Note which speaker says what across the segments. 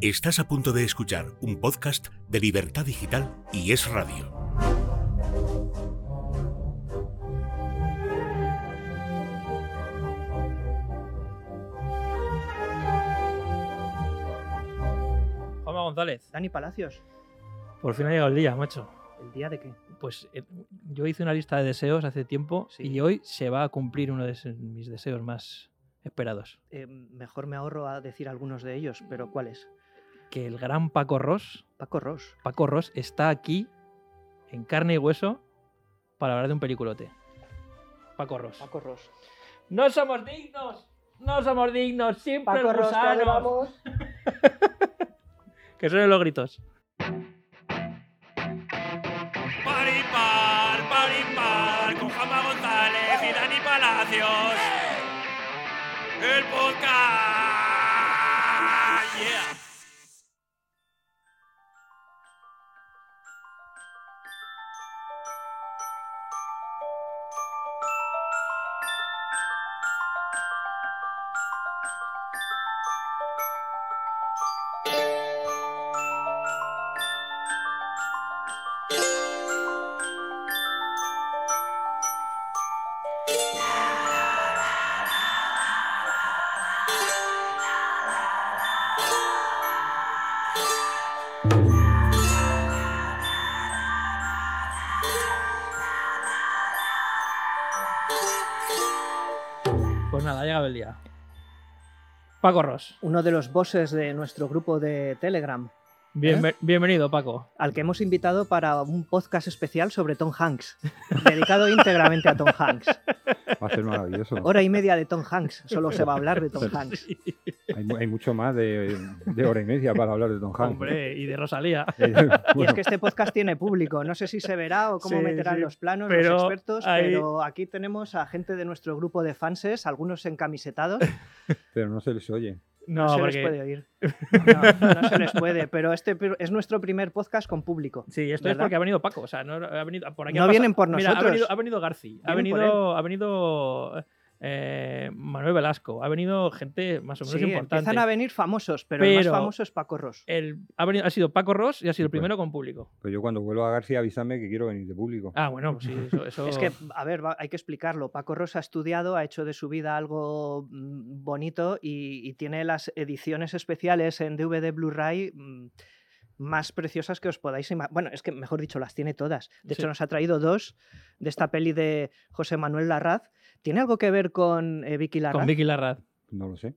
Speaker 1: Estás a punto de escuchar un podcast de Libertad Digital y Es Radio.
Speaker 2: Juanma González,
Speaker 3: Dani Palacios,
Speaker 2: por fin ha llegado el día, macho.
Speaker 3: ¿el día de qué?
Speaker 2: Pues eh, yo hice una lista de deseos hace tiempo
Speaker 3: Sí.
Speaker 2: y hoy se va a cumplir uno de ese- mis deseos más esperados.
Speaker 3: Eh, mejor me ahorro a decir algunos de ellos, pero ¿cuáles?
Speaker 2: Que el gran Paco Ross,
Speaker 3: Paco Ross.
Speaker 2: Paco Ross está aquí en carne y hueso para hablar de un peliculote. Paco Ross.
Speaker 3: Paco Ross.
Speaker 2: No somos dignos, no somos dignos, siempre el gusano. que suenen los gritos.
Speaker 4: Paripar, paripar, con Juanma González y Dani Palacios. El podcast. Yeah.
Speaker 2: Pues nada, ha llegado el día. Paco Ross.
Speaker 3: Uno de los bosses de nuestro grupo de Telegram,
Speaker 2: Bienve- Bienvenido, Paco.
Speaker 3: al que hemos invitado para un podcast especial sobre Tom Hanks, dedicado íntegramente a Tom Hanks.
Speaker 5: Va a ser maravilloso.
Speaker 3: Hora y media de Tom Hanks, solo se va a hablar de Tom Hanks.
Speaker 5: Hay, mu- hay mucho más de, de hora y media para hablar de Don Eh, Hank.
Speaker 2: Hombre, y de Rosalía.
Speaker 3: Y es que este podcast tiene público, no sé si se verá o cómo
Speaker 2: Sí,
Speaker 3: meterán
Speaker 2: sí,
Speaker 3: los planos
Speaker 2: pero
Speaker 3: los expertos,
Speaker 2: ahí-
Speaker 3: pero aquí tenemos a gente de nuestro grupo de fanses, algunos encamisetados,
Speaker 5: pero no se les oye.
Speaker 2: No,
Speaker 3: no se
Speaker 2: porque...
Speaker 3: les puede oír. No, no se les puede, pero este pr- es nuestro primer podcast con público.
Speaker 2: Sí, esto es
Speaker 3: ¿Verdad?
Speaker 2: porque ha venido Paco. O sea, no, ha venido, por aquí
Speaker 3: No
Speaker 2: ha pasa-
Speaker 3: vienen por
Speaker 2: Mira,
Speaker 3: nosotros.
Speaker 2: ha venido, ha venido Garci, ha
Speaker 3: Vienen por
Speaker 2: venido, ha venido eh, Manuel Velasco, ha venido gente más o menos
Speaker 3: Sí,
Speaker 2: importante.
Speaker 3: empiezan a venir famosos, pero, el
Speaker 2: Pero-
Speaker 3: más famoso es Paco Ross.
Speaker 2: El- ha, venido- ha sido Paco Ross y ha sido el
Speaker 5: Sí, pues.
Speaker 2: primero con público.
Speaker 5: Pero yo cuando vuelvo a García avísame que quiero venir de público.
Speaker 2: Ah, bueno, sí, eso. eso-
Speaker 3: Es que, a ver, va- hay que explicarlo. Paco Ross ha estudiado, ha hecho de su vida algo mm, bonito y, y tiene las ediciones especiales en DVD Blu-ray mm, más preciosas que os podáis imaginar. Bueno, es que, mejor dicho, las tiene todas. De hecho,
Speaker 2: Sí.
Speaker 3: nos ha traído dos de esta peli de José Manuel Larraz. ¿Tiene algo que ver con eh, Vicky Larraz?
Speaker 2: Con Vicky Larraz.
Speaker 5: No lo sé.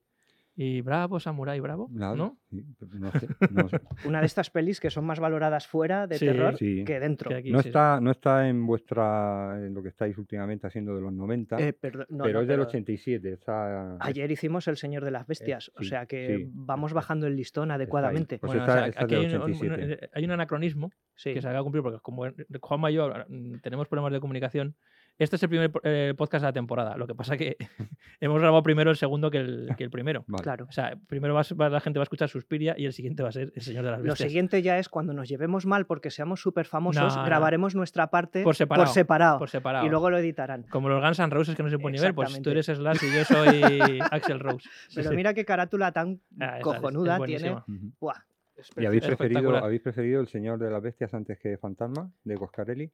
Speaker 2: Y Bravo, Samurai Bravo.
Speaker 5: Nada.
Speaker 2: ¿No?
Speaker 5: Sí, pero no, sé, no sé.
Speaker 3: Una de estas pelis que son más valoradas fuera de
Speaker 2: Sí,
Speaker 3: terror
Speaker 5: sí.
Speaker 3: que dentro.
Speaker 2: Que aquí,
Speaker 5: No
Speaker 2: sí.
Speaker 5: está, no está en vuestra en lo que estáis últimamente haciendo de los 90,
Speaker 3: Eh, perdón, no,
Speaker 5: pero
Speaker 3: no,
Speaker 5: es del
Speaker 3: pero- eh,
Speaker 5: 87. Está,
Speaker 3: Ayer hicimos El Señor de
Speaker 2: Eh,
Speaker 3: las Bestias, o
Speaker 5: sí,
Speaker 3: sea que
Speaker 5: sí.
Speaker 3: vamos bajando el listón adecuadamente.
Speaker 5: Pues
Speaker 2: Bueno,
Speaker 5: está-
Speaker 2: o sea,
Speaker 5: está del
Speaker 2: aquí hay un- un-
Speaker 5: 87.
Speaker 2: hay un anacronismo
Speaker 3: Sí.
Speaker 2: que se haga cumplir, porque como en- Juanma y yo ahora, mm, tenemos problemas de comunicación, este es el primer po- eh, podcast de la temporada. Lo que pasa que hemos grabado primero el segundo que el, que el primero.
Speaker 5: Vale.
Speaker 3: Claro.
Speaker 2: O sea, primero va a s- va- la gente va a escuchar Suspiria y el siguiente va a ser El Señor de las
Speaker 3: Lo
Speaker 2: Bestias.
Speaker 3: siguiente ya es cuando nos llevemos mal porque seamos súper famosos,
Speaker 2: No, no.
Speaker 3: grabaremos nuestra parte
Speaker 2: Por separado,
Speaker 3: separado,
Speaker 2: Por separado.
Speaker 3: y luego lo editarán.
Speaker 2: Como los Guns N' Roses que no se pueden ni ver, pues tú
Speaker 3: Exactamente.
Speaker 2: eres Slash y yo soy Axel Rose. Sí,
Speaker 3: Pero
Speaker 2: sí.
Speaker 3: mira qué carátula tan
Speaker 2: Ah, esa es- es
Speaker 3: cojonuda tiene.
Speaker 2: buenísima.
Speaker 5: Ujú.
Speaker 3: Buah, es
Speaker 5: ¿Y habéis
Speaker 2: Es
Speaker 5: preferido,
Speaker 2: espectacular.
Speaker 5: habéis preferido El Señor de las Bestias antes que Fantasma, de Coscarelli?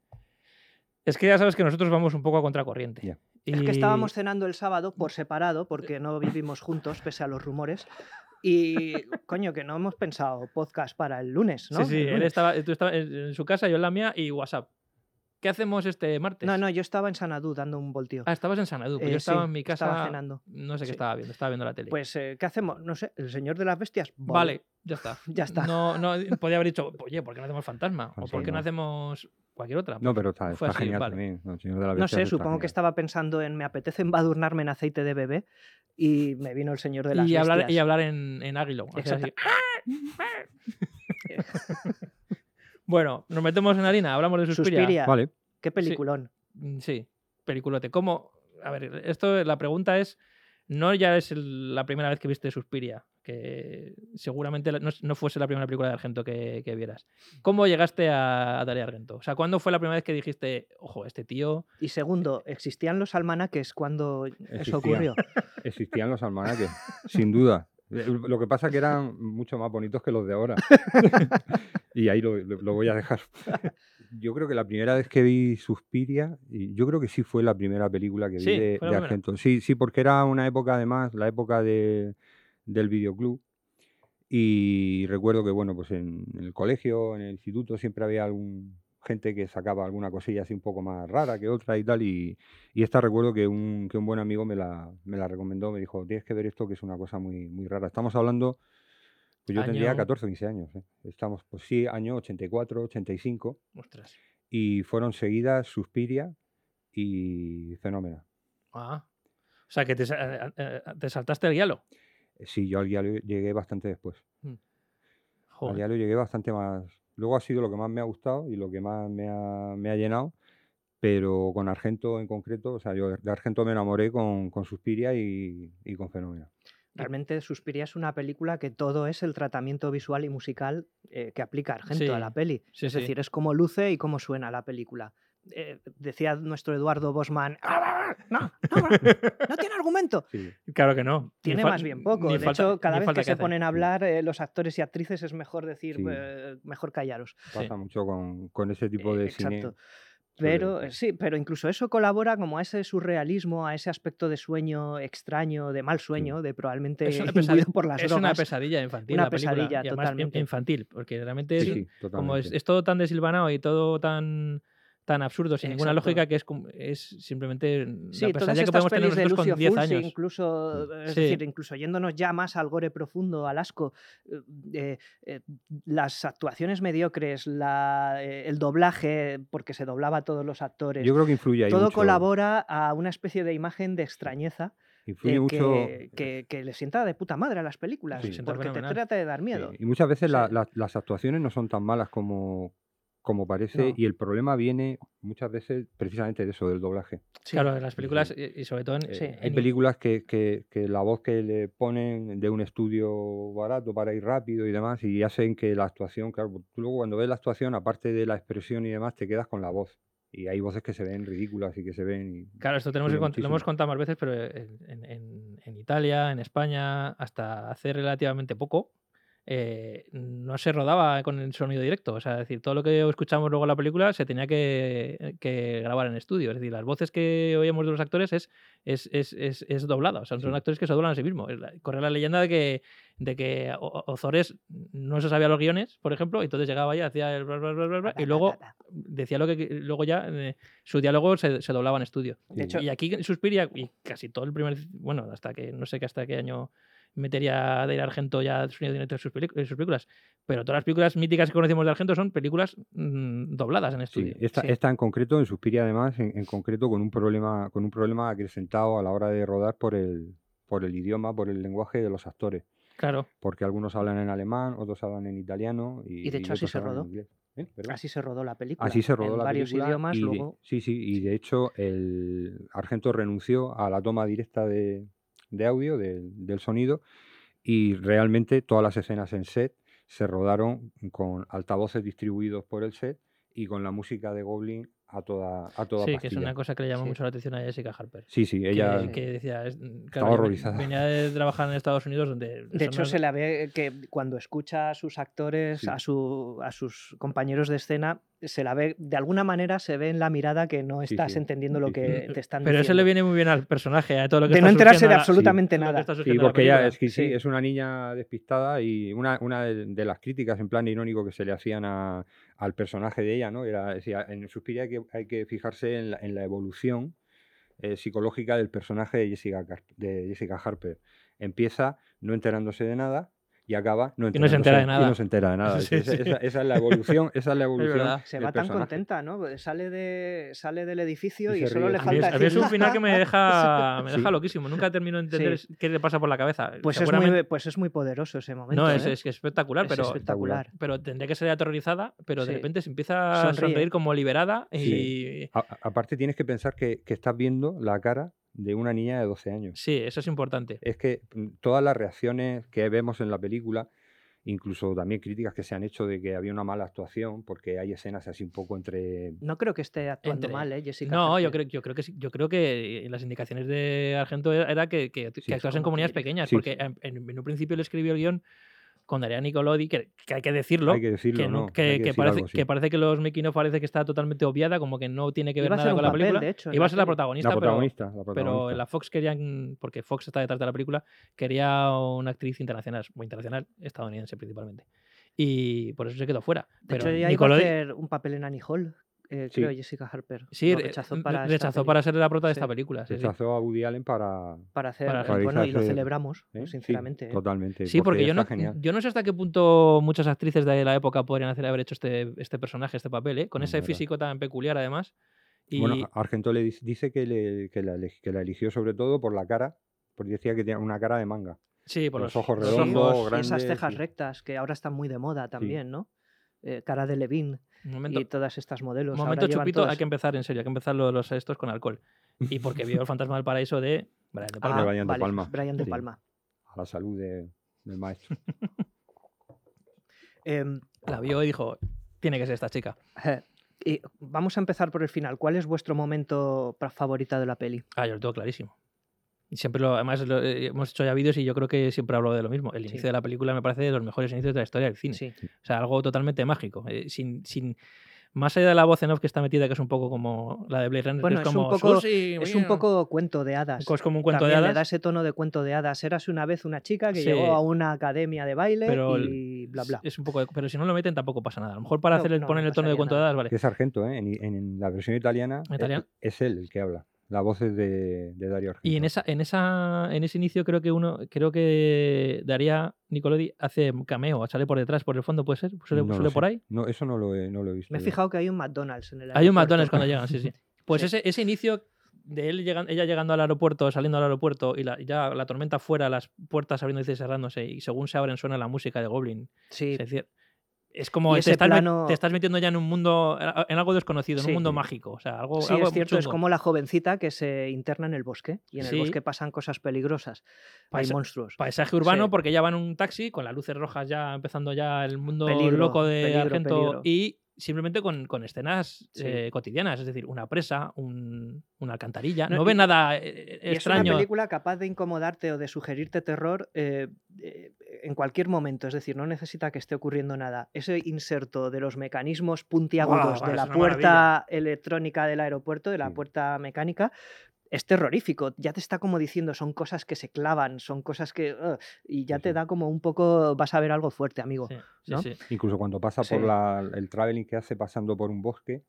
Speaker 2: Es que ya sabes que nosotros vamos un poco a contracorriente.
Speaker 5: Ya.
Speaker 2: Y...
Speaker 3: Es que estábamos cenando el sábado por separado, porque no vivimos juntos, pese a los rumores. Y coño, que no hemos pensado podcast para el lunes, ¿no?
Speaker 2: Sí, sí,
Speaker 3: El
Speaker 2: él
Speaker 3: lunes.
Speaker 2: estaba, tú estabas en en su casa, yo en la mía y WhatsApp. ¿Qué hacemos este martes?
Speaker 3: No, no, yo estaba en Sanadú dando un voltio.
Speaker 2: Ah, estabas en Sanadú, pues
Speaker 3: Eh,
Speaker 2: yo estaba
Speaker 3: sí,
Speaker 2: en mi casa.
Speaker 3: estaba cenando.
Speaker 2: No sé qué
Speaker 3: Sí.
Speaker 2: estaba viendo, estaba viendo la tele.
Speaker 3: Pues, eh, ¿qué hacemos? No sé, el señor de las bestias.
Speaker 2: vale, ya está.
Speaker 3: Ya está. Pues
Speaker 2: No, no, podía haber dicho, "Pues, oye, ¿por qué no hacemos fantasma? O ¿por qué no
Speaker 5: Fantasma.
Speaker 2: hacemos cualquier otra?
Speaker 5: No, pero está,
Speaker 2: Ah, Fue
Speaker 5: está
Speaker 2: así,
Speaker 5: genial
Speaker 2: vale.
Speaker 5: también. El Señor de las
Speaker 3: No
Speaker 5: Bestias
Speaker 3: sé,
Speaker 5: está
Speaker 3: supongo que
Speaker 5: genial.
Speaker 3: estaba pensando en me apetece embadurnarme en aceite de bebé y me vino el señor de las
Speaker 2: y, hablar, y
Speaker 3: bestias.
Speaker 2: hablar en, en águilo. hacer así.
Speaker 3: Exacta-
Speaker 2: Bueno, nos metemos en harina, hablamos de Suspiria.
Speaker 3: Suspiria.
Speaker 5: Vale.
Speaker 3: Qué peliculón.
Speaker 2: Mm, Sí, peliculote. ¿Cómo? A ver, esto, la pregunta es, no ya es el- la primera vez que viste Suspiria, que seguramente la- no, no fuese la primera película de Argento que, que vieras. ¿Cómo llegaste a, a Darío Argento? O sea, ¿cuándo fue la primera vez que dijiste, ojo, este tío...
Speaker 3: Y segundo, ¿existían los almanaques cuando eso
Speaker 5: Existían.
Speaker 3: ocurrió?
Speaker 5: Existían los almanaques, sin duda. Eh, Lo que pasa que eran mucho más bonitos que los de ahora. y ahí lo, lo- lo voy a dejar. Yo creo que la primera vez que vi Suspiria, y yo creo que sí fue la primera película que vi
Speaker 2: Sí,
Speaker 5: de,
Speaker 2: fue la
Speaker 5: de
Speaker 2: primera.
Speaker 5: Argento. Sí, sí, porque era una época además, la época de- del videoclub. Y recuerdo que, bueno, pues en, en el colegio, en el instituto, siempre había algún gente que sacaba alguna cosilla así un poco más rara que otra y tal. Y, y esta recuerdo que un, que un buen amigo me la, me la recomendó, me dijo, tienes que ver esto que es una cosa muy, muy rara. Estamos hablando, pues yo tendría
Speaker 2: Año-
Speaker 5: 14 o 15 años. ¿eh? Estamos, pues sí, año 84, 85.
Speaker 2: Ostras.
Speaker 5: Y fueron seguidas Suspiria y Fenómena.
Speaker 2: Ah. O sea, que te, sa- eh, eh, te saltaste el hielo.
Speaker 5: Sí, yo al diario llegué bastante después.
Speaker 2: Joder.
Speaker 5: Al diario llegué bastante más. Luego ha sido lo que más me ha gustado y lo que más me ha, me ha llenado. Pero con Argento en concreto, o sea, yo de Argento me enamoré con, con Suspiria y, y con Fenómena.
Speaker 3: Realmente Suspiria es una película que todo es el tratamiento visual y musical eh, que aplica Argento a
Speaker 2: Sí,
Speaker 3: la peli.
Speaker 2: sí,
Speaker 3: es
Speaker 2: sí.
Speaker 3: decir, es cómo luce y cómo suena la película. Eh, decía nuestro Eduardo Bosman, "Ah, no, no, no tiene argumento.
Speaker 5: Sí.
Speaker 2: Claro que no. Ni
Speaker 3: Tiene
Speaker 2: fal-
Speaker 3: más bien poco.
Speaker 2: ni
Speaker 3: De
Speaker 2: falta-
Speaker 3: hecho, cada
Speaker 2: ni
Speaker 3: vez
Speaker 2: falta
Speaker 3: que, se
Speaker 2: hace.
Speaker 3: ponen a hablar eh, los actores y actrices es mejor decir,
Speaker 5: Sí.
Speaker 3: "Eh, mejor callaros.
Speaker 2: Sí.
Speaker 5: pasa mucho con, con ese tipo
Speaker 3: Eh,
Speaker 5: de cine.
Speaker 3: Exacto. Pero eh,
Speaker 5: todo.
Speaker 3: sí, pero incluso eso colabora como a ese surrealismo, a ese aspecto de sueño extraño, de mal sueño, de probablemente
Speaker 2: Mm. Es una,
Speaker 3: imbuido
Speaker 2: pesadi-
Speaker 3: por las
Speaker 2: es una
Speaker 3: drogas.
Speaker 2: pesadilla infantil.
Speaker 3: Una
Speaker 2: la película,
Speaker 3: pesadilla,
Speaker 2: y además in-
Speaker 3: totalmente.
Speaker 2: Infantil, porque realmente
Speaker 5: Sí,
Speaker 2: es-
Speaker 5: sí,
Speaker 2: como es,
Speaker 5: totalmente.
Speaker 2: es todo tan desilvanado y todo tan tan absurdo, sin ninguna
Speaker 3: Exacto.
Speaker 2: lógica, que es, como- es simplemente mm,
Speaker 3: Sí,
Speaker 2: la
Speaker 3: todas
Speaker 2: pesadilla que
Speaker 3: estas
Speaker 2: podemos tener
Speaker 3: pelis de
Speaker 2: nosotros
Speaker 3: Lucio
Speaker 2: con 10
Speaker 3: Fulci,
Speaker 2: años.
Speaker 3: incluso, eh, es
Speaker 2: Sí.
Speaker 3: decir, incluso yéndonos ya más al gore profundo, al asco, eh, eh, eh, las actuaciones mediocres, la, eh, el doblaje, porque se doblaba a todos los actores,
Speaker 5: Yo creo que influye ahí
Speaker 3: todo
Speaker 5: mucho,
Speaker 3: colabora a una especie de imagen de extrañeza
Speaker 5: influye
Speaker 3: eh,
Speaker 5: mucho,
Speaker 3: que, que- que le sienta de puta madre a las películas,
Speaker 5: Sí.
Speaker 2: Sienta
Speaker 3: porque te
Speaker 2: fenomenal.
Speaker 3: trata de dar
Speaker 5: sí,
Speaker 3: miedo.
Speaker 5: Y muchas veces la-
Speaker 3: Sí.
Speaker 5: la- las actuaciones no son tan malas como, como parece
Speaker 3: No.
Speaker 5: y el problema viene muchas veces precisamente de eso, del doblaje.
Speaker 3: Sí.
Speaker 2: Claro, en las películas y, y sobre todo en,
Speaker 5: Eh,
Speaker 3: Sí.
Speaker 5: Hay
Speaker 2: en-
Speaker 5: películas que, que- que la voz que le ponen de un estudio barato para ir rápido y demás y hacen que la actuación, claro, pues, tú luego cuando ves la actuación, aparte de la expresión y demás, te quedas con la voz. Y hay voces que se ven ridículas y que se ven... y-
Speaker 2: Claro, esto tenemos que
Speaker 5: Influye
Speaker 2: cont- lo hemos
Speaker 5: muchísimo.
Speaker 2: contado más veces, pero en, en- en- en Italia, en España, hasta hace relativamente poco, eh, no se rodaba con el sonido directo. O sea, es decir, todo lo que escuchamos luego en la película se tenía que, que grabar en estudio. Es decir, las voces que oíamos de los actores es, es, es, es- es doblada. O sea, son
Speaker 5: Sí.
Speaker 2: actores que se doblan a sí mismos. Es la- Corre la leyenda de que, de que O- O- Ozores no se sabía los guiones, por ejemplo, y entonces llegaba y hacía el bla, bla, bla, bla, bla, y luego decía lo que luego ya eh, su diálogo se, se doblaba en estudio.
Speaker 3: De hecho,
Speaker 2: Y aquí en Suspiria, y casi todo el primer. Bueno, hasta que no sé que hasta qué año metería de Argento ya sonido directo en sus, pelic- en sus películas. Pero todas las películas míticas que conocemos de Argento son películas mm, dobladas en
Speaker 5: Sí,
Speaker 2: estudio.
Speaker 5: esta, esta en concreto, en Suspiria además, en, en concreto con un problema, con un problema acrecentado a la hora de rodar por el, por el idioma, por el lenguaje de los actores,
Speaker 2: Claro.
Speaker 5: porque algunos hablan en alemán, otros hablan en italiano y,
Speaker 3: Y de hecho así
Speaker 5: otros
Speaker 3: se
Speaker 5: hablan en
Speaker 3: rodó.
Speaker 5: inglés. ¿Eh? Perdón.
Speaker 3: así se rodó la película.
Speaker 5: Así se rodó
Speaker 3: en
Speaker 5: la
Speaker 3: varios
Speaker 5: película
Speaker 3: idiomas,
Speaker 5: y de-
Speaker 3: luego...
Speaker 5: sí, sí, y de hecho el Argento renunció a la toma directa de, de audio, del- del sonido, y realmente todas las escenas en set se rodaron con altavoces distribuidos por el set y con la música de Goblin a toda, a toda
Speaker 2: sí, que es
Speaker 5: pastilla.
Speaker 2: una cosa que le llamó
Speaker 3: Sí.
Speaker 2: mucho la atención a Jessica Harper.
Speaker 5: Sí, sí,
Speaker 2: que-
Speaker 5: ella...
Speaker 2: que, decía, es- mm, claro, yo
Speaker 5: horrorizada.
Speaker 2: venía de trabajar en Estados Unidos donde...
Speaker 3: De hecho, se la ve que cuando escucha a sus actores,
Speaker 5: Sí.
Speaker 3: a, su, a sus compañeros de escena, se la ve, de alguna manera se ve en la mirada que no
Speaker 5: Sí,
Speaker 3: estás
Speaker 5: sí.
Speaker 3: entendiendo lo
Speaker 5: Sí, sí.
Speaker 3: que te están
Speaker 2: Pero eso
Speaker 3: diciendo.
Speaker 2: le viene muy bien al personaje, a todo lo que
Speaker 3: de
Speaker 2: está
Speaker 3: no enterarse
Speaker 2: surgiendo
Speaker 3: de
Speaker 2: ahora-
Speaker 3: absolutamente
Speaker 2: lo que
Speaker 3: nada.
Speaker 2: está
Speaker 5: Sí,
Speaker 2: surgiendo en la
Speaker 5: porque ella
Speaker 2: película.
Speaker 5: es, que sí,
Speaker 3: Sí.
Speaker 5: es una niña despistada y una, una de, de las críticas en plan irónico que se le hacían a- al personaje de ella, ¿no? Era, decía, en Suspiria hay que, hay que fijarse en la, en la evolución eh, psicológica del personaje de Jessica, Car- de Jessica Harper. Empieza no enterándose de nada y acaba no
Speaker 2: se
Speaker 5: enterándose
Speaker 2: entera de
Speaker 5: Y
Speaker 2: nada.
Speaker 5: no se entera de nada.
Speaker 2: Sí,
Speaker 5: Esa,
Speaker 2: sí.
Speaker 5: esa- esa es la evolución, esa es la evolución.
Speaker 2: verdad.
Speaker 3: Se
Speaker 5: del
Speaker 3: va tan
Speaker 5: personaje.
Speaker 3: contenta, ¿no? Pues Sale, de, sale del edificio
Speaker 5: Y
Speaker 3: y,
Speaker 5: se
Speaker 3: solo
Speaker 5: ríe.
Speaker 3: le
Speaker 2: A mí, es,
Speaker 3: falta
Speaker 2: a mí es
Speaker 3: decir,
Speaker 2: un final que me deja, me
Speaker 5: Sí.
Speaker 2: deja loquísimo. Nunca termino de entender
Speaker 3: Sí.
Speaker 2: es- qué le pasa por la cabeza.
Speaker 3: Pues es,
Speaker 2: Seguramente-
Speaker 3: muy, pues es muy poderoso ese momento.
Speaker 2: no, es,
Speaker 3: ¿eh?
Speaker 2: es que es espectacular,
Speaker 3: Es
Speaker 2: pero,
Speaker 3: espectacular.
Speaker 2: pero tendría que ser aterrorizada, pero de
Speaker 3: Sí.
Speaker 2: repente se empieza a
Speaker 3: Sonríe.
Speaker 2: sonreír como liberada y... Sí.
Speaker 5: Sí. A- a- aparte tienes que pensar que, que estás viendo la cara de una niña de 12 años.
Speaker 2: eso es importante.
Speaker 5: es que mm, todas las reacciones que vemos en la película incluso también críticas que se han hecho de que había una mala actuación, porque hay escenas así un poco entre...
Speaker 3: No creo que esté actuando
Speaker 2: Entre-
Speaker 3: mal, ¿eh, Jessica?
Speaker 2: No, yo
Speaker 3: Chastain.
Speaker 2: creo, yo creo que sí- yo creo que las indicaciones de Argento era- era que, que, que
Speaker 5: Sí,
Speaker 2: actuasen en
Speaker 3: como
Speaker 2: comunidades
Speaker 3: que-
Speaker 2: pequeñas,
Speaker 5: sí,
Speaker 2: porque
Speaker 5: sí.
Speaker 2: En, en- en un principio le escribió el guión con Daria Nicolodi, que, que hay que decirlo,
Speaker 5: hay que decirlo,
Speaker 2: que, no-
Speaker 5: ¿no?
Speaker 2: que-
Speaker 5: Hay que
Speaker 2: que
Speaker 5: decir
Speaker 2: parece,
Speaker 5: algo, sí.
Speaker 2: que parece que los making of parece que está totalmente obviada, como que no tiene que ver
Speaker 3: Iba a
Speaker 2: nada
Speaker 3: ser un
Speaker 2: con la
Speaker 3: papel,
Speaker 2: película.
Speaker 3: de hecho. en
Speaker 2: Iba a ser la
Speaker 3: peli.
Speaker 2: protagonista,
Speaker 5: la protagonista, la
Speaker 2: pero, pero
Speaker 5: protagonista.
Speaker 2: en la Fox querían, porque Fox está detrás de la película, quería una actriz internacional, muy internacional, estadounidense principalmente. Y por eso se quedó fuera.
Speaker 3: De
Speaker 2: pero
Speaker 3: hecho, ella iba a
Speaker 2: Nicolodi-
Speaker 3: hacer un papel en Annie Hall, eh,
Speaker 5: Sí.
Speaker 3: creo, Jessica Harper.
Speaker 2: sí,
Speaker 3: Lo
Speaker 2: re-
Speaker 3: rechazó
Speaker 2: re-
Speaker 3: para, esta
Speaker 2: rechazó
Speaker 3: peli,
Speaker 2: para ser la prota de
Speaker 3: Sí.
Speaker 2: esta película. sí, sí.
Speaker 5: Rechazó a Woody Allen para...
Speaker 3: para hacer.
Speaker 2: para
Speaker 3: eh,
Speaker 5: realizar
Speaker 3: bueno, y lo
Speaker 5: ese-
Speaker 3: celebramos,
Speaker 5: ¿eh? Sí,
Speaker 3: sinceramente. ¿eh?
Speaker 5: totalmente.
Speaker 2: Pues Sí, porque yo
Speaker 5: está
Speaker 2: no,
Speaker 5: genial.
Speaker 2: yo no sé hasta qué punto muchas actrices de la época podrían hacer haber hecho este, este personaje, este papel, ¿eh? con
Speaker 5: No,
Speaker 2: ese
Speaker 5: Mm, verdad.
Speaker 2: físico tan peculiar además. Y
Speaker 5: Bueno, Ar- Argento le dis- dice que, le- que la, eleg- que la eligió sobre todo por la cara, porque decía que tenía una cara de manga.
Speaker 2: sí, por
Speaker 5: los
Speaker 2: los,
Speaker 5: ojos
Speaker 2: los
Speaker 5: redondos,
Speaker 2: ojos,
Speaker 5: grandes,
Speaker 3: y esas cejas
Speaker 5: sí.
Speaker 3: rectas, que ahora están muy de moda también, ¿no? Eh, cara de Levin
Speaker 2: un momento,
Speaker 3: y todas estas modelos. ahora
Speaker 2: momento
Speaker 3: llevan
Speaker 2: chupito,
Speaker 3: todas-
Speaker 2: hay que empezar en serio, hay que empezar los, los estos con alcohol. Y porque vio el fantasma del paraíso de... Brian De Palma.
Speaker 5: de
Speaker 3: Ah,
Speaker 5: Brian De
Speaker 3: vale,
Speaker 5: Palma.
Speaker 3: Brian de
Speaker 5: Sí.
Speaker 3: Palma.
Speaker 5: A la salud de- del maestro.
Speaker 3: Em,
Speaker 2: La vio y dijo, tiene que ser esta chica.
Speaker 3: y vamos a empezar por el final. ¿Cuál es vuestro momento pra- favorito de la peli?
Speaker 2: Ah, yo lo tengo clarísimo. Y siempre lo, además lo- eh, hemos hecho ya vídeos y yo creo que siempre hablo de lo mismo. El inicio de la película me parece de los mejores inicios de la historia del cine.
Speaker 3: Sí.
Speaker 2: O sea, algo totalmente mágico. eh, sin, sin, más allá de la voz en off que está metida, que es un poco como la de Blade Runner, que
Speaker 3: Bueno,
Speaker 2: es
Speaker 3: es un
Speaker 2: como.
Speaker 3: poco-
Speaker 2: "Susi,
Speaker 3: Es un
Speaker 2: bueno".
Speaker 3: poco cuento de hadas.
Speaker 2: Es como un cuento
Speaker 3: También
Speaker 2: de
Speaker 3: le da
Speaker 2: hadas.
Speaker 3: ese tono de cuento de hadas. Eras una vez una chica que
Speaker 2: Sí.
Speaker 3: llegó a una academia de baile
Speaker 2: Pero el-
Speaker 3: y bla, bla.
Speaker 2: Es un poco de- pero si no lo meten, tampoco pasa nada. A lo mejor para
Speaker 3: No,
Speaker 2: hacer el,
Speaker 3: no, no
Speaker 2: poner el tono de
Speaker 3: pasaría
Speaker 2: cuento de
Speaker 3: nada.
Speaker 2: hadas, vale.
Speaker 5: Que es Argento, ¿eh? En, en- en la versión italiana es-
Speaker 2: Italiano.
Speaker 5: Es, él el que habla. La voz es de, de Dario Argento.
Speaker 2: Y en esa, en esa, en ese inicio creo que uno, creo que Daría Nicolodi hace cameo, sale por detrás, por el fondo, puede ser, suele,
Speaker 5: No lo
Speaker 2: suele por
Speaker 5: sé.
Speaker 2: ahí.
Speaker 5: No, eso no lo he, no lo he visto.
Speaker 3: Me he
Speaker 5: yo.
Speaker 3: fijado que hay un McDonald's en el
Speaker 2: Hay un
Speaker 3: aeropuerto.
Speaker 2: McDonald's cuando llegan, sí, sí. Pues
Speaker 3: Sí.
Speaker 2: Ese, ese inicio de él llegan- ella llegando al aeropuerto, saliendo al aeropuerto y la, ya la tormenta fuera, las puertas abriéndose y cerrándose, y según se abren suena la música de Goblin.
Speaker 3: Sí,
Speaker 2: Es decir, es como
Speaker 3: Y
Speaker 2: te
Speaker 3: ese
Speaker 2: estás, met-
Speaker 3: plano-
Speaker 2: te estás metiendo ya en un mundo, en algo desconocido, en
Speaker 3: Sí.
Speaker 2: un mundo mágico. O sea, algo,
Speaker 3: Sí,
Speaker 2: algo
Speaker 3: es cierto, es
Speaker 2: chungo.
Speaker 3: como la jovencita que se interna en el bosque y en el
Speaker 2: Sí.
Speaker 3: bosque pasan cosas peligrosas, hay
Speaker 2: Paisa-
Speaker 3: monstruos.
Speaker 2: Paisaje urbano,
Speaker 3: Sí.
Speaker 2: porque ya van en un taxi con las luces rojas, ya empezando ya el mundo
Speaker 3: Peligro,
Speaker 2: loco de
Speaker 3: peligro,
Speaker 2: Argento
Speaker 3: peligro.
Speaker 2: y simplemente con, con escenas
Speaker 3: Sí.
Speaker 2: eh, cotidianas, es decir, una presa, un- una alcantarilla. No,
Speaker 3: No,
Speaker 2: ve
Speaker 3: y-
Speaker 2: nada eh,
Speaker 3: Y
Speaker 2: extraño.
Speaker 3: es una película capaz de incomodarte o de sugerirte terror eh, eh, en cualquier momento, es decir, no necesita que esté ocurriendo nada. Ese inserto de los mecanismos puntiagudos
Speaker 2: Buah,
Speaker 3: de
Speaker 2: es
Speaker 3: la
Speaker 2: una
Speaker 3: puerta
Speaker 2: maravilla.
Speaker 3: electrónica del aeropuerto, de la
Speaker 5: Sí.
Speaker 3: puerta mecánica, es terrorífico. Ya te está como diciendo, son cosas que se clavan, son cosas que... ugh, y ya
Speaker 5: Sí,
Speaker 3: te
Speaker 5: sí.
Speaker 3: da como un poco, vas a ver algo fuerte, amigo.
Speaker 2: Sí, sí,
Speaker 3: ¿no?
Speaker 2: sí.
Speaker 5: Incluso cuando pasa
Speaker 3: Sí.
Speaker 5: por la- el traveling que hace pasando por un bosque,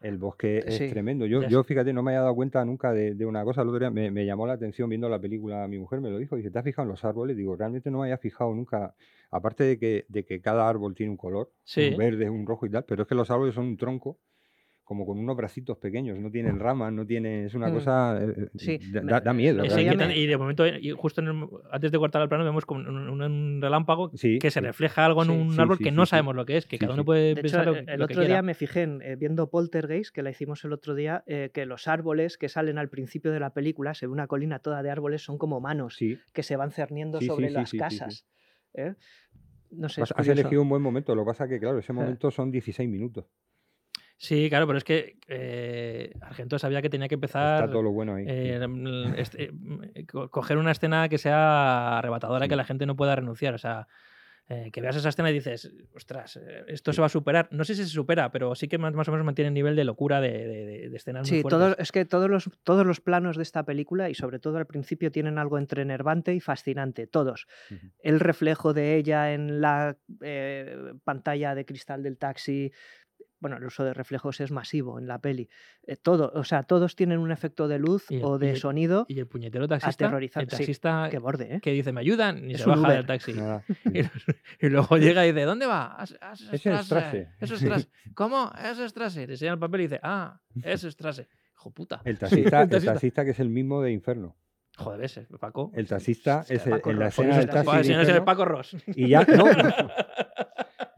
Speaker 5: el bosque es
Speaker 3: Sí.
Speaker 5: tremendo. Yo,
Speaker 2: Ya
Speaker 5: yo, fíjate, no me había dado cuenta nunca de, de una cosa. El otro día me, me llamó la atención viendo la película, mi mujer me lo dijo, dice, ¿te has fijado en los árboles? Digo, realmente no me había fijado nunca, aparte de que, de que cada árbol tiene un color,
Speaker 2: Sí.
Speaker 5: un verde, un rojo y tal, pero es que los árboles son un tronco como con unos bracitos pequeños, no tienen ramas, no tienen... Es una
Speaker 3: Mm.
Speaker 5: cosa... eh,
Speaker 3: Sí,
Speaker 5: da-
Speaker 3: me-
Speaker 5: da, da miedo.
Speaker 3: Pero
Speaker 2: Es
Speaker 3: claro, ya
Speaker 2: inquietante,
Speaker 5: realmente.
Speaker 3: me-
Speaker 2: Y de momento, y justo en el- antes de cortar el plano, vemos como un, un- un relámpago
Speaker 5: Sí,
Speaker 2: que se
Speaker 5: sí.
Speaker 2: refleja algo en
Speaker 3: Sí,
Speaker 2: un
Speaker 5: sí,
Speaker 2: árbol
Speaker 5: sí,
Speaker 2: que
Speaker 5: sí,
Speaker 2: no
Speaker 5: sí.
Speaker 2: sabemos lo que es, que
Speaker 5: Sí,
Speaker 2: cada uno
Speaker 5: sí.
Speaker 2: puede
Speaker 3: De hecho, e,
Speaker 2: pensar lo,
Speaker 3: el
Speaker 2: lo que
Speaker 3: otro
Speaker 2: quiera.
Speaker 3: día me fijé en, eh, viendo Poltergeist, que la hicimos el otro día, eh, que los árboles que salen al principio de la película, se ve una colina toda de árboles, son como manos
Speaker 5: Sí.
Speaker 3: que se van cerniendo
Speaker 5: Sí, sí,
Speaker 3: sobre
Speaker 5: sí,
Speaker 3: las
Speaker 5: sí, sí, sí.
Speaker 3: casas. ¿eh? No sé,
Speaker 5: Has,
Speaker 3: es
Speaker 5: has
Speaker 3: curioso.
Speaker 5: elegido un buen momento, lo que pasa que, claro, ese momento son 16 minutos.
Speaker 2: Sí, claro, pero es que eh, Argento sabía que tenía que
Speaker 5: Está
Speaker 2: empezar.
Speaker 5: todo lo bueno ahí.
Speaker 2: eh, mm, este, eh, mm, co- coger una escena que sea arrebatadora,
Speaker 5: Sí.
Speaker 2: que la gente no pueda renunciar. O sea, eh, que veas esa escena y dices, ostras, eh, esto se va a superar. No sé si se supera, pero sí que más, más o menos mantiene el nivel de locura de, de- de- de escenas muy
Speaker 3: Sí,
Speaker 2: fuertes.
Speaker 3: todos, es que todos los, todos los planos de esta película y sobre todo al principio tienen algo entre enervante y fascinante, todos.
Speaker 5: Ujú.
Speaker 3: El reflejo de ella en la eh, pantalla de cristal del taxi, bueno, el uso de reflejos es masivo en la peli. eh, todo, o sea, todos tienen un efecto de luz
Speaker 2: Y el-
Speaker 3: o
Speaker 2: y
Speaker 3: de
Speaker 2: el-
Speaker 3: sonido.
Speaker 2: Y el puñetero taxista, el
Speaker 3: Aterrorizante, sí,
Speaker 2: taxista
Speaker 3: Qué borde, ¿eh?
Speaker 2: que dice, ¿me ayudan? Y
Speaker 3: Es
Speaker 2: se
Speaker 3: un
Speaker 2: baja
Speaker 3: Uber.
Speaker 2: del taxi.
Speaker 5: Nada,
Speaker 2: Y,
Speaker 5: sí.
Speaker 2: y luego llega y dice, ¿dónde va? "As- as-
Speaker 5: Es el
Speaker 2: Strasse,
Speaker 5: Strasse".
Speaker 2: es el Strasse". ¿Cómo? Es el Strasse. Le enseña el papel y dice, ah, es el Strasse. Hijo puta.
Speaker 5: El taxista, el
Speaker 2: taxista.
Speaker 5: taxista que es el mismo de Inferno.
Speaker 2: Joder, ese, Paco.
Speaker 5: El taxista
Speaker 3: Sí,
Speaker 5: es el-
Speaker 3: Paco
Speaker 5: en la
Speaker 3: Rojo,
Speaker 5: escena
Speaker 3: sí,
Speaker 5: del
Speaker 3: sí,
Speaker 5: taxi
Speaker 2: Joder,
Speaker 5: de
Speaker 2: si no es el
Speaker 5: Infierno,
Speaker 2: Paco Ross.
Speaker 5: y ya no,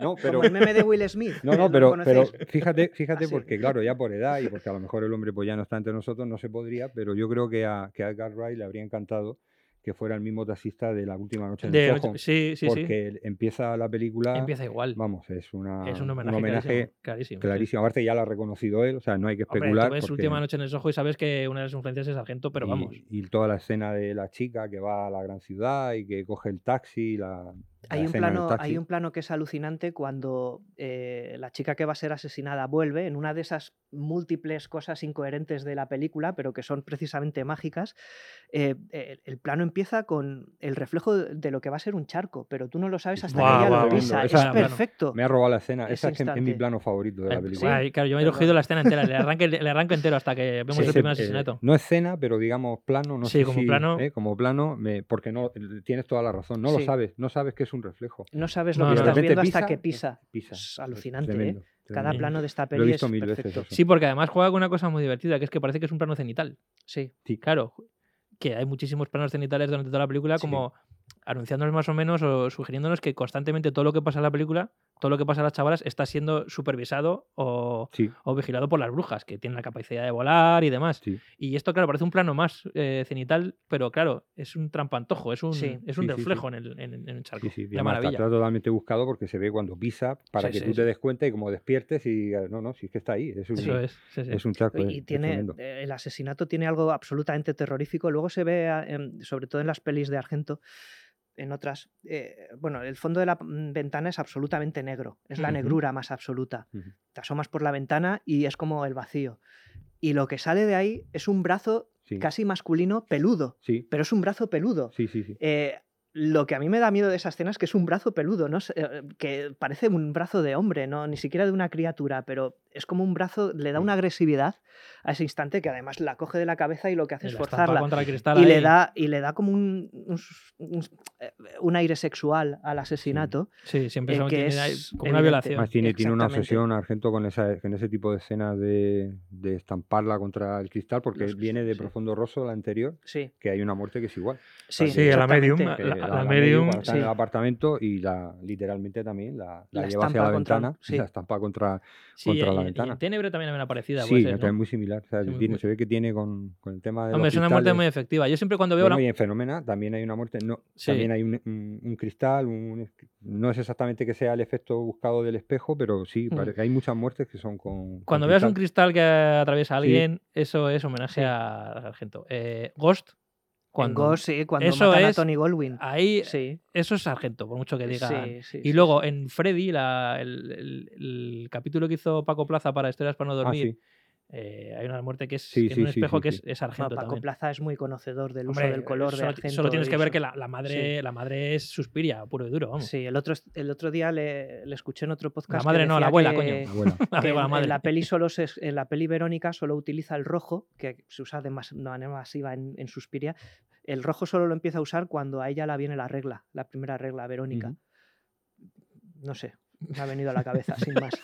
Speaker 5: no, pero
Speaker 3: Como el meme de Will Smith. ¿eh?
Speaker 5: no,
Speaker 3: ¿lo
Speaker 5: no, pero, pero
Speaker 3: conocéis?
Speaker 5: fíjate, fíjate
Speaker 3: Así.
Speaker 5: porque claro, ya por edad y porque a lo mejor el hombre pues ya no está entre nosotros, no se podría, pero yo creo que a que a Edgar Wright le habría encantado que fuera el mismo taxista de la última noche en
Speaker 2: De-
Speaker 5: el Soho,
Speaker 2: sí, sí, sí.
Speaker 5: porque empieza la película,
Speaker 2: Empieza igual.
Speaker 5: vamos, es, una,
Speaker 2: es un homenaje,
Speaker 5: homenaje
Speaker 2: clarísimo. clarísimo, sí.
Speaker 5: clarísimo. Aparte ya lo ha reconocido él, o sea, no hay que
Speaker 2: Hombre, tú
Speaker 5: especular.
Speaker 2: ves
Speaker 5: porque-
Speaker 2: Última Noche en el Soho y sabes que una de las influencias es Sargento, pero
Speaker 5: y-
Speaker 2: vamos.
Speaker 5: Y, toda la escena de la chica que va a la gran ciudad y que coge el taxi, la,
Speaker 3: Hay
Speaker 5: la
Speaker 3: un,
Speaker 5: escena del
Speaker 3: plano, hay
Speaker 5: taxi.
Speaker 3: un plano que es alucinante cuando eh, la chica que va a ser asesinada vuelve en una de esas múltiples cosas incoherentes de la película, pero que son precisamente mágicas. Eh, el, el plano empieza con el reflejo de de lo que va a ser un charco, pero tú no lo sabes hasta
Speaker 2: Guau,
Speaker 3: que ella
Speaker 2: guau,
Speaker 3: lo pisa.
Speaker 5: tremendo.
Speaker 3: Es
Speaker 2: Esa-
Speaker 3: perfecto.
Speaker 5: Me ha robado la escena.
Speaker 3: Ese
Speaker 5: Esa es, que es mi
Speaker 3: instante.
Speaker 5: plano favorito de la
Speaker 2: El-
Speaker 5: película.
Speaker 2: guay, claro, yo me he
Speaker 3: Perdón.
Speaker 2: cogido la escena entera, le arranco, le arranco entero hasta que vemos
Speaker 3: Sí,
Speaker 2: el
Speaker 5: Ese,
Speaker 2: primer
Speaker 5: eh,
Speaker 2: asesinato.
Speaker 5: no escena, pero digamos plano. No
Speaker 2: Sí,
Speaker 5: sé
Speaker 2: como
Speaker 5: si-
Speaker 2: plano.
Speaker 5: eh, como plano, me- porque no tienes toda la razón. No lo
Speaker 3: Sí.
Speaker 5: sabes. No sabes que es un reflejo.
Speaker 3: No sabes
Speaker 2: No,
Speaker 3: lo que
Speaker 2: no,
Speaker 5: De
Speaker 3: estás
Speaker 5: repente
Speaker 3: viendo hasta que pisa.
Speaker 5: pisa.
Speaker 3: Es alucinante, ¿eh?
Speaker 5: Tremendo,
Speaker 3: Cada
Speaker 5: tremendo.
Speaker 3: plano de esta
Speaker 5: Lo he
Speaker 3: peli es
Speaker 5: visto mil veces
Speaker 3: perfecto.
Speaker 5: eso.
Speaker 2: Sí, porque además juega con una cosa muy divertida, que es que parece que es un plano cenital.
Speaker 3: Sí.
Speaker 5: Sí.
Speaker 2: Claro, que hay muchísimos planos cenitales durante toda la película,
Speaker 5: Sí.
Speaker 2: como anunciándonos más o menos o sugiriéndonos que constantemente todo lo que pasa en la película, todo lo que pasa a las chavalas, está siendo supervisado o,
Speaker 5: Sí,
Speaker 2: o vigilado por las brujas, que tienen la capacidad de volar y demás.
Speaker 5: sí.
Speaker 2: Y esto, claro, parece un plano más eh, cenital, pero claro, es un trampantojo, es un,
Speaker 3: Sí.
Speaker 2: es un
Speaker 5: Sí, sí, sí.
Speaker 2: reflejo en el en, en el charco.
Speaker 5: Sí, sí, y
Speaker 2: la
Speaker 5: además está-
Speaker 2: maravilla.
Speaker 5: Está totalmente buscado porque se ve cuando pisa para
Speaker 2: Sí,
Speaker 5: que
Speaker 2: sí,
Speaker 5: tú
Speaker 2: sí.
Speaker 5: te des cuenta y como despiertes y digas, no, no, si es que está ahí. Es un,
Speaker 2: Eso es. sí, sí.
Speaker 5: es un charco. eh,
Speaker 3: Y
Speaker 5: es
Speaker 3: tiene,
Speaker 5: tremendo.
Speaker 3: eh, el asesinato tiene algo absolutamente terrorífico. Luego se ve, a- en- sobre todo en las pelis de Argento, en otras, eh, bueno, el fondo de la mm, ventana es absolutamente negro, es la
Speaker 2: Ujú.
Speaker 3: negrura más absoluta.
Speaker 5: Ujú.
Speaker 3: Te asomas por la ventana y es como el vacío. Y lo que sale de ahí es un brazo
Speaker 5: Sí,
Speaker 3: casi masculino peludo,
Speaker 5: sí,
Speaker 3: pero es un brazo peludo.
Speaker 5: sí, sí, sí.
Speaker 3: Eh, lo que a mí me da miedo de esa escena es que es un brazo peludo, ¿no? sé, eh, que parece un brazo de hombre, ¿no? Ni siquiera de una criatura, pero es como un brazo, le
Speaker 2: Mm.
Speaker 3: da una agresividad a ese instante que además la coge de la cabeza y lo que hace
Speaker 2: Y
Speaker 3: es
Speaker 2: la estampa
Speaker 3: forzarla.
Speaker 2: contra el cristal
Speaker 3: Y le,
Speaker 2: ahí.
Speaker 3: da, y le da como un, un- un- eh, un aire sexual al asesinato.
Speaker 2: Sí, siempre
Speaker 3: eh,
Speaker 2: son-
Speaker 3: que
Speaker 2: tiene ahí
Speaker 3: es
Speaker 2: como una
Speaker 3: evidente.
Speaker 2: violación.
Speaker 5: Además, tiene, tiene una
Speaker 3: Exactamente.
Speaker 5: obsesión Argento con, esa, con ese tipo de escenas de, de estamparla contra el cristal, porque
Speaker 3: Los-
Speaker 5: viene de
Speaker 3: sí.
Speaker 5: Profundo Rosso, la anterior,
Speaker 3: Sí,
Speaker 5: que hay una muerte que es igual.
Speaker 3: sí,
Speaker 2: Pues Sí, a la medium, eh,
Speaker 3: exactamente.
Speaker 5: que
Speaker 2: La- la medium,
Speaker 5: cuando está en el
Speaker 3: sí.
Speaker 5: apartamento y la literalmente también la, la
Speaker 3: La
Speaker 5: lleva hacia
Speaker 3: estampa
Speaker 5: la
Speaker 3: contra-
Speaker 5: ventana
Speaker 3: sí.
Speaker 5: y la estampa contra.
Speaker 2: Sí,
Speaker 5: contra
Speaker 2: y-
Speaker 5: la
Speaker 2: y- y
Speaker 5: ventana.
Speaker 2: en Tenebre también hay una parecida.
Speaker 5: sí,
Speaker 2: puede ser,
Speaker 5: me
Speaker 2: ¿no?
Speaker 5: parece muy similar. o sea,
Speaker 2: Sí, muy-
Speaker 5: tiene-
Speaker 2: muy-
Speaker 5: se ve que tiene con, con el tema de.
Speaker 2: Hombre,
Speaker 5: los
Speaker 2: es una muerte
Speaker 5: cristales-
Speaker 2: muy efectiva. Yo siempre cuando veo
Speaker 5: Bueno,
Speaker 2: la...
Speaker 5: y en Fenómena también hay una muerte. No,
Speaker 2: Sí.
Speaker 5: También hay un, un- un cristal. un- no es exactamente que sea el efecto buscado del espejo, pero sí,
Speaker 3: Mm.
Speaker 5: pare- hay muchas muertes que son con. con
Speaker 2: Cuando veas un cristal
Speaker 5: cristal.
Speaker 2: que atraviesa a
Speaker 5: Sí.
Speaker 2: alguien, eso es homenaje
Speaker 3: Sí.
Speaker 2: a Argento. Eh, Ghost,
Speaker 3: Cuando,
Speaker 2: cuando...
Speaker 3: sí, cuando
Speaker 2: Eso
Speaker 3: matan
Speaker 2: es-
Speaker 3: a Tony Goldwyn.
Speaker 2: Ahí,
Speaker 3: Sí,
Speaker 2: eso es Sargento, por mucho que digan.
Speaker 3: sí, sí,
Speaker 2: Y
Speaker 3: sí,
Speaker 2: luego en Freddy, la- el, el- el capítulo que hizo Paco Plaza para Historias para no
Speaker 5: Ah,
Speaker 2: dormir,
Speaker 5: sí.
Speaker 2: eh, hay una muerte que es
Speaker 5: Sí,
Speaker 2: en
Speaker 5: sí,
Speaker 2: un
Speaker 5: sí,
Speaker 2: espejo
Speaker 5: sí,
Speaker 2: que
Speaker 5: sí.
Speaker 2: Es, es Sargento
Speaker 3: Bueno, Paco
Speaker 2: también.
Speaker 3: Plaza es muy conocedor del uso
Speaker 2: Hombre,
Speaker 3: del color
Speaker 2: solo,
Speaker 3: de
Speaker 2: ti-
Speaker 3: Argento.
Speaker 2: solo tienes
Speaker 3: y
Speaker 2: que ver
Speaker 3: su-
Speaker 2: que la, la madre, la madre es Suspiria, puro y duro, vamos.
Speaker 3: Sí, el otro, el otro día le, le escuché en otro podcast. que
Speaker 2: madre no, la
Speaker 3: decía
Speaker 2: abuela,
Speaker 3: que-
Speaker 2: coño.
Speaker 3: que
Speaker 5: Abuela.
Speaker 2: La de
Speaker 3: en,
Speaker 2: la
Speaker 3: en
Speaker 2: madre.
Speaker 3: la peli solo se- en la peli Verónica solo utiliza el rojo, que se usa de, mas- de manera masiva en, en Suspiria. El rojo solo lo empieza a usar cuando a ella la viene la regla, la primera regla, Verónica.
Speaker 5: Ujú.
Speaker 3: No sé, me ha venido a la cabeza, sin más.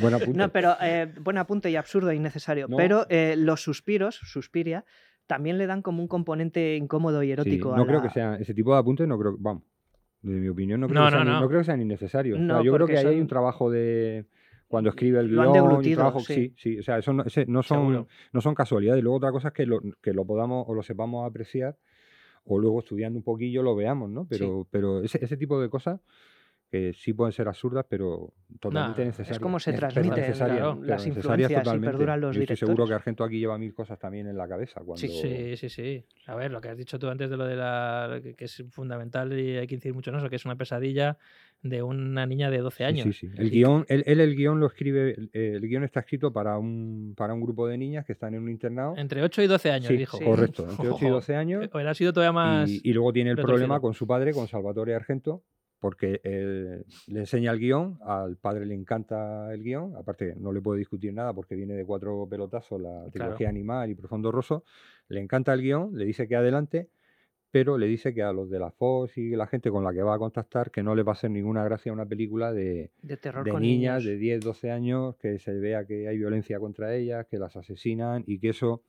Speaker 5: Buen apunte.
Speaker 3: No, pero eh, buen apunte y absurdo e innecesario.
Speaker 5: No.
Speaker 3: Pero eh, los suspiros, Suspiria, también le dan como un componente incómodo y
Speaker 5: Sí,
Speaker 3: erótico. a
Speaker 5: no creo que
Speaker 3: la-
Speaker 5: sea ese tipo de apuntes no creo vamos desde mi opinión no creo,
Speaker 2: No,
Speaker 5: que,
Speaker 2: no,
Speaker 5: sean,
Speaker 2: no.
Speaker 5: creo que sean innecesarios O sea,
Speaker 3: No,
Speaker 5: yo creo
Speaker 3: porque
Speaker 5: que ahí hay
Speaker 3: son-
Speaker 5: un trabajo de cuando escribe el
Speaker 3: Lo han
Speaker 5: guión un
Speaker 3: deglutido,
Speaker 5: trabajo
Speaker 3: sí.
Speaker 5: sí sí o sea eso no, ese- no son
Speaker 2: Seguro.
Speaker 5: no son casualidades luego otra cosa es que lo, que lo podamos o lo sepamos apreciar o luego estudiando un poquillo lo veamos no pero pero ese, ese tipo de cosas que sí pueden ser absurdas, pero totalmente
Speaker 2: no, es
Speaker 5: necesarias.
Speaker 3: como se
Speaker 5: pero
Speaker 3: transmiten,
Speaker 5: necesarias,
Speaker 2: claro,
Speaker 5: pero
Speaker 3: las
Speaker 5: necesarias
Speaker 3: influencias y
Speaker 5: totalmente.
Speaker 3: perduran los
Speaker 5: Yo estoy seguro
Speaker 3: directores.
Speaker 5: que Argento aquí lleva mil cosas también en la cabeza. Cuando...
Speaker 2: Sí, sí, sí. A ver, lo que has dicho tú antes de lo de la. que- que es fundamental y hay que incidir mucho en eso, que es una pesadilla de una niña de 12
Speaker 5: Sí,
Speaker 2: años.
Speaker 5: Sí, sí. El
Speaker 2: Sí.
Speaker 5: guión, él, él el guión lo escribe, el, el guión está escrito para un, para un grupo de niñas que están en un internado.
Speaker 2: Entre 8 y 12 años,
Speaker 5: Sí,
Speaker 2: dijo.
Speaker 5: correcto, entre 8 y 12 años.
Speaker 2: O él ha sido todavía más.
Speaker 5: Y, y luego tiene el
Speaker 2: retorcido.
Speaker 5: problema con su padre, con Salvatore Argento, porque él le enseña el guión, al padre le encanta el guión, aparte no le puedo discutir nada porque viene de cuatro pelotazos la trilogía animal y Profundo Rosso, le encanta el guión, le dice que adelante, pero le dice que a los de la Fox y la gente con la que va a contactar que no le va a hacer ninguna gracia una película de,
Speaker 3: de terror
Speaker 5: de
Speaker 3: con
Speaker 5: niñas
Speaker 3: niños.
Speaker 5: de 10, 12 años, que se vea que hay violencia contra ellas, que las asesinan y que eso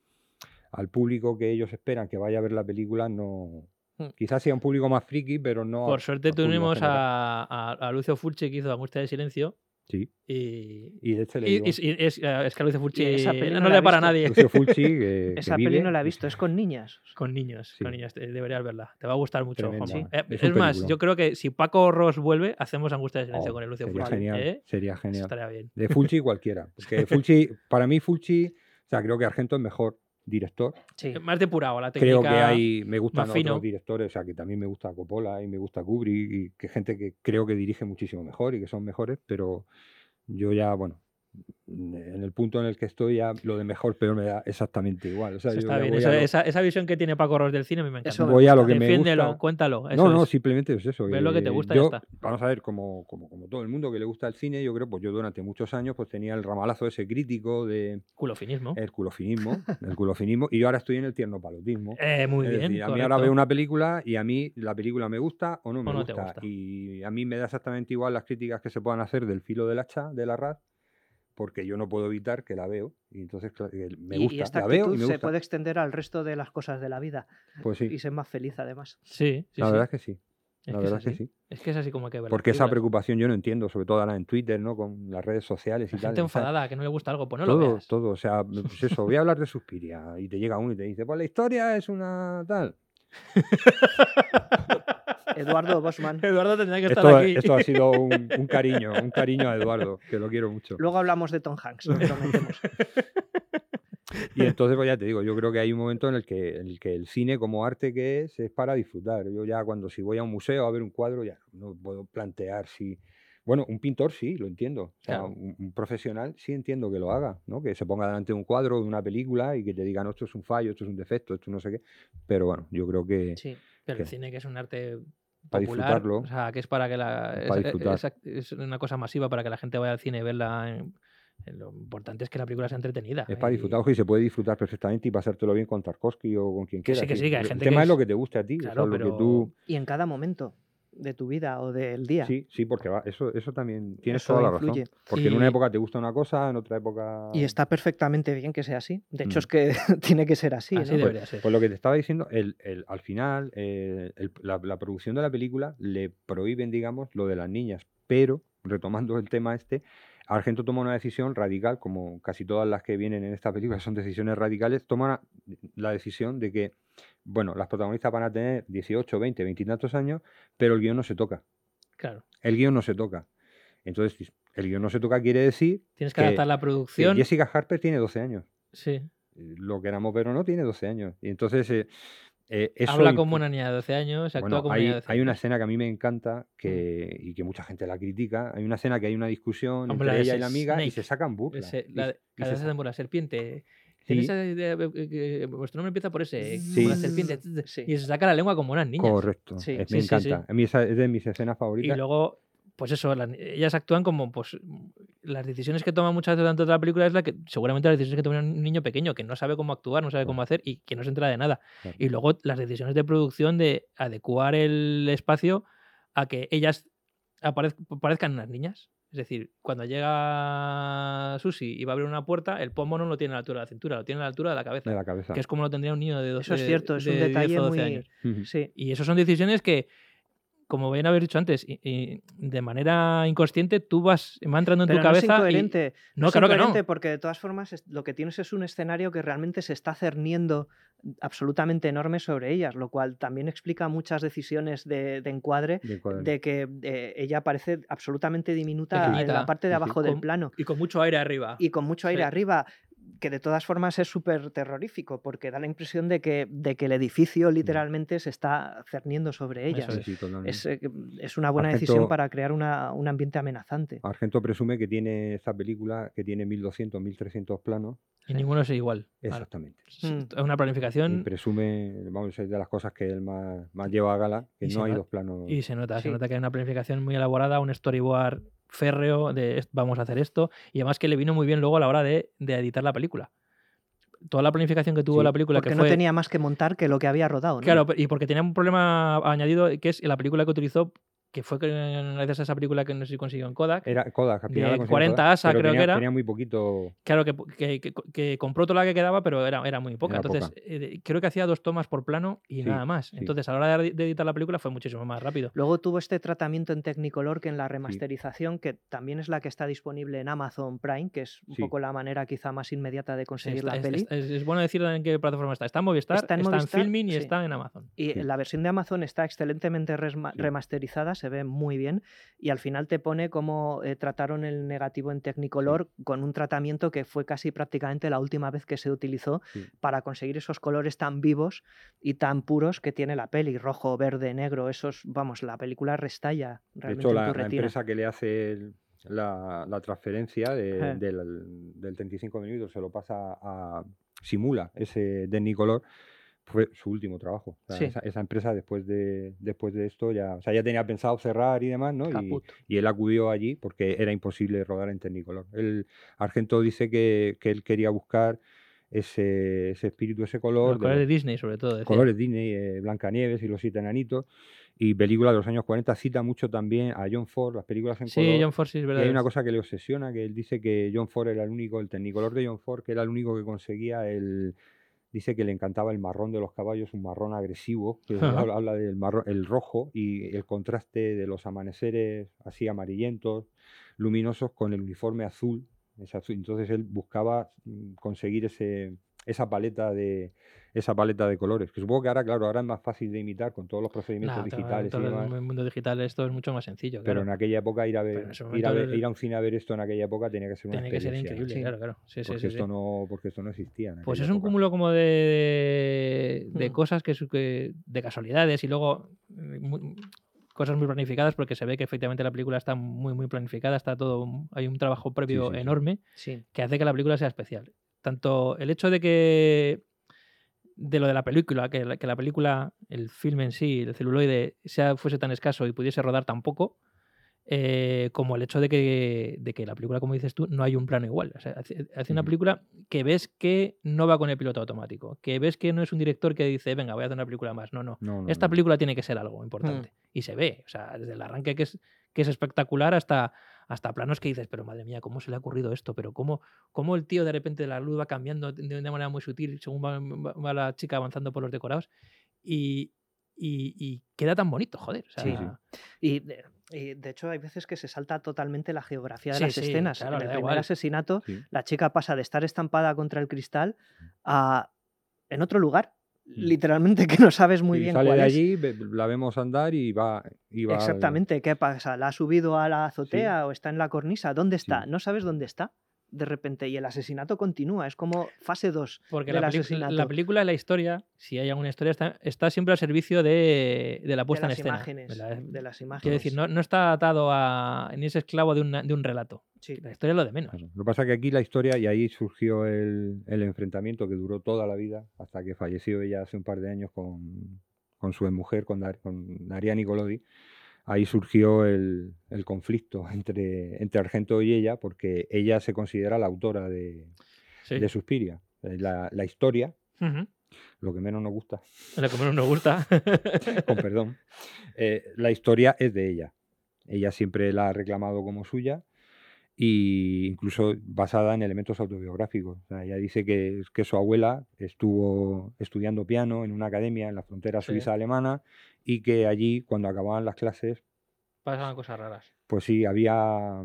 Speaker 5: al público que ellos esperan que vaya a ver la película no...
Speaker 2: Hmm.
Speaker 5: Quizás sea un público más friki, pero no...
Speaker 2: Por
Speaker 5: a-
Speaker 2: suerte
Speaker 5: al público en
Speaker 2: tuvimos
Speaker 5: general.
Speaker 2: a, a- a Lucio Fulci que hizo Angustia de Silencio,
Speaker 5: Sí.
Speaker 2: Y,
Speaker 5: Y de hecho le
Speaker 2: y,
Speaker 5: digo,
Speaker 2: y- y es, eh, es que Lucio Fulci
Speaker 3: Y esa peli
Speaker 2: no,
Speaker 3: no la
Speaker 2: le
Speaker 3: he
Speaker 2: para a
Speaker 3: visto.
Speaker 2: nadie
Speaker 5: Lucio Fulci, que- que
Speaker 3: Esa
Speaker 5: vive,
Speaker 3: peli no la he
Speaker 5: es-
Speaker 3: visto, es con niñas.
Speaker 2: con niños.
Speaker 5: Sí.
Speaker 2: Con niños, te- deberías verla. Te va a gustar mucho.
Speaker 5: Tremenda,
Speaker 2: Juanma.
Speaker 5: ¿eh?
Speaker 2: Eh,
Speaker 5: Es
Speaker 2: es
Speaker 5: un
Speaker 2: más,
Speaker 5: peliculón.
Speaker 2: yo creo que si Paco Ross vuelve, hacemos Angustia de Silencio
Speaker 5: Oh,
Speaker 2: con el Lucio
Speaker 5: sería
Speaker 2: Fulci.
Speaker 5: genial,
Speaker 2: ¿eh?
Speaker 5: sería
Speaker 2: Eso
Speaker 5: genial.
Speaker 2: estaría bien.
Speaker 5: De Fulci cualquiera. Porque Fulci, para mí Fulci, o sea, creo que Argento es mejor director.
Speaker 3: Sí.
Speaker 2: Eh, Más depurado la técnica.
Speaker 5: Creo que hay, me gustan
Speaker 2: más fino.
Speaker 5: otros directores, o sea, que también me gusta Coppola y me gusta Kubrick y que gente que creo que dirige muchísimo mejor y que son mejores, pero yo ya, bueno, en el punto en el que estoy ya lo de mejor peor me da exactamente igual. O sea,
Speaker 2: Eso
Speaker 5: yo
Speaker 2: está
Speaker 5: ya
Speaker 2: bien.
Speaker 5: voy
Speaker 2: Esa,
Speaker 5: a lo-
Speaker 2: esa- esa visión que tiene Paco Ross del cine a mí me encanta.
Speaker 3: Eso me
Speaker 5: voy a lo que me
Speaker 2: Defiéndelo,
Speaker 5: gusta.
Speaker 2: cuéntalo. eso
Speaker 5: No, no,
Speaker 2: es.
Speaker 5: simplemente es eso.
Speaker 2: Ve lo que te
Speaker 5: eh,
Speaker 2: gusta y ya
Speaker 5: yo,
Speaker 2: está.
Speaker 5: Vamos a ver, como, como, como todo el mundo que le gusta el cine, yo creo, pues yo durante muchos años pues tenía el ramalazo ese crítico de
Speaker 2: Culofinismo.
Speaker 5: el culofinismo, el culofinismo, y yo ahora estoy en el tierno palotismo.
Speaker 2: Eh, muy
Speaker 5: es
Speaker 2: bien.
Speaker 5: decir, a mí ahora veo
Speaker 2: correcto.
Speaker 5: una película y a mí la película me gusta o no me
Speaker 2: no te
Speaker 5: gusta,
Speaker 2: gusta.
Speaker 5: Y a mí me da exactamente igual las críticas que se puedan hacer del filo del hacha, de la RAD, porque yo no puedo evitar que la veo. Y entonces cla- eh, me
Speaker 3: Y-
Speaker 5: gusta,
Speaker 3: y, esta
Speaker 5: la
Speaker 3: actitud
Speaker 5: veo y me
Speaker 3: se
Speaker 5: gusta.
Speaker 3: puede extender al resto de las cosas de la vida
Speaker 5: Pues sí,
Speaker 3: y ser más feliz además.
Speaker 2: Sí, sí,
Speaker 5: la
Speaker 2: sí.
Speaker 5: verdad es que sí.
Speaker 2: Es
Speaker 5: La
Speaker 2: que es
Speaker 5: verdad es que
Speaker 2: así. pues
Speaker 5: sí.
Speaker 2: Es que es así como hay que verlo.
Speaker 5: Porque esa preocupación yo no entiendo, sobre todo ahora en Twitter, ¿no? Con las redes sociales y
Speaker 2: La
Speaker 5: tal.
Speaker 2: gente
Speaker 5: o sea,
Speaker 2: enfadada, que no le gusta algo, pues no lo
Speaker 5: todo,
Speaker 2: veas.
Speaker 5: todo. O sea, pues eso, voy a hablar de Suspiria. Y te llega uno y te dice, pues la historia es una tal.
Speaker 3: Eduardo Bosman.
Speaker 2: Eduardo tendría que estar
Speaker 5: Esto,
Speaker 2: aquí.
Speaker 5: esto ha sido un, un cariño, un cariño a Eduardo, que lo quiero mucho.
Speaker 3: Luego hablamos de Tom Hanks, lo prometemos.
Speaker 5: Y entonces, pues ya te digo, yo creo que hay un momento en el que, en el, que el cine como arte que es es para disfrutar. Yo ya cuando si voy a un museo a ver un cuadro, ya no puedo plantear si... Bueno, un pintor sí, lo entiendo. O sea,
Speaker 2: Claro.
Speaker 5: un, un profesional sí entiendo que lo haga, ¿no? Que se ponga delante de un cuadro, de una película y que te digan, "No, esto es un fallo, esto es un defecto, esto no sé qué. Pero bueno, yo creo que...
Speaker 3: Sí.
Speaker 2: Pero el
Speaker 5: que-
Speaker 2: cine que es un arte
Speaker 5: Para
Speaker 2: popular,
Speaker 5: disfrutarlo.
Speaker 2: o sea, que es para que la
Speaker 5: Para
Speaker 2: es- es-
Speaker 5: disfrutar.
Speaker 2: es, act- es una cosa masiva para que la gente vaya al cine y verla. en- en lo importante es que la película sea entretenida.
Speaker 5: Es para
Speaker 2: y-
Speaker 5: disfrutar, ojo, y se puede disfrutar perfectamente y pasártelo bien con Tarkovsky o con quien
Speaker 2: Que
Speaker 5: quiera.
Speaker 2: sí, que
Speaker 5: sí.
Speaker 2: sí, que hay
Speaker 5: El
Speaker 2: gente que
Speaker 5: tema es, lo
Speaker 2: es-
Speaker 5: que te gusta a ti, o sea,
Speaker 2: Claro,
Speaker 5: lo
Speaker 2: pero
Speaker 5: que tú...
Speaker 3: Y en cada momento de tu vida o del día.
Speaker 5: Sí, sí, porque va, eso, eso también tienes
Speaker 3: Eso
Speaker 5: toda la
Speaker 3: influye.
Speaker 5: razón. Porque en una
Speaker 2: Y-
Speaker 5: época te gusta una cosa, en otra época.
Speaker 3: Y está perfectamente bien que sea así. De hecho,
Speaker 5: Mm.
Speaker 3: es que tiene que ser así.
Speaker 2: así
Speaker 3: ¿no?
Speaker 2: debería ser.
Speaker 5: Pues lo que te estaba diciendo, el, el- al final, eh, el- la, la producción de la película le prohíben, digamos, lo de las niñas. Pero, retomando el tema este, Argento toma una decisión radical, como casi todas las que vienen en esta película son decisiones radicales, toma una- la decisión de que, bueno, las protagonistas van a tener 18, 20, 20 y tantos años, pero el guión no se toca.
Speaker 2: Claro.
Speaker 5: El guión no se toca. Entonces, el guión no se toca quiere decir
Speaker 2: Tienes que,
Speaker 5: que-
Speaker 2: adaptar la
Speaker 5: que
Speaker 2: producción.
Speaker 5: Jessica Harper tiene 12 años.
Speaker 2: sí.
Speaker 5: Eh, Lo queramos ver o no, tiene 12 años. Y entonces, eh, eh, eso
Speaker 2: Habla
Speaker 5: impu-
Speaker 2: como una niña de 12 años, actúa
Speaker 5: Bueno,
Speaker 2: como
Speaker 5: hay,
Speaker 2: una niña de 12
Speaker 5: hay una
Speaker 2: años. Mm.
Speaker 5: escena que a mí me encanta que, y que mucha gente la critica. Hay una escena que hay una discusión
Speaker 2: Hombre, la
Speaker 5: entre
Speaker 2: de
Speaker 5: ella y la amiga
Speaker 2: Snake.
Speaker 5: y se sacan burlas.
Speaker 2: Ese-
Speaker 5: y-
Speaker 2: la, de-
Speaker 5: y
Speaker 2: la
Speaker 5: se
Speaker 2: de esa
Speaker 5: sacan-
Speaker 2: temporada, serpiente.
Speaker 5: Sí.
Speaker 2: Tienes esa idea de- que- que vuestro nombre empieza por ese, ¿eh?
Speaker 5: Sí.
Speaker 2: como la serpiente.
Speaker 3: Sí.
Speaker 2: Y se saca la lengua como unas niñas.
Speaker 5: Correcto.
Speaker 3: Sí,
Speaker 5: eh,
Speaker 2: sí,
Speaker 5: me
Speaker 2: sí, sí.
Speaker 5: encanta. A mí esa es de mis escenas
Speaker 2: Y
Speaker 5: favoritas.
Speaker 2: luego, pues eso, las- ellas actúan como, pues, m- las decisiones que toman muchas veces durante toda la película es la que, seguramente las decisiones que toma un niño pequeño, que no sabe cómo actuar, no sabe cómo hacer y que no se entera de nada.
Speaker 5: Claro.
Speaker 2: Y luego las decisiones de producción de adecuar el espacio a que ellas aparez- parezcan unas niñas. Es decir, cuando llega Susi y va a abrir una puerta, el pomo no lo tiene a la altura de la cintura, lo tiene a la altura de la cabeza,
Speaker 5: de la cabeza.
Speaker 2: que es como lo tendría un niño de 12
Speaker 3: Eso es cierto, es un
Speaker 2: de 10 o
Speaker 3: detalle
Speaker 2: 12
Speaker 3: muy-
Speaker 2: años.
Speaker 5: Ujú.
Speaker 3: Sí.
Speaker 2: Y eso son decisiones que, como bien haber dicho antes, i- i- de manera inconsciente, tú vas, va entrando en
Speaker 3: Pero
Speaker 2: tu
Speaker 3: no es
Speaker 2: cabeza. y-
Speaker 3: incoherente.
Speaker 2: No,
Speaker 3: es
Speaker 2: claro que no.
Speaker 3: incoherente porque de todas formas es- lo que tienes es un escenario que realmente se está cerniendo absolutamente enorme sobre ellas, lo cual también explica muchas decisiones de, de encuadre
Speaker 5: De cuadro.
Speaker 3: de que eh, ella parece absolutamente diminuta en
Speaker 2: Pequeñita.
Speaker 3: la parte
Speaker 5: Sí, sí.
Speaker 3: de abajo del
Speaker 2: Con-
Speaker 3: plano
Speaker 2: Y con mucho aire arriba.
Speaker 3: y con mucho aire
Speaker 2: Sí.
Speaker 3: arriba, que de todas formas es súper terrorífico porque da la impresión de que, de que el edificio literalmente se está cerniendo sobre ellas.
Speaker 5: Sí, sí, totalmente.
Speaker 3: Es, eh, es una buena
Speaker 5: Argento-
Speaker 3: decisión para crear una- un ambiente amenazante.
Speaker 5: Argento presume que tiene esta película que tiene 1200, 1300 planos.
Speaker 2: Y ninguno es igual. Ahora,
Speaker 5: Exactamente.
Speaker 2: es
Speaker 3: Mm.
Speaker 2: una
Speaker 5: Y
Speaker 2: planificación
Speaker 5: presume, vamos, es de las cosas que él más, más lleva a gala, que
Speaker 2: Y se
Speaker 5: no hay
Speaker 2: nota-
Speaker 5: dos planos.
Speaker 2: y se nota, se
Speaker 3: Sí.
Speaker 2: nota que hay una planificación muy elaborada, un storyboard férreo de "Est- vamos a hacer esto. Y además que le vino muy bien luego a la hora de, de editar la película. Toda la planificación que tuvo
Speaker 5: Sí,
Speaker 2: la película
Speaker 3: Porque
Speaker 2: que
Speaker 3: no
Speaker 2: fue
Speaker 3: tenía más que montar que lo que había rodado. ¿no?
Speaker 2: Claro, pe- y porque tenía un problema añadido que es la película que utilizó, que fue que, gracias a esa película que no sé si consiguió en Kodak.
Speaker 5: Era Kodak, al final
Speaker 2: de
Speaker 5: la consiguió
Speaker 2: 40
Speaker 5: Kodak,
Speaker 2: asa,
Speaker 5: pero
Speaker 2: creo que
Speaker 5: tenía-
Speaker 2: era.
Speaker 5: Tenía muy poquito.
Speaker 2: Claro, que, que- que- que compró toda la que quedaba, pero era, era muy poca.
Speaker 5: Era
Speaker 2: Entonces, eh, creo que hacía dos tomas por plano y
Speaker 5: Sí,
Speaker 2: nada más. Entonces, a la hora de, de editar la película fue muchísimo más rápido.
Speaker 3: Luego tuvo este tratamiento en Technicolor que en la remasterización, que también es la que está disponible en Amazon Prime, que es un
Speaker 5: Sí.
Speaker 3: poco la manera quizá más inmediata de
Speaker 2: Sí,
Speaker 3: conseguir
Speaker 2: está-
Speaker 3: la
Speaker 2: es,
Speaker 3: peli.
Speaker 2: es- es- es bueno decir en qué plataforma está. Está en Movistar, está
Speaker 3: Está
Speaker 2: en,
Speaker 3: en Movistar,
Speaker 2: Filmin y
Speaker 3: sí.
Speaker 2: está en Amazon.
Speaker 3: Y
Speaker 5: Sí.
Speaker 3: la versión de Amazon está excelentemente resma-
Speaker 5: Sí.
Speaker 3: remasterizada, se ve muy bien. Y al final te pone cómo eh, trataron el negativo en Technicolor con un tratamiento que fue casi prácticamente la última vez que se utilizó
Speaker 5: Sí.
Speaker 3: para conseguir esos colores tan vivos y tan puros que tiene la peli: rojo, verde, negro. Esos, vamos, la película restalla
Speaker 5: De
Speaker 3: realmente
Speaker 5: hecho,
Speaker 3: en
Speaker 5: la,
Speaker 3: tu
Speaker 5: la
Speaker 3: retina.
Speaker 5: empresa que le hace el- la, la transferencia de-
Speaker 3: Ajá.
Speaker 5: del, del 35 minutos se lo pasa a Simula, ese de Nicolor, fue su último trabajo. O sea,
Speaker 3: Sí.
Speaker 5: esa, esa empresa después de, después de esto ya, o sea, ya tenía pensado cerrar y demás, ¿no? Y,
Speaker 3: Caput.
Speaker 5: y él acudió allí porque era imposible rodar en Technicolor. El Argento dice que, que él quería buscar ese, ese espíritu, ese color.
Speaker 2: Los
Speaker 5: de
Speaker 2: colores
Speaker 5: los-
Speaker 2: de Disney, sobre todo. decía.
Speaker 5: colores Disney, eh, Blancanieves y los siete enanitos, y películas de los años 40, cita mucho también a John Ford, las películas en
Speaker 2: Sí,
Speaker 5: color.
Speaker 2: John Ford, sí, es
Speaker 5: y
Speaker 2: verdad.
Speaker 5: hay una cosa que le obsesiona, que él dice que John Ford era el único, el tecnicolor de John Ford, que era el único que conseguía el... Dice que le encantaba el marrón de los caballos, un marrón agresivo, que
Speaker 2: Ajá.
Speaker 5: habla, habla del marrón, el rojo y el contraste de los amaneceres así amarillentos, luminosos, con el uniforme azul. ese azul. Entonces él buscaba mm, conseguir ese, esa paleta de esa paleta de colores. Que supongo que ahora, claro, ahora es más fácil de imitar con todos los procedimientos
Speaker 2: Nah, claro,
Speaker 5: digitales
Speaker 2: todo
Speaker 5: y demás.
Speaker 2: en el mundo digital esto es mucho más sencillo.
Speaker 5: Pero
Speaker 2: claro.
Speaker 5: en aquella época ir a ver,
Speaker 2: en ese
Speaker 5: ir a
Speaker 2: momento
Speaker 5: ver-
Speaker 2: el-
Speaker 5: ir a un cine a ver esto en aquella época tenía que ser una
Speaker 2: Tiene que ser
Speaker 5: experiencia,
Speaker 2: increíble,
Speaker 3: Sí.
Speaker 2: claro, claro. Sí, sí,
Speaker 5: Porque
Speaker 2: sí, sí.
Speaker 5: esto no porque esto no existía. en
Speaker 2: Pues
Speaker 5: aquella
Speaker 2: es un
Speaker 5: época.
Speaker 2: cúmulo como de, de
Speaker 3: Mm.
Speaker 2: cosas que, su- que- de casualidades y luego eh, mu- cosas muy planificadas porque se ve que efectivamente la película está muy muy planificada, está todo un- hay un trabajo previo
Speaker 5: sí, sí.
Speaker 2: enorme
Speaker 3: Sí.
Speaker 2: que hace que la película sea especial. Tanto el hecho de que de lo de la película, que la, que la película, el film en sí, el celuloide, sea, fuese tan escaso y pudiese rodar tan poco, eh, como el hecho de que, de que la película, como dices tú, no hay un plano igual. O sea, hace, hace una
Speaker 5: Ujú.
Speaker 2: película que ves que no va con el piloto automático, que ves que no es un director que dice, venga, voy a hacer una película más. No, no.
Speaker 5: No, no,
Speaker 3: Mm.
Speaker 2: Esta
Speaker 5: no.
Speaker 2: película tiene que ser algo importante. Y se ve, o sea, desde el arranque que es, que es espectacular hasta, hasta planos que dices, pero madre mía, ¿cómo se le ha ocurrido esto? Pero cómo, cómo el tío de repente la luz va cambiando de una manera muy sutil según va, va- va la chica avanzando por los decorados. Y, y- y queda tan bonito, joder. o sea,
Speaker 3: Sí, sí. Y de, y, de hecho hay veces que se salta totalmente la geografía de
Speaker 2: Sí,
Speaker 3: las
Speaker 2: sí,
Speaker 3: escenas.
Speaker 2: claro,
Speaker 3: en el
Speaker 2: da
Speaker 3: primer
Speaker 2: igual.
Speaker 3: asesinato,
Speaker 5: Sí.
Speaker 3: la chica pasa de estar estampada contra el cristal
Speaker 5: Mm.
Speaker 3: a en otro lugar, literalmente que no sabes muy
Speaker 5: Y
Speaker 3: bien
Speaker 5: sale
Speaker 3: cuál
Speaker 5: de
Speaker 3: es.
Speaker 5: allí, ve- la vemos andar y va, y va al-
Speaker 3: Exactamente, ¿qué pasa? ¿La ha subido a la azotea o está en la cornisa? ¿Dónde está? No sabes dónde está. De repente, y el asesinato continúa, es como fase 2.
Speaker 2: Porque
Speaker 3: del
Speaker 2: la, pelic-
Speaker 3: asesinato.
Speaker 2: la película, la historia, si hay alguna historia, está, está siempre al servicio de, de la
Speaker 3: De
Speaker 2: puesta
Speaker 3: las,
Speaker 2: en escena.
Speaker 3: imágenes,
Speaker 2: de la-
Speaker 3: de las imágenes.
Speaker 2: Quiero decir, no, no está atado a. ni es esclavo de, una- de un relato.
Speaker 3: Sí.
Speaker 2: La historia es lo de menos.
Speaker 5: Claro. Lo que pasa es que aquí la historia, y ahí surgió el, el enfrentamiento que duró toda la vida, hasta que falleció ella hace un par de años con, con su mujer, con, Dar- con Daria Nicolodi. Ahí surgió el, el conflicto entre, entre Argento y ella, porque ella se considera la autora de,
Speaker 2: Sí.
Speaker 5: de Suspiria. Eh, La, la historia,
Speaker 2: Ujú.
Speaker 5: lo que menos nos gusta,
Speaker 2: La que menos nos gusta.
Speaker 5: con perdón, eh, la historia es de ella. Ella siempre la ha reclamado como suya e incluso basada en elementos autobiográficos. O sea, ella dice que, que su abuela estuvo estudiando piano en una academia en la frontera
Speaker 2: Sí.
Speaker 5: suiza-alemana y que allí, cuando acababan las clases,
Speaker 2: Pasan cosas raras.
Speaker 5: pues sí, había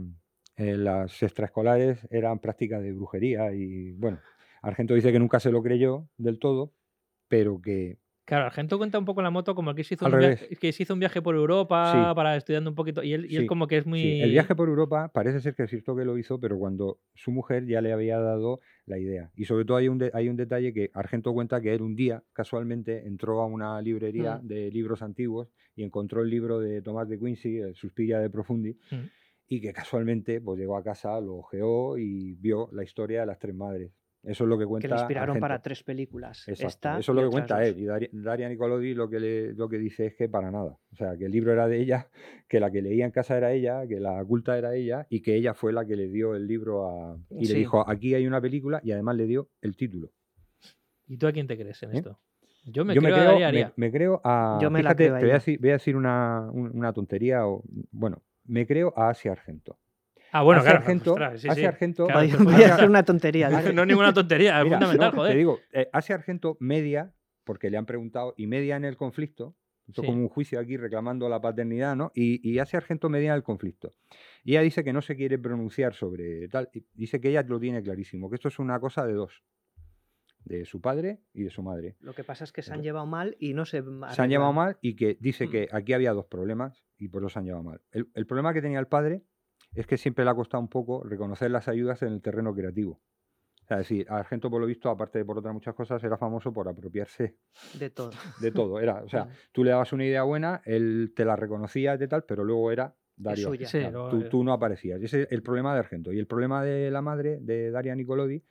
Speaker 5: eh, las extraescolares eran prácticas de brujería y bueno, Argento dice que nunca se lo creyó del todo, pero que
Speaker 2: Claro, Argento cuenta un poco la moto como el que se hizo,
Speaker 5: Al
Speaker 2: un, via-
Speaker 5: revés.
Speaker 2: que se hizo un viaje por Europa
Speaker 5: Sí.
Speaker 2: para estudiando un poquito. Y él, y él
Speaker 5: Sí,
Speaker 2: como que es muy.
Speaker 5: Sí, el viaje por Europa parece ser que es cierto que lo hizo, pero cuando su mujer ya le había dado la idea. Y sobre todo hay un, de- hay un detalle que Argento cuenta que él un día casualmente entró a una librería
Speaker 3: Mm.
Speaker 5: de libros antiguos y encontró el libro de Tomás de Quincy, el Suspiria de Profundi,
Speaker 2: Mm.
Speaker 5: y que casualmente pues, llegó a casa, lo ojeó y vio la historia de las tres madres. Eso es lo que cuenta.
Speaker 3: Que le inspiraron para
Speaker 5: Argento.
Speaker 3: tres películas.
Speaker 5: Exacto,
Speaker 3: Esta
Speaker 5: Eso es lo
Speaker 3: y
Speaker 5: que
Speaker 3: otras
Speaker 5: cuenta
Speaker 3: dos.
Speaker 5: él. Y Daria, Daria Nicolodi lo que, le- lo que dice es que para nada. O sea, que el libro era de ella, que la que leía en casa era ella, que la culta era ella y que ella fue la que le dio el libro a. Y
Speaker 3: Sí.
Speaker 5: le dijo, aquí hay una película y además le dio el título.
Speaker 2: ¿Y tú a quién te crees en
Speaker 5: ¿Eh?
Speaker 2: esto? Yo me
Speaker 5: yo me
Speaker 2: creo a
Speaker 5: creo,
Speaker 2: Darío
Speaker 5: me,
Speaker 2: Arias.
Speaker 5: me creo a.
Speaker 3: Yo me la
Speaker 5: fíjate,
Speaker 3: creo a
Speaker 5: te voy a
Speaker 3: ella.
Speaker 5: decir, voy a decir una, un- una tontería. O, bueno, me creo a Asia Argento.
Speaker 2: Ah, bueno,
Speaker 5: Asia
Speaker 2: claro.
Speaker 5: Argento,
Speaker 2: ostras, sí,
Speaker 5: Asia
Speaker 2: sí.
Speaker 5: Argento
Speaker 2: Claro,
Speaker 3: Voy-
Speaker 2: eso
Speaker 3: voy
Speaker 2: fue-
Speaker 3: a hacer una tontería.
Speaker 5: Vale.
Speaker 3: tío.
Speaker 2: No es ninguna tontería, es
Speaker 5: Mira,
Speaker 2: fundamental,
Speaker 5: no,
Speaker 2: joder.
Speaker 5: Te digo, eh, Asia Argento media, porque le han preguntado, y media en el conflicto, esto
Speaker 2: Sí.
Speaker 5: como un juicio aquí reclamando la paternidad, ¿no? Y, y Asia Argento media en el conflicto. Y ella dice que no se quiere pronunciar sobre tal, y dice que ella lo tiene clarísimo, que esto es una cosa de dos, de su padre y de su madre.
Speaker 3: Lo que pasa es que se han llevado mal y no se.
Speaker 5: Se han llevado mal y que dice
Speaker 2: Mm.
Speaker 5: que aquí había dos problemas y por eso se han llevado mal. El, el problema que tenía el padre es que siempre le ha costado un poco reconocer las ayudas en el terreno creativo. O sea, es decir, Argento, por lo visto, aparte de por otras muchas cosas, era famoso por apropiarse
Speaker 3: De todo.
Speaker 5: de todo. Era, o sea,
Speaker 3: Mm.
Speaker 5: tú le dabas una idea buena, él te la reconocía de tal, pero luego era Darío.
Speaker 3: suya.
Speaker 2: Sí,
Speaker 5: Claro,
Speaker 2: luego
Speaker 5: tú,
Speaker 2: era-
Speaker 5: tú no aparecías. Ese es el problema de Argento. Y el problema de la madre, de Daria Nicolodi,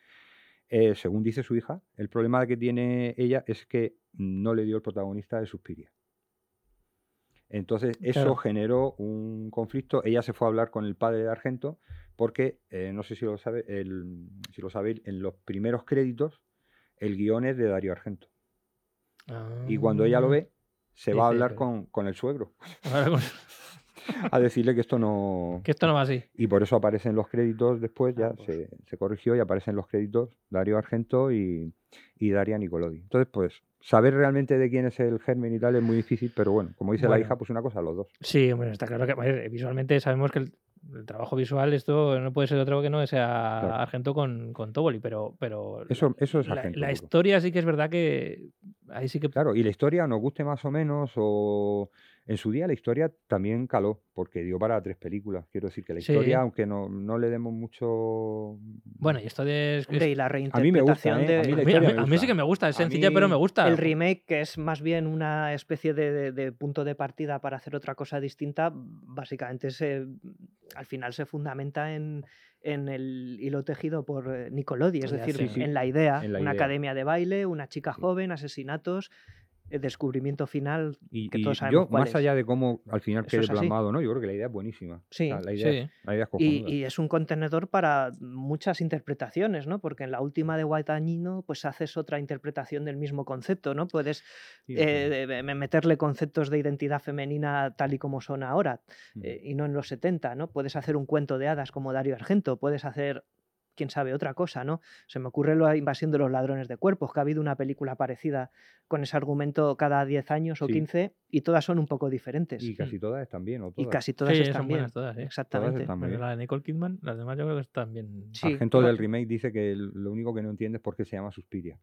Speaker 5: eh, según dice su hija, el problema que tiene ella es que no le dio el protagonista de Suspiria. Entonces, eso
Speaker 2: Mm, Claro.
Speaker 5: generó un conflicto. Ella se fue a hablar con el padre de Argento porque, eh, no sé si lo, sabe, el- si lo sabéis, en los primeros créditos, el guión es de Darío Argento. Y cuando ella lo
Speaker 2: Mm.
Speaker 5: ve, se va a
Speaker 2: Dice,
Speaker 5: hablar
Speaker 2: pero-
Speaker 5: con, con el suegro
Speaker 2: Ahora con-
Speaker 5: a decirle que esto no,
Speaker 2: Ah, pues, que esto no va así.
Speaker 5: y por eso aparecen los créditos después, ya
Speaker 2: Ah, pues.
Speaker 5: se, se corrigió y aparecen los créditos Darío Argento y, y Daria Nicolodi. Entonces, pues, saber realmente de quién es el germen y tal es muy difícil, pero bueno, como dice
Speaker 2: Bueno.
Speaker 5: la hija, pues una cosa, los dos.
Speaker 2: Sí, hombre, está claro que a ver, visualmente sabemos que el, el trabajo visual, esto no puede ser otro que no sea
Speaker 5: Claro.
Speaker 2: Argento con, con Toboli, pero, pero
Speaker 5: Eso, eso es
Speaker 2: la,
Speaker 5: Argento.
Speaker 2: la
Speaker 5: yo creo.
Speaker 2: historia sí que es verdad que ahí sí que
Speaker 5: Claro, y la historia nos guste más o menos, o en su día la historia también caló, porque dio para tres películas. Quiero decir que la
Speaker 2: Sí.
Speaker 5: historia, aunque no, no le demos mucho...
Speaker 2: Bueno, y esto de. es-
Speaker 3: Hombre, y la
Speaker 5: A mí me gusta,
Speaker 3: reinterpretación
Speaker 5: ¿eh? A mí
Speaker 2: a,
Speaker 5: la
Speaker 3: de.
Speaker 2: mí, a
Speaker 5: historia
Speaker 2: mí- a
Speaker 5: me
Speaker 2: mí sí
Speaker 5: gusta.
Speaker 2: que me gusta, es
Speaker 5: A
Speaker 2: sencilla, pero me
Speaker 5: mí
Speaker 2: gusta.
Speaker 3: El remake, que es más bien una especie de, de- de punto de partida para hacer otra cosa distinta, básicamente se, al final se fundamenta en, en el hilo tejido por eh, Nicolodi, es
Speaker 2: Ya,
Speaker 3: decir,
Speaker 2: sí, sí.
Speaker 3: en la idea,
Speaker 5: En la
Speaker 3: una
Speaker 5: idea.
Speaker 3: academia de baile, una chica
Speaker 5: Sí.
Speaker 3: joven, asesinatos, eh, descubrimiento final.
Speaker 5: Y,
Speaker 3: que
Speaker 5: y
Speaker 3: todos
Speaker 5: yo,
Speaker 3: sabemos cuál
Speaker 5: más
Speaker 3: es.
Speaker 5: allá de cómo al final
Speaker 3: Eso
Speaker 5: quede
Speaker 3: es así.
Speaker 5: plasmado, ¿no? Yo creo que la idea es buenísima. O
Speaker 3: Sí.
Speaker 5: sea, la idea,
Speaker 2: Sí.
Speaker 5: la idea es
Speaker 3: Y,
Speaker 5: cojonuda.
Speaker 3: y es un contenedor para muchas interpretaciones, ¿no? Porque en la última de Guatañino, pues haces otra interpretación del mismo concepto, ¿no? Puedes
Speaker 5: Sí, sí.
Speaker 3: eh, de- de- meterle conceptos de identidad femenina tal y como son ahora
Speaker 5: Mm.
Speaker 3: eh, y no en los 70, ¿no? Puedes hacer un cuento de hadas como Dario Argento, puedes hacer quién sabe otra cosa, ¿no? Se me ocurre la invasión de los ladrones de cuerpos, que ha habido una película parecida con ese argumento cada 10 años o
Speaker 5: Sí.
Speaker 3: 15 y todas son un poco diferentes.
Speaker 5: Y
Speaker 3: Y,
Speaker 5: casi todas también, o todas.
Speaker 3: casi todas
Speaker 2: sí,
Speaker 3: están
Speaker 2: son
Speaker 3: bien.
Speaker 2: buenas todas, ¿eh?
Speaker 5: todas
Speaker 3: Exactamente.
Speaker 5: están muy
Speaker 2: Menos
Speaker 5: bien.
Speaker 2: La de Nicole Kidman, las demás yo creo que están bien.
Speaker 3: Sí.
Speaker 5: Argento
Speaker 3: bueno.
Speaker 5: del remake dice que el- lo único que no entiende es por qué se llama Suspiria.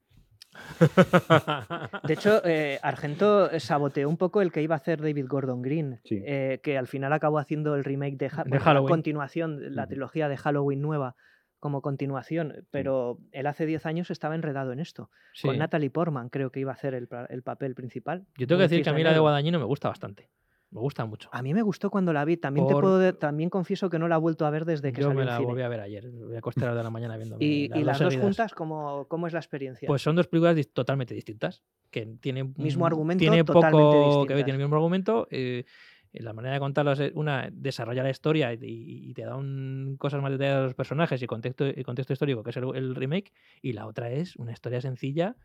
Speaker 3: De hecho, eh, Argento saboteó un poco el que iba a hacer David Gordon Green,
Speaker 5: Sí.
Speaker 3: eh, que al final acabó haciendo el remake de, Ha-
Speaker 2: De
Speaker 3: bueno,
Speaker 2: Halloween.
Speaker 3: La continuación, eh, la
Speaker 5: Ujú.
Speaker 3: trilogía de Halloween nueva como continuación, eh, pero él hace 10 años estaba enredado en esto.
Speaker 2: Sí.
Speaker 3: Con Natalie Portman creo que iba a hacer el, pa- el papel principal.
Speaker 2: Yo tengo
Speaker 3: un
Speaker 2: que decir que a
Speaker 3: cisne
Speaker 2: mí la de
Speaker 3: negro.
Speaker 2: Guadañino me gusta bastante. Me gusta mucho.
Speaker 3: A mí me gustó cuando la vi. También te
Speaker 2: Por-
Speaker 3: puedo de- también confieso que no la he vuelto a ver desde que
Speaker 2: Yo
Speaker 3: salió
Speaker 2: me
Speaker 3: en
Speaker 2: la
Speaker 3: cine.
Speaker 2: volví a ver ayer. Voy a costar de la mañana viendo.
Speaker 3: Y, y las dos juntas, ¿cómo, cómo es la experiencia?
Speaker 2: Pues son dos películas dis- totalmente distintas. Que tienen.
Speaker 3: Mismo
Speaker 2: mm,
Speaker 3: argumento,
Speaker 2: Tiene
Speaker 3: totalmente
Speaker 2: poco que ver,
Speaker 3: distintas.
Speaker 2: tiene el mismo argumento. eh, eh, la manera de contarlas es una, desarrollar la historia y, y te da un- cosas más detalladas de los personajes y contexto, y contexto histórico, que es el, el remake. Y la otra es una historia sencilla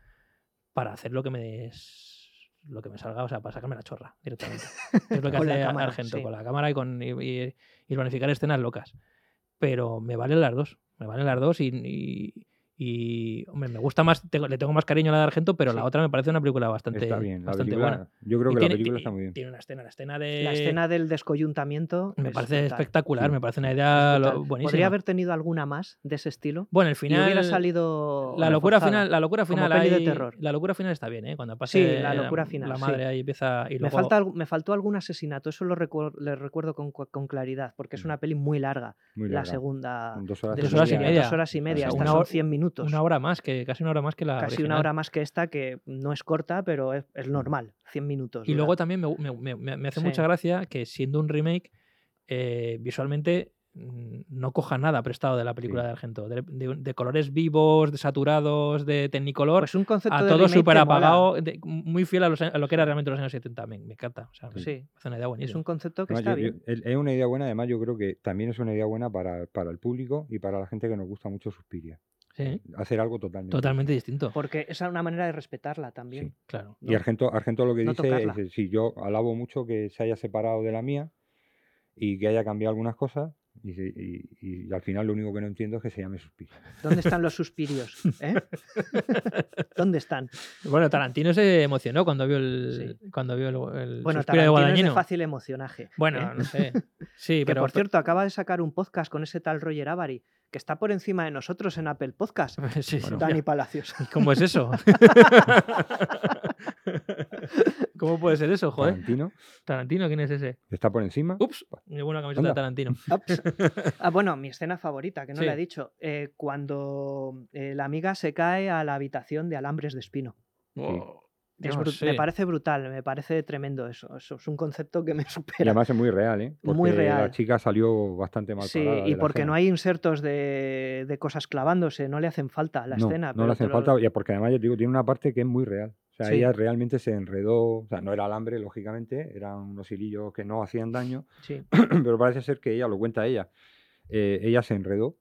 Speaker 2: para hacer lo que me des- lo que me salga, o sea, para sacarme la chorra directamente. Es lo que
Speaker 3: Con la
Speaker 2: hace
Speaker 3: cámara,
Speaker 2: Argento
Speaker 3: sí.
Speaker 2: con la cámara y, con, y, y- y planificar escenas locas. Pero me valen las dos. Me valen las dos y, y, y, hombre, me gusta más, tengo- le tengo más cariño a la de Argento, pero la
Speaker 3: Sí.
Speaker 2: otra me parece una película bastante,
Speaker 5: está bien, la
Speaker 2: bastante
Speaker 5: película-
Speaker 2: buena.
Speaker 5: Yo creo
Speaker 2: Y
Speaker 5: que
Speaker 2: tiene-
Speaker 5: la película está
Speaker 2: ti-
Speaker 5: muy bien.
Speaker 2: Tiene una escena, la escena de.
Speaker 3: la escena del descoyuntamiento.
Speaker 2: eh, Me
Speaker 3: es
Speaker 2: parece
Speaker 3: brutal, es
Speaker 2: espectacular,
Speaker 5: Sí.
Speaker 2: me parece una idea lo-
Speaker 3: brutal.
Speaker 2: buenísima.
Speaker 3: Pues Podría haber tenido alguna más de ese estilo.
Speaker 2: Bueno, el
Speaker 3: y
Speaker 2: final.
Speaker 3: hubiera salido
Speaker 2: La locura
Speaker 3: reforzada.
Speaker 2: final, la locura
Speaker 3: como
Speaker 2: final
Speaker 3: peli de
Speaker 2: ahí-
Speaker 3: terror.
Speaker 2: La locura final está bien, ¿eh? Cuando pasa
Speaker 3: Sí, la locura final,
Speaker 2: la
Speaker 3: sí.
Speaker 2: madre ahí empieza y
Speaker 3: me,
Speaker 2: luego-
Speaker 3: falta, algu- me faltó algún asesinato, eso lo recuer- le recuerdo con, cua- con claridad, porque
Speaker 2: Mm.
Speaker 3: es una peli muy larga,
Speaker 5: Muy
Speaker 3: la
Speaker 5: larga.
Speaker 3: segunda.
Speaker 5: Dos horas,
Speaker 3: de
Speaker 2: Dos
Speaker 3: su
Speaker 2: horas y
Speaker 3: vida,
Speaker 2: media.
Speaker 3: Dos horas y media,
Speaker 5: sea,
Speaker 3: estas
Speaker 2: una
Speaker 3: son
Speaker 2: hor-
Speaker 3: 100 minutos.
Speaker 2: una hora más que casi una hora más que la
Speaker 3: casi
Speaker 2: original. Mm.
Speaker 3: una hora más que esta, que no es corta, pero es, es normal, 100 minutos.
Speaker 2: Y
Speaker 3: dura.
Speaker 2: luego también me, gu- me- me- me- me hace
Speaker 3: Pues Sí.
Speaker 2: mucha gracia que siendo un remake, eh, visualmente mm, no coja nada prestado de la película
Speaker 5: Sí.
Speaker 2: de Argento. De, de- de colores vivos, de saturados, de tecnicolor,
Speaker 3: Pues un concepto
Speaker 2: a
Speaker 3: de
Speaker 2: todo
Speaker 3: remake
Speaker 2: súper
Speaker 3: que mola.
Speaker 2: apagado, de- muy fiel a, los a- a lo que era realmente los años 70. Me, me encanta. O sea, me
Speaker 3: Sí,
Speaker 2: hace una idea
Speaker 3: es
Speaker 2: buenísima.
Speaker 3: un concepto que
Speaker 5: Además,
Speaker 3: está
Speaker 5: yo- yo-
Speaker 3: bien.
Speaker 5: el- es una idea buena, además yo creo que también es una idea buena para, para el público y para la gente que nos gusta mucho Suspiria.
Speaker 2: Sí,
Speaker 5: hacer algo totalmente.
Speaker 2: eh, totalmente distinto.
Speaker 3: Porque esa es una manera de respetarla también.
Speaker 2: Claro.
Speaker 5: Y Argento, Argento lo que
Speaker 3: No
Speaker 5: dice
Speaker 3: tocarla.
Speaker 5: es, eh, sí, yo alabo mucho que se haya separado de la mía y que haya cambiado algunas cosas y, se- y- y al final lo único que no entiendo es que se llame Suspiria.
Speaker 3: ¿Dónde están los suspirios? eh? ¿Dónde están?
Speaker 2: Bueno, Tarantino se emocionó cuando vio el, cuando vio el, el Suspiria
Speaker 3: Bueno,
Speaker 2: de
Speaker 3: Tarantino es de
Speaker 2: Guadagnino.
Speaker 3: fácil emocionaje.
Speaker 2: Bueno,
Speaker 3: ¿eh?
Speaker 2: no sé. Sí,
Speaker 3: que
Speaker 2: pero
Speaker 3: por cierto acaba de sacar un podcast con ese tal Roger Avary, que está por encima de nosotros en Apple Podcast.
Speaker 2: Sí, sí,
Speaker 5: Bueno.
Speaker 2: ya.
Speaker 3: Dani Palacios.
Speaker 2: ¿Cómo es eso? ¿Cómo puede ser eso, joder?
Speaker 5: Tarantino
Speaker 2: Tarantino, ¿quién es ese?
Speaker 5: está por encima.
Speaker 2: Ups, me llevo una camiseta
Speaker 5: Anda.
Speaker 2: de Tarantino.
Speaker 3: Ops. Ah, bueno, mi escena favorita, que no
Speaker 2: Sí.
Speaker 3: la he dicho, eh, cuando eh, la amiga se cae a la habitación de alambres de espino.
Speaker 2: Yo
Speaker 3: Es
Speaker 2: no
Speaker 3: bru-
Speaker 2: sé.
Speaker 3: Me parece brutal, me parece tremendo eso. Eso es un concepto que me
Speaker 5: Y
Speaker 3: supera.
Speaker 5: además es muy real, ¿eh? Porque
Speaker 3: Muy real.
Speaker 5: La chica salió bastante mal.
Speaker 3: Sí,
Speaker 5: parada de
Speaker 3: y
Speaker 5: la
Speaker 3: porque
Speaker 5: escena.
Speaker 3: no hay insertos de, de cosas clavándose, no le hacen falta a la
Speaker 5: No,
Speaker 3: escena.
Speaker 5: No,
Speaker 3: pero
Speaker 5: le
Speaker 3: te
Speaker 5: hacen
Speaker 3: lo-
Speaker 5: falta, y porque además, yo te digo, tiene una parte que es muy real. O sea,
Speaker 3: Sí.
Speaker 5: ella realmente se enredó, o sea, no era alambre, lógicamente, eran unos hilillos que no hacían daño,
Speaker 3: Sí.
Speaker 5: pero parece ser que ella, lo cuenta ella, eh, ella se enredó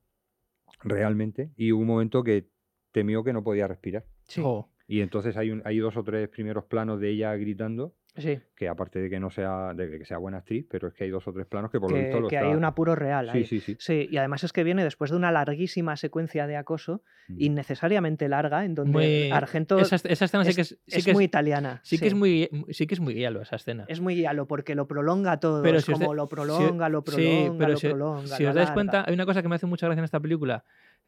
Speaker 5: realmente y hubo un momento que temió que no podía respirar.
Speaker 3: Sí.
Speaker 2: Jo.
Speaker 5: Y entonces hay, un- hay dos o tres primeros planos de ella gritando,
Speaker 3: Sí,
Speaker 5: que aparte de que no sea, de que sea buena actriz, pero es que hay dos o tres planos que por lo
Speaker 3: que,
Speaker 5: visto lo
Speaker 3: que
Speaker 5: está...
Speaker 3: hay un apuro real ahí.
Speaker 5: Sí, sí, sí.
Speaker 3: Sí, y además es que viene después de una larguísima secuencia de acoso,
Speaker 5: Mm.
Speaker 3: innecesariamente larga, en donde
Speaker 2: Muy-
Speaker 3: Argento
Speaker 2: Esa, esa escena sí que es, sí
Speaker 3: es
Speaker 2: que es-
Speaker 3: muy italiana.
Speaker 2: sí que es muy sí que es muy guialo esa escena.
Speaker 3: Es muy guialo porque lo prolonga todo.
Speaker 2: Pero
Speaker 3: es
Speaker 2: si os
Speaker 3: como
Speaker 2: de-
Speaker 3: lo
Speaker 2: si-
Speaker 3: prolonga, lo
Speaker 2: sí,
Speaker 3: prolonga,
Speaker 2: pero
Speaker 3: lo
Speaker 2: si-
Speaker 3: prolonga.
Speaker 2: si
Speaker 3: lo
Speaker 2: os dais
Speaker 3: alarga.
Speaker 2: cuenta, hay una cosa que me hace mucha gracia en esta película.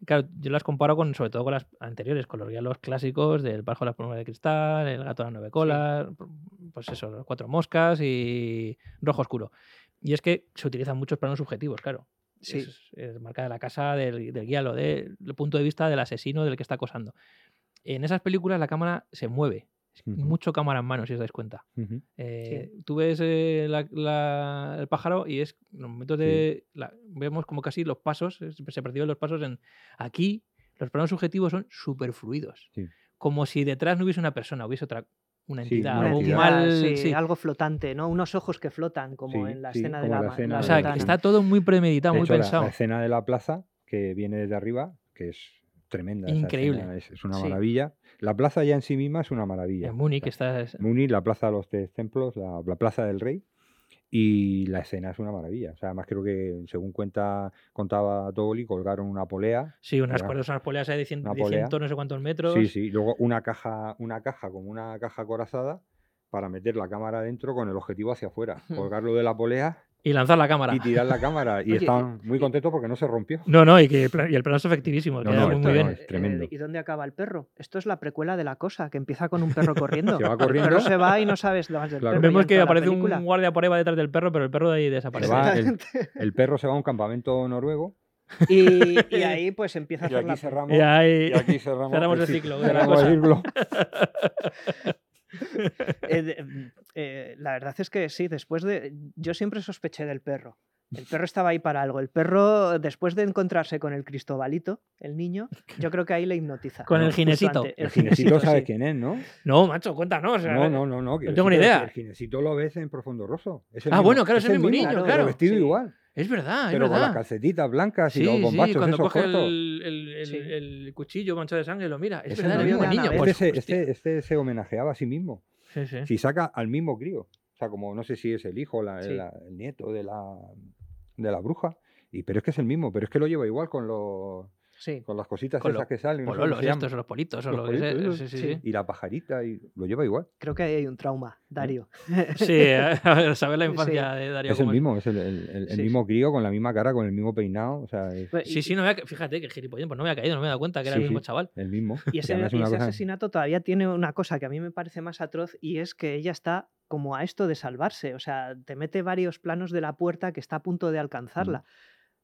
Speaker 2: Claro, yo las comparo con, sobre todo con las anteriores, con los guialos clásicos del Barjo de las Plumas de Cristal, El Gato de las Nueve Colas, pues eso, Los Cuatro Moscas y Rojo Oscuro. Y es que se utilizan muchos planos subjetivos, claro.
Speaker 3: Sí.
Speaker 2: Es, es marca de la casa, del, del guialo, del punto de vista del asesino, del que está acosando. En esas películas la cámara se mueve,
Speaker 5: Ujú,
Speaker 2: mucho cámara en mano, si os dais cuenta.
Speaker 5: ujú.
Speaker 2: Eh, Tú ves eh, la- la- el pájaro y es los momentos de. la- vemos como casi los pasos, eh, se perciben los pasos en. Aquí, los planos subjetivos son súper fluidos.
Speaker 5: Sí.
Speaker 2: Como si detrás no hubiese una persona, hubiese otra. Una
Speaker 5: Sí,
Speaker 2: entidad,
Speaker 3: Una
Speaker 5: algo
Speaker 2: o un
Speaker 3: entidad,
Speaker 2: mal.
Speaker 3: sí,
Speaker 2: sí.
Speaker 3: algo flotante, ¿no? Unos ojos que flotan, como
Speaker 5: Sí,
Speaker 3: en la
Speaker 5: sí,
Speaker 3: escena de
Speaker 5: como
Speaker 3: la,
Speaker 5: la
Speaker 3: ma-
Speaker 5: escena
Speaker 3: la
Speaker 2: o sea, que
Speaker 3: ventana.
Speaker 2: está todo muy premeditado,
Speaker 5: De
Speaker 2: muy
Speaker 5: hecho, la-
Speaker 2: pensado.
Speaker 5: La, escena de la plaza, que viene desde arriba, que es tremenda. esa
Speaker 2: Increíble.
Speaker 5: escena, Es, es una
Speaker 3: Sí.
Speaker 5: maravilla. La plaza ya en sí misma es una maravilla.
Speaker 2: en Múnich
Speaker 5: O sea,
Speaker 2: está. es-
Speaker 5: Múnich, la plaza de los tres templos, la, la plaza del rey. Y la escena es una maravilla. O sea, además creo que, según cuenta, contaba Togoli, colgaron una polea.
Speaker 2: Sí, unas
Speaker 5: Claro.
Speaker 2: cuerdas, unas poleas ahí de cien-
Speaker 5: Una
Speaker 2: de
Speaker 5: polea.
Speaker 2: 100 no sé cuántos metros.
Speaker 5: Sí, sí. Luego una caja, una caja como una caja corazada para meter la cámara dentro con el objetivo hacia afuera.
Speaker 2: Hmm.
Speaker 5: Colgarlo de la polea
Speaker 2: Y lanzar la cámara.
Speaker 5: y tirar la cámara. Y
Speaker 3: Oye,
Speaker 5: están muy contentos porque no se rompió.
Speaker 2: No, no, y, que el plan- y el plano es efectivísimo.
Speaker 5: No,
Speaker 2: queda
Speaker 5: no,
Speaker 2: muy,
Speaker 5: esto
Speaker 2: muy bien.
Speaker 5: no, es tremendo.
Speaker 3: ¿Y dónde acaba el perro? Esto es la precuela de la cosa, que empieza con un perro corriendo.
Speaker 5: Se va
Speaker 3: El
Speaker 5: corriendo.
Speaker 3: perro se va y no sabes nada más del
Speaker 5: Claro.
Speaker 3: perro. ya
Speaker 2: Vemos
Speaker 3: en
Speaker 2: que
Speaker 3: toda la
Speaker 2: aparece un
Speaker 3: película.
Speaker 2: guardia por ahí va detrás del perro, pero el perro de ahí desaparece.
Speaker 5: Se va el-
Speaker 3: Exactamente.
Speaker 5: El perro se va a un campamento noruego
Speaker 3: Y, y ahí pues empieza a
Speaker 5: Y
Speaker 3: hacer
Speaker 5: aquí
Speaker 3: la...
Speaker 5: cerramos.
Speaker 2: Y ahí-
Speaker 5: y aquí cerramos,
Speaker 2: cerramos el ciclo, otra
Speaker 5: cerramos el círculo.
Speaker 3: Eh, de- mm, eh, la verdad es que sí, después de. Yo siempre sospeché del perro. El perro estaba ahí para algo. El perro, después de encontrarse con el Cristobalito, el niño, yo creo que ahí le hipnotiza.
Speaker 2: Con el
Speaker 3: Justo
Speaker 2: ginesito.
Speaker 3: antes.
Speaker 5: El ginesito sabe
Speaker 3: sí.
Speaker 5: quién es, ¿no?
Speaker 2: No, macho, cuéntanos.
Speaker 5: No, no, no. No, que
Speaker 2: no
Speaker 5: el
Speaker 2: tengo ni
Speaker 5: ginesito-
Speaker 2: idea.
Speaker 5: El ginesito lo ves en Profundo Rosso. Es el
Speaker 2: Ah,
Speaker 5: mismo-
Speaker 2: bueno, claro, es el mismo niño,
Speaker 5: pero
Speaker 2: claro.
Speaker 5: vestido
Speaker 3: Sí.
Speaker 5: igual,
Speaker 2: Es verdad, es
Speaker 5: pero con
Speaker 2: verdad.
Speaker 5: las calcetitas blancas y
Speaker 2: sí,
Speaker 5: los bombachos
Speaker 2: sí, cuando
Speaker 5: esos
Speaker 2: coge
Speaker 5: cortos.
Speaker 2: el, el- el-
Speaker 3: Sí.
Speaker 2: el cuchillo manchado de sangre, lo mira. Es,
Speaker 5: Ese
Speaker 2: verdad,
Speaker 5: no
Speaker 2: el
Speaker 5: es
Speaker 2: mismo
Speaker 3: nada,
Speaker 2: niño.
Speaker 5: Este,
Speaker 2: Pues,
Speaker 3: ¿ves?
Speaker 5: se,
Speaker 2: hostia. ¿Eh?
Speaker 5: este- este se homenajeaba a sí mismo.
Speaker 2: Sí, sí.
Speaker 5: Si saca al mismo crío. O sea, como no sé si es el hijo, la-
Speaker 3: Sí.
Speaker 5: la- el nieto de la, de la bruja. Y, pero es que es el mismo, pero es que lo lleva igual con, los,
Speaker 3: Sí.
Speaker 5: con las cositas
Speaker 2: Con
Speaker 5: esas
Speaker 2: lo-
Speaker 5: que salen. no sé cómo
Speaker 2: Pololos,
Speaker 5: se llaman.
Speaker 2: estos son los politos, son
Speaker 5: Los
Speaker 2: lo que sea.
Speaker 5: politos,
Speaker 2: Sí, sí,
Speaker 3: sí.
Speaker 2: sí.
Speaker 5: Y la pajarita, y lo lleva igual.
Speaker 3: Creo que ahí hay un trauma, Dario.
Speaker 2: Sí, eh, a ver, saber la
Speaker 3: Sí.
Speaker 2: infancia de Darío.
Speaker 5: Es el
Speaker 2: Gómez.
Speaker 5: mismo, es el, el- el- el
Speaker 3: Sí,
Speaker 5: mismo crío con la misma cara, con el mismo peinado, o sea, es
Speaker 2: Pues, Sí, sí, no me había, fíjate que gilipollas, pues no me había caído, no me había dado cuenta que era
Speaker 5: Sí,
Speaker 2: el mismo
Speaker 5: sí.
Speaker 2: chaval.
Speaker 5: el
Speaker 3: Y
Speaker 5: mismo. que
Speaker 3: ese,
Speaker 5: además es
Speaker 3: y
Speaker 5: una
Speaker 3: ese
Speaker 5: cosa-
Speaker 3: asesinato todavía tiene una cosa que a mí me parece más atroz y es que ella está como a esto de salvarse. O sea, te mete varios planos de la puerta que está a punto
Speaker 5: Mm.
Speaker 3: de alcanzarla.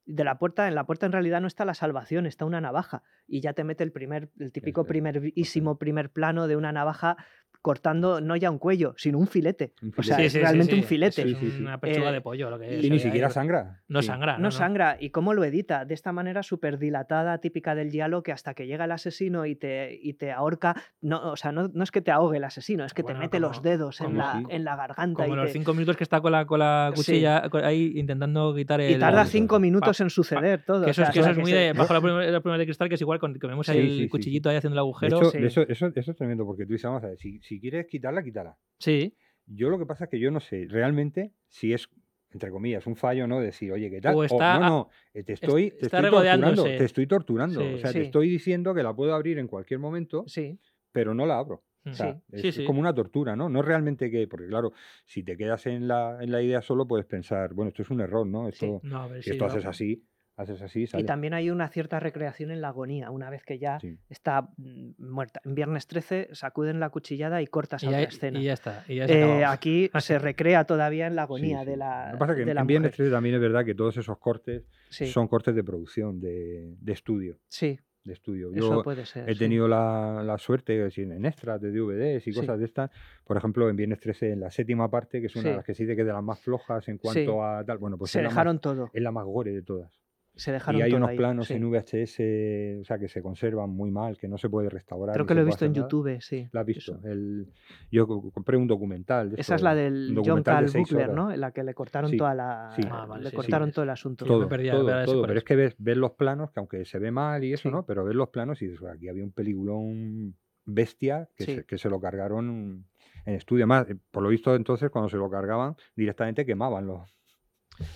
Speaker 3: De la puerta, en la puerta en realidad no está la salvación, está una navaja. Y ya te mete el primer, el típico
Speaker 5: Ese,
Speaker 3: primerísimo primer plano de una navaja cortando no ya un cuello, sino un filete.
Speaker 5: Un
Speaker 3: O sea,
Speaker 5: filete.
Speaker 3: es
Speaker 5: Sí, sí, sí,
Speaker 3: realmente un
Speaker 2: Eso
Speaker 3: filete.
Speaker 2: Es
Speaker 5: Sí, sí, sí.
Speaker 2: una pechuga
Speaker 3: Eh,
Speaker 2: de pollo, lo que
Speaker 5: Y
Speaker 2: es.
Speaker 5: ni
Speaker 2: ahí,
Speaker 5: siquiera
Speaker 2: ahí.
Speaker 5: sangra.
Speaker 2: Ah, No
Speaker 5: sí.
Speaker 2: sangra.
Speaker 3: No, sangra. ¿Y cómo lo edita? De esta manera súper dilatada, típica del diálogo, que hasta que llega el asesino y te, y te ahorca. No, o sea, no, no es que te ahogue el asesino, es que
Speaker 2: Bueno,
Speaker 3: te mete
Speaker 2: como-
Speaker 3: los dedos en
Speaker 5: como
Speaker 3: la,
Speaker 5: sí.
Speaker 3: en la garganta.
Speaker 2: Como
Speaker 3: y
Speaker 2: los
Speaker 3: te-
Speaker 2: cinco minutos que está con la, con la
Speaker 3: Sí.
Speaker 2: cuchilla co- ahí intentando quitar el.
Speaker 3: Y tarda
Speaker 5: el-
Speaker 3: cinco
Speaker 5: pa-
Speaker 3: minutos expertos en suceder todo.
Speaker 2: Que eso,
Speaker 3: o
Speaker 2: es-
Speaker 3: sea,
Speaker 2: que eso
Speaker 3: que
Speaker 2: es muy
Speaker 3: se-
Speaker 2: de bajo la pluma, la pluma de cristal, que es igual con, que vemos ahí
Speaker 5: Sí,
Speaker 2: el
Speaker 5: sí, sí, sí.
Speaker 2: cuchillito ahí haciendo el
Speaker 5: De
Speaker 2: agujero.
Speaker 5: hecho,
Speaker 3: sí.
Speaker 5: eso, eso, eso es tremendo, porque tú dices, vamos a ver, si, si quieres quitarla, quítala.
Speaker 2: sí.
Speaker 5: Yo lo que pasa es que yo no sé realmente si es, entre comillas, un fallo, ¿no? Decir, oye, ¿qué tal?
Speaker 2: O está-
Speaker 5: no, no, eh, te estoy, te
Speaker 2: está
Speaker 5: estoy torturando,
Speaker 2: regodeándose.
Speaker 5: te estoy torturando.
Speaker 2: Sí.
Speaker 5: o sea,
Speaker 3: Sí.
Speaker 5: te estoy diciendo que la puedo abrir en cualquier momento,
Speaker 3: Sí,
Speaker 5: pero no la abro. O sea,
Speaker 2: Sí,
Speaker 5: es,
Speaker 2: sí,
Speaker 5: es
Speaker 2: sí.
Speaker 5: como una tortura, ¿no? No es realmente que, porque claro, si te quedas en la, en la idea solo, puedes pensar, bueno, esto es un error, ¿no? Esto,
Speaker 2: No, a ver, sí,
Speaker 5: si esto
Speaker 2: no.
Speaker 5: haces así, haces así,
Speaker 3: y
Speaker 5: sale.
Speaker 3: también hay una cierta recreación en la agonía, una vez que ya
Speaker 5: Sí.
Speaker 3: está mm, muerta. En Viernes 13 sacuden la cuchillada y cortas
Speaker 2: Y
Speaker 3: a
Speaker 2: ya,
Speaker 3: otra
Speaker 2: y
Speaker 3: escena.
Speaker 2: ya está. y ya se
Speaker 3: Eh,
Speaker 2: acabó.
Speaker 3: aquí se recrea todavía en la
Speaker 5: Sí,
Speaker 3: agonía
Speaker 5: sí.
Speaker 3: de la.
Speaker 5: Lo que pasa es que
Speaker 3: de
Speaker 5: en
Speaker 3: la
Speaker 5: Viernes
Speaker 3: mujer.
Speaker 5: 13 también es verdad que todos esos cortes
Speaker 3: Sí,
Speaker 5: son cortes de producción, de, de estudio.
Speaker 3: sí,
Speaker 5: De estudio. Yo
Speaker 3: eso puede ser.
Speaker 5: he
Speaker 3: sí.
Speaker 5: tenido la, la suerte, es decir, en extras de DVDs y
Speaker 3: Sí.
Speaker 5: cosas de estas, por ejemplo, en Viernes 13, en la séptima parte, que es una
Speaker 3: Sí.
Speaker 5: de las que sí de que de las más flojas en cuanto a tal. Bueno, pues
Speaker 3: se
Speaker 5: es la más-
Speaker 3: dejaron todo.
Speaker 5: es la más gore de todas.
Speaker 3: Se
Speaker 5: Y
Speaker 3: dejaron
Speaker 5: hay
Speaker 3: todo
Speaker 5: unos
Speaker 3: ahí,
Speaker 5: planos
Speaker 3: sí.
Speaker 5: en VHS, o sea, que se conservan muy mal, que no se puede restaurar.
Speaker 3: Creo
Speaker 5: ni
Speaker 3: que
Speaker 5: se
Speaker 3: lo he
Speaker 5: puede
Speaker 3: visto
Speaker 5: hacer
Speaker 3: en
Speaker 5: nada.
Speaker 3: YouTube, sí.
Speaker 5: La has visto.
Speaker 3: eso.
Speaker 5: El, yo co- compré un documental. de
Speaker 3: Esa es
Speaker 5: estos,
Speaker 3: la
Speaker 5: un
Speaker 3: del John
Speaker 5: documental
Speaker 3: Carl
Speaker 5: de seis
Speaker 3: Buckler,
Speaker 5: horas.
Speaker 3: ¿no? En la que le cortaron
Speaker 5: Sí,
Speaker 3: toda la.
Speaker 5: sí.
Speaker 2: Ah, vale,
Speaker 3: le
Speaker 2: sí, Eh,
Speaker 3: cortaron
Speaker 2: sí.
Speaker 3: todo el asunto.
Speaker 2: Yo me
Speaker 5: Todo,
Speaker 2: perdía,
Speaker 5: todo,
Speaker 2: ahora sé
Speaker 5: todo,
Speaker 2: cuál
Speaker 5: pero
Speaker 2: es.
Speaker 5: es que ves, ves los planos, que aunque se ve mal y eso,
Speaker 3: Sí.
Speaker 5: ¿no? Pero ves los planos y dices, aquí había un peliculón bestia que,
Speaker 3: Sí.
Speaker 5: se, que se lo cargaron en estudio. Más, por lo visto entonces, cuando se lo cargaban, directamente quemaban los...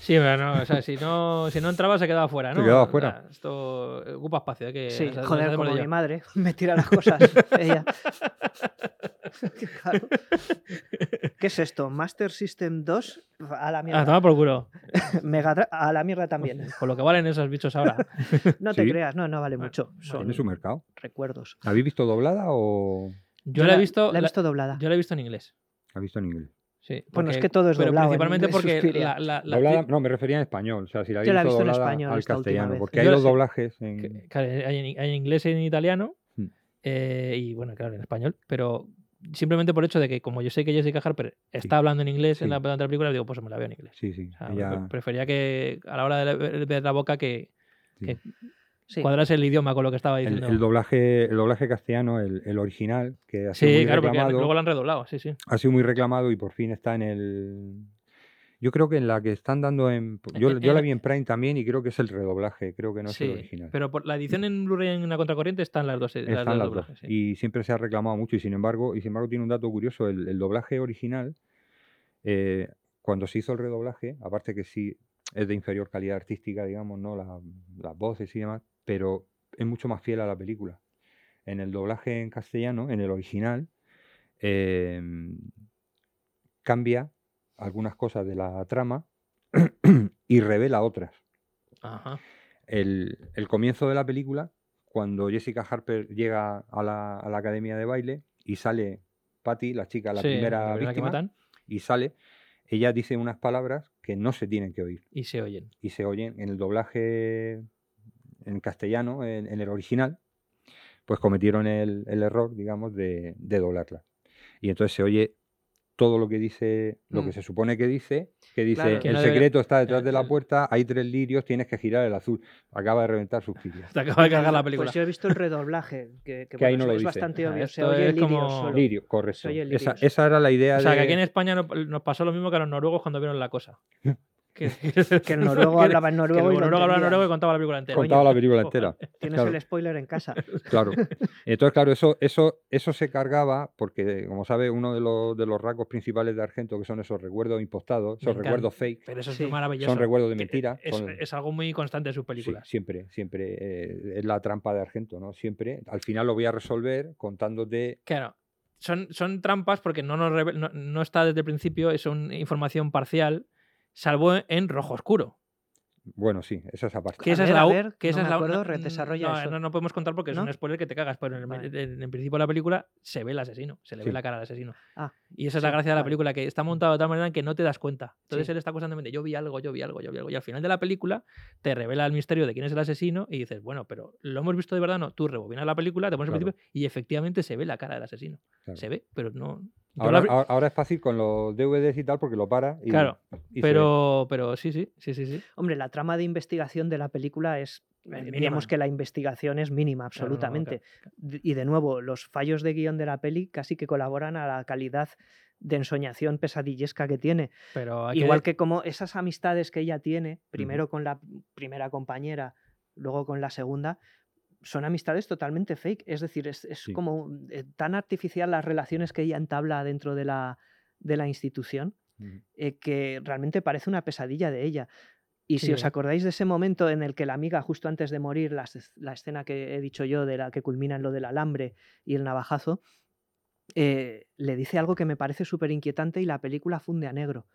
Speaker 2: Sí, pero no, o sea, si no, si no entraba se quedaba fuera,
Speaker 5: Se
Speaker 2: ¿no?
Speaker 5: quedaba fuera.
Speaker 2: Nah, esto eh, ocupa espacio, hay que...
Speaker 3: Sí,
Speaker 2: nos- nos
Speaker 3: joder,
Speaker 2: hacemos
Speaker 3: como
Speaker 2: de
Speaker 3: mi
Speaker 2: ello.
Speaker 3: madre me tira las cosas. ella. Claro. ¿Qué es esto? ¿Master System 2? A la
Speaker 2: Ah,
Speaker 3: mierda.
Speaker 2: toma por culo.
Speaker 3: Mega Dra- a la mierda también.
Speaker 2: Con lo que valen esos bichos ahora.
Speaker 3: No te
Speaker 5: Sí.
Speaker 3: creas, no, no vale
Speaker 2: Bueno,
Speaker 3: mucho. Son
Speaker 5: Tiene su mercado.
Speaker 3: recuerdos.
Speaker 5: ¿La habéis visto doblada o
Speaker 2: Yo, la he visto...
Speaker 3: La he
Speaker 2: la-
Speaker 3: visto doblada.
Speaker 2: yo la he visto en inglés.
Speaker 5: la has visto en inglés?
Speaker 2: Sí,
Speaker 3: Bueno, es
Speaker 2: porque-
Speaker 3: que todo es
Speaker 2: Pero
Speaker 3: doblado en
Speaker 2: principalmente
Speaker 3: inglés,
Speaker 2: porque
Speaker 3: Suspiria.
Speaker 2: la, la- la
Speaker 5: Doblada-
Speaker 2: actriz-
Speaker 5: no, me refería en español. O sea, si la habéis
Speaker 3: Yo la he
Speaker 5: visto
Speaker 3: visto en
Speaker 5: doblada
Speaker 3: español
Speaker 5: al
Speaker 3: esta última
Speaker 5: castellano.
Speaker 3: vez.
Speaker 5: Porque
Speaker 2: Yo
Speaker 5: hay
Speaker 2: la
Speaker 5: dos
Speaker 2: sé.
Speaker 5: doblajes en...
Speaker 2: que- claro, hay, en, hay en inglés y en italiano.
Speaker 5: Hmm.
Speaker 2: eh, y bueno, claro, en español. Pero simplemente por el hecho de que, como yo sé que Jessica Harper está
Speaker 5: Sí.
Speaker 2: hablando en inglés en
Speaker 5: Sí.
Speaker 2: la durante la película, digo, pues me la veo en inglés.
Speaker 5: Sí, sí.
Speaker 2: O sea,
Speaker 5: ella-
Speaker 2: pre- Prefería que a la hora de la- ver la boca que
Speaker 3: Sí.
Speaker 2: cuadrase el idioma con lo que estaba
Speaker 5: el,
Speaker 2: diciendo.
Speaker 5: el doblaje, el doblaje castellano, el, el original, que ha sido
Speaker 2: sí,
Speaker 5: muy
Speaker 2: claro, porque
Speaker 5: reclamado.
Speaker 2: luego lo han redoblado, sí, sí.
Speaker 5: ha sido muy reclamado y por fin está en el. Yo creo que en la que están dando en. Yo,
Speaker 2: En-
Speaker 5: yo la
Speaker 2: en-
Speaker 5: vi en Prime también y creo que es el redoblaje, creo que no es
Speaker 2: Eh, sí,
Speaker 5: el original.
Speaker 2: pero por la edición en Blu-ray en una contracorriente están las dos, eh, las
Speaker 5: Están
Speaker 2: dos
Speaker 5: las dos.
Speaker 2: doblajes, sí.
Speaker 5: Y siempre se ha reclamado mucho y sin embargo, y sin embargo tiene un dato curioso, el, el doblaje original, eh, cuando se hizo el redoblaje, aparte que sí es de inferior calidad artística, digamos, ¿no? Las, las voces y demás, pero es mucho más fiel a la película. En el doblaje en castellano, en el original, eh, cambia algunas cosas de la trama y revela otras
Speaker 2: Ajá.
Speaker 5: el, el comienzo de la película, cuando Jessica Harper llega a la, a la academia de baile y sale Patty, la chica, la
Speaker 2: Sí,
Speaker 5: primera
Speaker 2: primera que
Speaker 5: víctima,
Speaker 2: matan
Speaker 5: y sale, ella dice unas palabras que no se tienen que oír
Speaker 2: y se oyen.
Speaker 5: y se oyen en el doblaje en castellano, en, en el original, pues cometieron el, el error, digamos, de, de doblarla. Y entonces se oye todo lo que dice, lo
Speaker 3: Mm.
Speaker 5: que se supone que dice, que dice,
Speaker 3: Claro. Que
Speaker 5: el
Speaker 2: no debería-
Speaker 5: secreto está detrás de
Speaker 2: el-
Speaker 5: la puerta, hay tres lirios, tienes que girar el azul. Acaba de reventar sus pilas.
Speaker 2: Te acaba de cargar la
Speaker 3: Pues
Speaker 2: película.
Speaker 3: yo he visto el redoblaje, que, que
Speaker 5: Que ahí
Speaker 3: bueno,
Speaker 5: no lo
Speaker 3: es
Speaker 5: dice.
Speaker 3: bastante
Speaker 2: Ajá,
Speaker 3: obvio. Se
Speaker 2: esto
Speaker 3: oye
Speaker 2: es
Speaker 3: el lirio
Speaker 2: como-
Speaker 3: solo.
Speaker 5: Lirio, correcto.
Speaker 3: oye el
Speaker 5: Esa,
Speaker 3: lirios.
Speaker 5: esa era la idea
Speaker 2: O sea,
Speaker 5: de...
Speaker 2: que aquí en España no- nos pasó lo mismo que a los noruegos cuando vieron la cosa. Que,
Speaker 3: Que el noruego hablaba en noruego.
Speaker 2: que
Speaker 3: y
Speaker 2: el
Speaker 3: lo
Speaker 2: noruego hablaba en
Speaker 3: entendía.
Speaker 2: noruego y contaba la película entera.
Speaker 5: Contaba la película
Speaker 2: Ojo,
Speaker 5: entera.
Speaker 3: Tienes
Speaker 5: claro.
Speaker 3: el spoiler en casa.
Speaker 5: Claro. Entonces, claro, eso, eso, eso se cargaba porque, como sabe, uno de los, de los rasgos principales de Argento, que son esos recuerdos impostados,
Speaker 2: Me
Speaker 5: esos recuerdos fake,
Speaker 2: Pero eso es
Speaker 3: Sí.
Speaker 2: maravilloso.
Speaker 5: son recuerdos de
Speaker 2: Que
Speaker 5: mentira.
Speaker 2: Es,
Speaker 5: son-
Speaker 2: es algo muy constante en sus
Speaker 5: sí,
Speaker 2: películas.
Speaker 5: siempre, siempre. eh, es la trampa de Argento, ¿no? Siempre. Al final lo voy a resolver contándote.
Speaker 2: Claro. Son, son trampas porque no, nos reve- no, no está desde el principio, es una información parcial, salvo en rojo oscuro.
Speaker 5: Bueno, sí, esa es esa parte.
Speaker 2: Que
Speaker 3: A
Speaker 2: esa es
Speaker 3: ver,
Speaker 2: la
Speaker 3: a
Speaker 2: u-
Speaker 3: ver,
Speaker 2: que
Speaker 3: no
Speaker 2: esa
Speaker 3: me
Speaker 2: es la u-
Speaker 3: acuerdo,
Speaker 2: no-
Speaker 3: redesarrolla
Speaker 2: no,
Speaker 3: eso.
Speaker 2: no, no podemos contar porque es
Speaker 3: ¿No?
Speaker 2: un spoiler que te cagas, pero en el,
Speaker 3: Vale.
Speaker 2: en- en el principio de la película se ve el asesino, se le ve
Speaker 5: Sí.
Speaker 2: la cara al asesino.
Speaker 3: Ah,
Speaker 2: y esa es la
Speaker 3: sí,
Speaker 2: gracia de la
Speaker 3: vale.
Speaker 2: película, que está montado de tal manera que no te das cuenta. Entonces
Speaker 3: Sí.
Speaker 2: él está constantemente, yo vi algo, yo vi algo, yo vi algo. Y al final de la película te revela el misterio de quién es el asesino y dices, bueno, pero ¿lo hemos visto de verdad? No, tú rebobinas la película, te pones al
Speaker 5: Claro.
Speaker 2: principio y efectivamente se ve la cara del asesino.
Speaker 5: Claro.
Speaker 2: Se ve, pero no... yo
Speaker 5: Ahora,
Speaker 2: la pri-
Speaker 5: ahora- ahora es fácil con los DVDs y tal porque lo para. Y,
Speaker 2: Claro,
Speaker 5: y se ve.
Speaker 2: pero, pero sí, sí, sí, sí, sí.
Speaker 3: Hombre, la trama de investigación de la película es. eh,
Speaker 2: Mínima.
Speaker 3: Diríamos que la investigación es mínima,
Speaker 2: Claro, no, no,
Speaker 3: absolutamente. D- Y de nuevo, los fallos de guión de la peli casi que colaboran a la calidad de ensoñación pesadillesca que tiene.
Speaker 2: Pero hay
Speaker 3: Igual que como esas amistades que ella tiene, primero con la primera compañera, luego con la segunda, son amistades totalmente fake. Es decir, es, es
Speaker 5: Sí.
Speaker 3: como eh, tan artificial las relaciones que ella entabla dentro de la, de la institución
Speaker 5: Ujú.
Speaker 3: eh, que realmente parece una pesadilla de ella. Y si
Speaker 2: Sí.
Speaker 3: os acordáis de ese momento en el que la amiga, justo antes de morir, la, es- la escena que he dicho yo, de la que culmina en lo del alambre y el navajazo, eh, le dice algo que me parece súper inquietante y la película funde a negro.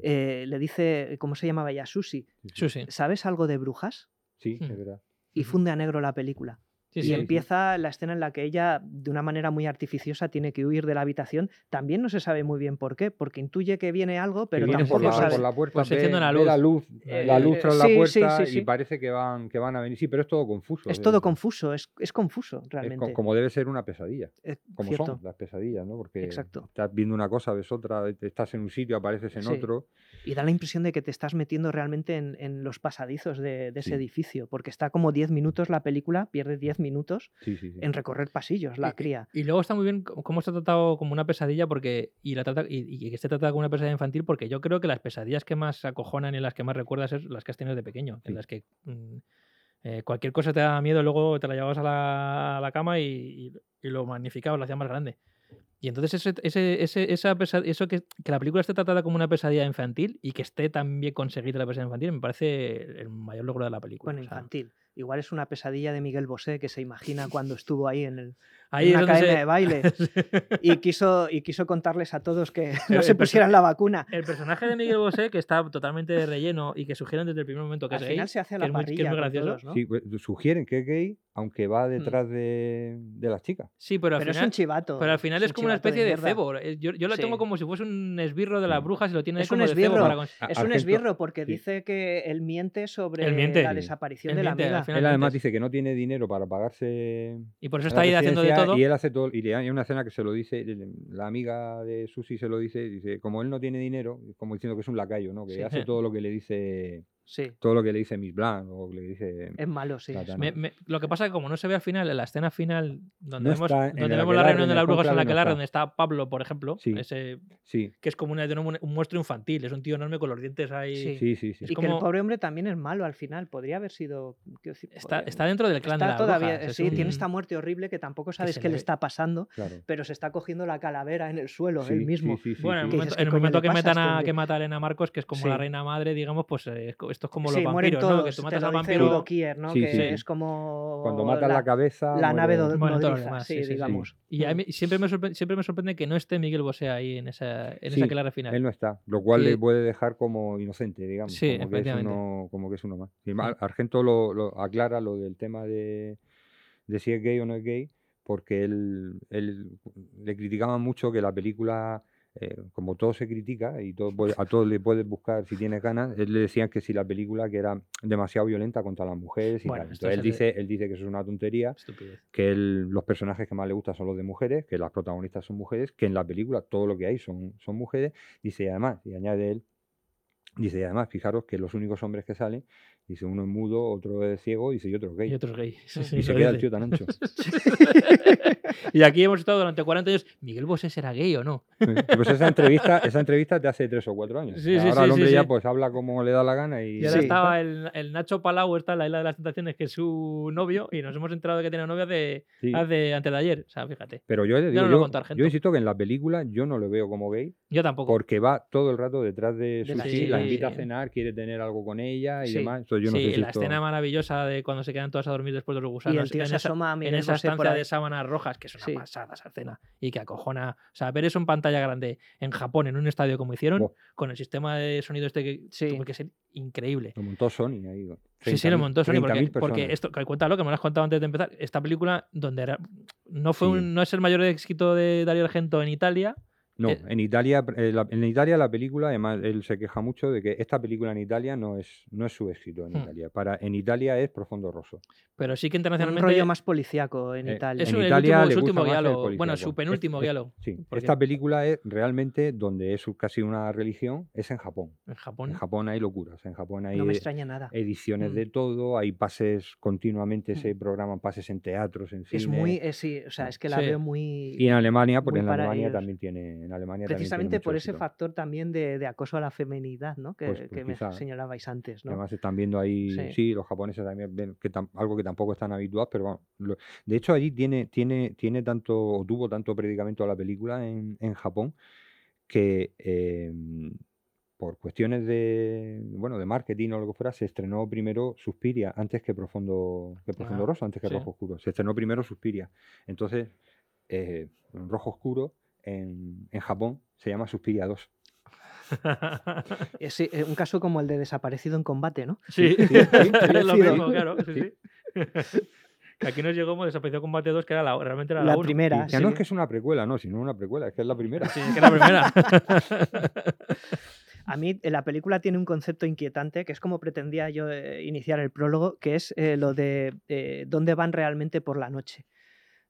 Speaker 3: Eh, le dice, ¿cómo se llamaba ella? Susi,
Speaker 2: Sí,
Speaker 5: Eh.
Speaker 2: sí.
Speaker 3: ¿sabes algo de brujas?
Speaker 5: Sí,
Speaker 2: Hmm.
Speaker 5: es verdad.
Speaker 3: Y
Speaker 2: Ujú.
Speaker 3: funde a negro la película
Speaker 2: Sí,
Speaker 3: y
Speaker 2: sí.
Speaker 3: empieza la escena en la que ella, de una manera muy artificiosa, tiene que huir de la habitación. También no se sabe muy bien por qué, porque intuye que viene algo, pero
Speaker 5: que viene por
Speaker 3: tampoco
Speaker 5: la,
Speaker 3: sabe.
Speaker 5: por la puerta,
Speaker 2: Pues
Speaker 5: ve,
Speaker 2: enciende una
Speaker 5: ve la luz,
Speaker 3: Eh,
Speaker 5: la luz tras la
Speaker 3: sí, sí,
Speaker 5: puerta
Speaker 3: sí, sí.
Speaker 5: y parece que van, que van a venir. Sí, pero es todo confuso.
Speaker 3: Es
Speaker 5: eh,
Speaker 3: todo
Speaker 5: es co-
Speaker 3: confuso, es, es confuso realmente.
Speaker 5: eh, como debe ser una pesadilla,
Speaker 3: Eh,
Speaker 5: como
Speaker 3: cierto.
Speaker 5: son las pesadillas, ¿no? Porque
Speaker 3: Exacto.
Speaker 5: estás viendo una cosa, ves otra, eh, estás en un sitio, apareces en
Speaker 3: Sí.
Speaker 5: otro.
Speaker 3: Y da la impresión de que te estás metiendo realmente en, en los pasadizos de, de ese
Speaker 5: Sí.
Speaker 3: edificio, porque está como 10 minutos la película, pierde 10 minutos
Speaker 5: Sí, sí, sí.
Speaker 3: en recorrer pasillos, la cría.
Speaker 2: Y luego está muy bien c- cómo está tratado como una pesadilla porque y la trata y, y que esté tratada como una pesadilla infantil porque yo creo que las pesadillas que más acojonan y las que más recuerdas es las que has tenido de pequeño,
Speaker 5: Sí.
Speaker 2: en las que mm, eh, cualquier cosa te daba miedo, luego te la llevabas a la, a la cama y, y- y lo magnificabas, lo hacías más grande. Y entonces ese, ese- ese- esa pesa- eso que, que la película esté tratada como una pesadilla infantil y que esté tan bien conseguida la pesadilla infantil me parece el mayor logro de la película.
Speaker 3: Bueno,
Speaker 2: o sea,
Speaker 3: infantil. Igual es una pesadilla de Miguel Bosé que se imagina cuando estuvo ahí en, el,
Speaker 2: ahí
Speaker 3: en
Speaker 2: es
Speaker 3: una
Speaker 2: donde se-
Speaker 3: academia de baile. y quiso, y quiso contarles a todos que
Speaker 2: el
Speaker 3: no se
Speaker 2: perso-
Speaker 3: pusieran la vacuna.
Speaker 2: El personaje de Miguel Bosé, que está totalmente de relleno y que sugieren desde el primer momento que
Speaker 3: Al
Speaker 2: es gay,
Speaker 3: final se hace a
Speaker 2: que
Speaker 3: la
Speaker 2: es muy- que es
Speaker 3: parrilla
Speaker 2: muy
Speaker 3: con
Speaker 2: gracioso.
Speaker 3: todos, ¿no?
Speaker 5: Sí, pues, sugieren que es gay, aunque va detrás de, de las chicas.
Speaker 2: Sí, pero al
Speaker 3: Pero es
Speaker 2: final.
Speaker 3: un chivato.
Speaker 2: pero al final es
Speaker 3: un
Speaker 2: como una
Speaker 3: chivato
Speaker 2: especie de,
Speaker 3: mierda.
Speaker 2: cebo. Eh, Yo, yo lo
Speaker 3: Sí. Mm.
Speaker 2: tomo como si fuese un esbirro de las
Speaker 5: Sí.
Speaker 2: brujas y lo tiene
Speaker 3: Es
Speaker 2: como
Speaker 3: un
Speaker 2: de cebo
Speaker 3: esbirro.
Speaker 2: para cons-
Speaker 5: A-
Speaker 3: Es un
Speaker 5: Argento-
Speaker 3: esbirro porque
Speaker 5: sí.
Speaker 3: dice que él miente sobre
Speaker 2: Él miente.
Speaker 3: la
Speaker 5: Sí.
Speaker 3: desaparición
Speaker 2: Él
Speaker 3: de la
Speaker 2: miente, al
Speaker 3: amiga.
Speaker 2: final-
Speaker 5: Él además
Speaker 2: Finalmente-
Speaker 5: dice que no tiene dinero para pagarse
Speaker 2: Y por eso
Speaker 5: la
Speaker 2: está ahí haciendo de
Speaker 5: residencia
Speaker 2: todo.
Speaker 5: Y él hace todo. Y le- hay una escena que se lo dice, le- la amiga de Susi se lo dice, dice, como él no tiene dinero, como diciendo que es un lacayo, ¿no? Que
Speaker 3: Sí.
Speaker 5: hace todo lo que le dice,
Speaker 3: Sí,
Speaker 5: todo lo que le dice Miss Blanc o le dice.
Speaker 3: es malo, sí.
Speaker 5: Satán.
Speaker 2: Me- me- lo que pasa es que como no se ve al final, en la escena final, donde
Speaker 5: No
Speaker 2: vemos,
Speaker 5: está en
Speaker 2: donde
Speaker 5: el
Speaker 2: vemos la
Speaker 5: aquelarre,
Speaker 2: reunión
Speaker 5: en
Speaker 2: de
Speaker 5: el
Speaker 2: las brujas en la
Speaker 5: cónclave no
Speaker 2: que
Speaker 5: está.
Speaker 2: donde está Pablo, por ejemplo,
Speaker 5: Sí.
Speaker 2: ese,
Speaker 5: Sí,
Speaker 2: que es como una- un, un monstruo infantil, es un tío enorme con los dientes ahí.
Speaker 3: Sí.
Speaker 5: sí, sí, sí.
Speaker 2: Es
Speaker 3: y que
Speaker 2: como-
Speaker 3: el pobre hombre también es malo al final. Podría haber sido. quiero decir,
Speaker 2: Está,
Speaker 3: podría-
Speaker 2: está dentro del clan
Speaker 3: está
Speaker 2: de las
Speaker 3: todavía.
Speaker 2: brujas. es
Speaker 3: sí,
Speaker 2: un-
Speaker 3: tiene esta muerte horrible que tampoco sabes
Speaker 2: se
Speaker 3: qué
Speaker 2: le
Speaker 3: le
Speaker 2: ve.
Speaker 3: está pasando,
Speaker 5: Claro.
Speaker 3: pero se está cogiendo la calavera en el suelo
Speaker 5: Sí,
Speaker 3: él mismo.
Speaker 5: sí, sí, sí,
Speaker 2: Bueno, en
Speaker 5: sí.
Speaker 2: el
Speaker 3: Que
Speaker 2: momento,
Speaker 3: dices, ¿qué
Speaker 2: en el
Speaker 3: coño
Speaker 2: momento
Speaker 3: le
Speaker 2: que
Speaker 3: pasa a
Speaker 2: metan
Speaker 3: este
Speaker 2: a
Speaker 3: hombre?
Speaker 2: que mata a Elena Marcos, que es como la
Speaker 3: Sí.
Speaker 2: reina madre, digamos, pues eh, es co- esto es como
Speaker 3: sí,
Speaker 2: los
Speaker 3: mueren
Speaker 2: vampiros,
Speaker 3: todos.
Speaker 2: ¿no? Que tú
Speaker 3: te
Speaker 2: matas
Speaker 3: lo
Speaker 2: al
Speaker 3: dice
Speaker 2: vampiro,
Speaker 3: Udo Kier, ¿no?
Speaker 5: Sí,
Speaker 3: que
Speaker 2: sí.
Speaker 3: es como.
Speaker 5: Cuando matan la, cabeza.
Speaker 3: la nave do-
Speaker 5: muere-
Speaker 2: bueno, todo lo
Speaker 3: nodriza,
Speaker 2: demás,
Speaker 3: sí,
Speaker 2: sí, sí, sí.
Speaker 3: digamos.
Speaker 2: Y a
Speaker 3: Mm.
Speaker 2: mí siempre, me sorpre- siempre me sorprende que no esté Miguel Bosé ahí en esa, en
Speaker 5: Sí,
Speaker 2: esa clara final.
Speaker 5: Él no está, lo cual
Speaker 2: Sí.
Speaker 5: le puede dejar como inocente, digamos.
Speaker 2: Sí,
Speaker 5: como, que es
Speaker 2: efectivamente.
Speaker 5: uno, como que es uno más. Y ma- Argento lo, lo aclara lo del tema de, de si es gay o no es gay, porque él, él- le criticaban mucho que la película, eh, como todo se critica y todo puede- a todos le puedes buscar si tienes ganas, él le decían que si la película que era demasiado violenta contra las mujeres y
Speaker 2: Bueno,
Speaker 5: tal.
Speaker 2: esto
Speaker 5: Entonces
Speaker 2: es
Speaker 5: él
Speaker 2: el de-
Speaker 5: dice, él dice que eso es una tontería
Speaker 2: Estupidez.
Speaker 5: que él- los personajes que más le gustan son los de mujeres, que las protagonistas son mujeres, que en la película todo lo que hay son, son mujeres, dice y además, y añade él, dice y además, fijaros que los únicos hombres que salen, dice uno es mudo, otro es ciego, dice y otro es gay.
Speaker 2: Y otros gays. Sí, sí,
Speaker 5: Y se
Speaker 2: lo
Speaker 5: queda el
Speaker 2: dice.
Speaker 5: tío tan ancho.
Speaker 2: y aquí hemos estado durante 40 años. ¿Miguel Bosé será gay o no?
Speaker 5: Y pues esa entrevista, esa entrevista te hace tres o cuatro años.
Speaker 2: Sí, sí,
Speaker 5: Ahora
Speaker 2: sí, sí,
Speaker 5: el hombre ya
Speaker 2: sí.
Speaker 5: pues habla como le da la gana y,
Speaker 2: Y ahora
Speaker 3: Sí.
Speaker 2: estaba el, el Nacho Palau, está en la isla de las tentaciones, que es su novio, y nos hemos enterado de que tiene novia de,
Speaker 5: sí.
Speaker 2: ah, de antes de ayer. O sea, fíjate.
Speaker 5: Pero yo, le digo,
Speaker 2: no lo
Speaker 5: yo-
Speaker 2: contó Argento.
Speaker 5: yo insisto que en la película yo no lo veo como gay,
Speaker 2: Yo tampoco.
Speaker 5: porque va todo el rato detrás de
Speaker 3: De la
Speaker 5: Sushi, la
Speaker 3: chica,
Speaker 5: invita a
Speaker 2: sí.
Speaker 5: cenar, quiere tener algo con ella y
Speaker 3: Sí.
Speaker 5: demás. Entonces yo no
Speaker 2: sí,
Speaker 5: sé si
Speaker 2: la
Speaker 5: esto-
Speaker 2: escena maravillosa de cuando se quedan todas a dormir después de los gusanos.
Speaker 3: Y el tío
Speaker 2: en
Speaker 3: se
Speaker 2: esa-
Speaker 3: asoma a
Speaker 2: en
Speaker 3: Miguel
Speaker 2: esa
Speaker 3: Bosé por
Speaker 2: estancia
Speaker 3: ahí.
Speaker 2: de sábanas rojas, que es una
Speaker 3: Sí.
Speaker 2: pasada esa escena y que acojona. O sea, ver eso en pantalla grande en Japón, en un estadio como hicieron,
Speaker 5: Buah.
Speaker 2: con el sistema de sonido este que
Speaker 3: Sí.
Speaker 2: tuvo que ser increíble.
Speaker 5: Lo montó Sony ahí. con
Speaker 2: Sí, sí, lo
Speaker 5: 30.000
Speaker 2: montó Sony, porque,
Speaker 5: 30.000
Speaker 2: porque
Speaker 5: personas.
Speaker 2: esto, que cuéntalo, que me lo has contado antes de empezar. Esta película, donde era- no, fue
Speaker 5: Sí.
Speaker 2: un- no es el mayor éxito de Darío Argento en Italia,
Speaker 5: No,
Speaker 2: eh,
Speaker 5: en Italia, eh, la- en Italia la película, además él se queja mucho de que esta película en Italia no es, no es su éxito en
Speaker 2: Hmm.
Speaker 5: Italia. Para, en Italia es Profundo Rosso.
Speaker 2: pero sí que
Speaker 3: Un
Speaker 2: internacionalmente.
Speaker 3: rollo más policíaco en
Speaker 5: Eh,
Speaker 3: Italia.
Speaker 2: es
Speaker 5: en
Speaker 2: un, el
Speaker 5: Italia
Speaker 2: último,
Speaker 5: le
Speaker 2: su último
Speaker 5: gusta más el
Speaker 2: diálogo. Bueno,
Speaker 5: policíaco.
Speaker 2: su
Speaker 5: Es-
Speaker 2: penúltimo
Speaker 5: es-
Speaker 2: diálogo.
Speaker 5: Sí,
Speaker 2: porque
Speaker 5: esta película es realmente donde es casi una religión, es en Japón.
Speaker 2: En Japón.
Speaker 5: En Japón hay locuras, en Japón hay
Speaker 3: No me
Speaker 5: eh,
Speaker 3: extraña nada.
Speaker 5: ediciones
Speaker 2: Mm.
Speaker 5: de todo, hay pases continuamente,
Speaker 3: Mm.
Speaker 5: se programan pases en teatros, en cine.
Speaker 3: Es muy, eh, sí, o sea, es que la
Speaker 2: Sí.
Speaker 3: veo muy.
Speaker 5: Y en Alemania, porque
Speaker 3: muy
Speaker 5: en
Speaker 3: para
Speaker 5: Alemania
Speaker 3: ellos.
Speaker 5: también tiene, en Alemania. también tiene
Speaker 3: Precisamente
Speaker 5: mucho
Speaker 3: por ese
Speaker 5: éxito.
Speaker 3: factor también de, de acoso a la femenidad, ¿no? Que,
Speaker 5: Pues- pues
Speaker 3: que me
Speaker 5: quizá.
Speaker 3: señalabais antes, ¿no?
Speaker 5: Además están viendo ahí,
Speaker 3: Sí.
Speaker 5: sí, los japoneses también ven que tam- algo que tampoco están habituados, pero bueno, lo- de hecho allí tiene, tiene, tiene tanto, o tuvo tanto predicamento la película en, en Japón que eh, por cuestiones de, bueno, de marketing o lo que fuera, se estrenó primero Suspiria antes que Profundo, que Profundo
Speaker 2: Ah,
Speaker 5: Rosa, antes que
Speaker 2: sí.
Speaker 5: Rojo Oscuro. Se estrenó primero Suspiria. Entonces, eh, Rojo Oscuro en, en Japón se llama Suspiria 2.
Speaker 3: Es eh, un caso como el de desaparecido en combate, ¿no?
Speaker 2: Sí,
Speaker 5: sí, sí,
Speaker 2: es lo
Speaker 5: sí,
Speaker 2: mismo,
Speaker 5: sí.
Speaker 2: claro. sí, sí. Que aquí nos llegó como Desapareció Combate 2, que era la, realmente era la,
Speaker 3: La
Speaker 2: uno.
Speaker 3: primera.
Speaker 5: ya no
Speaker 3: sí.
Speaker 5: es que es una precuela, no, sino una precuela, es que es la primera.
Speaker 2: Sí, es que era la primera.
Speaker 3: A mí eh, la película tiene un concepto inquietante, que es como pretendía yo eh, iniciar el prólogo, que es eh, lo de eh, dónde van realmente por la noche.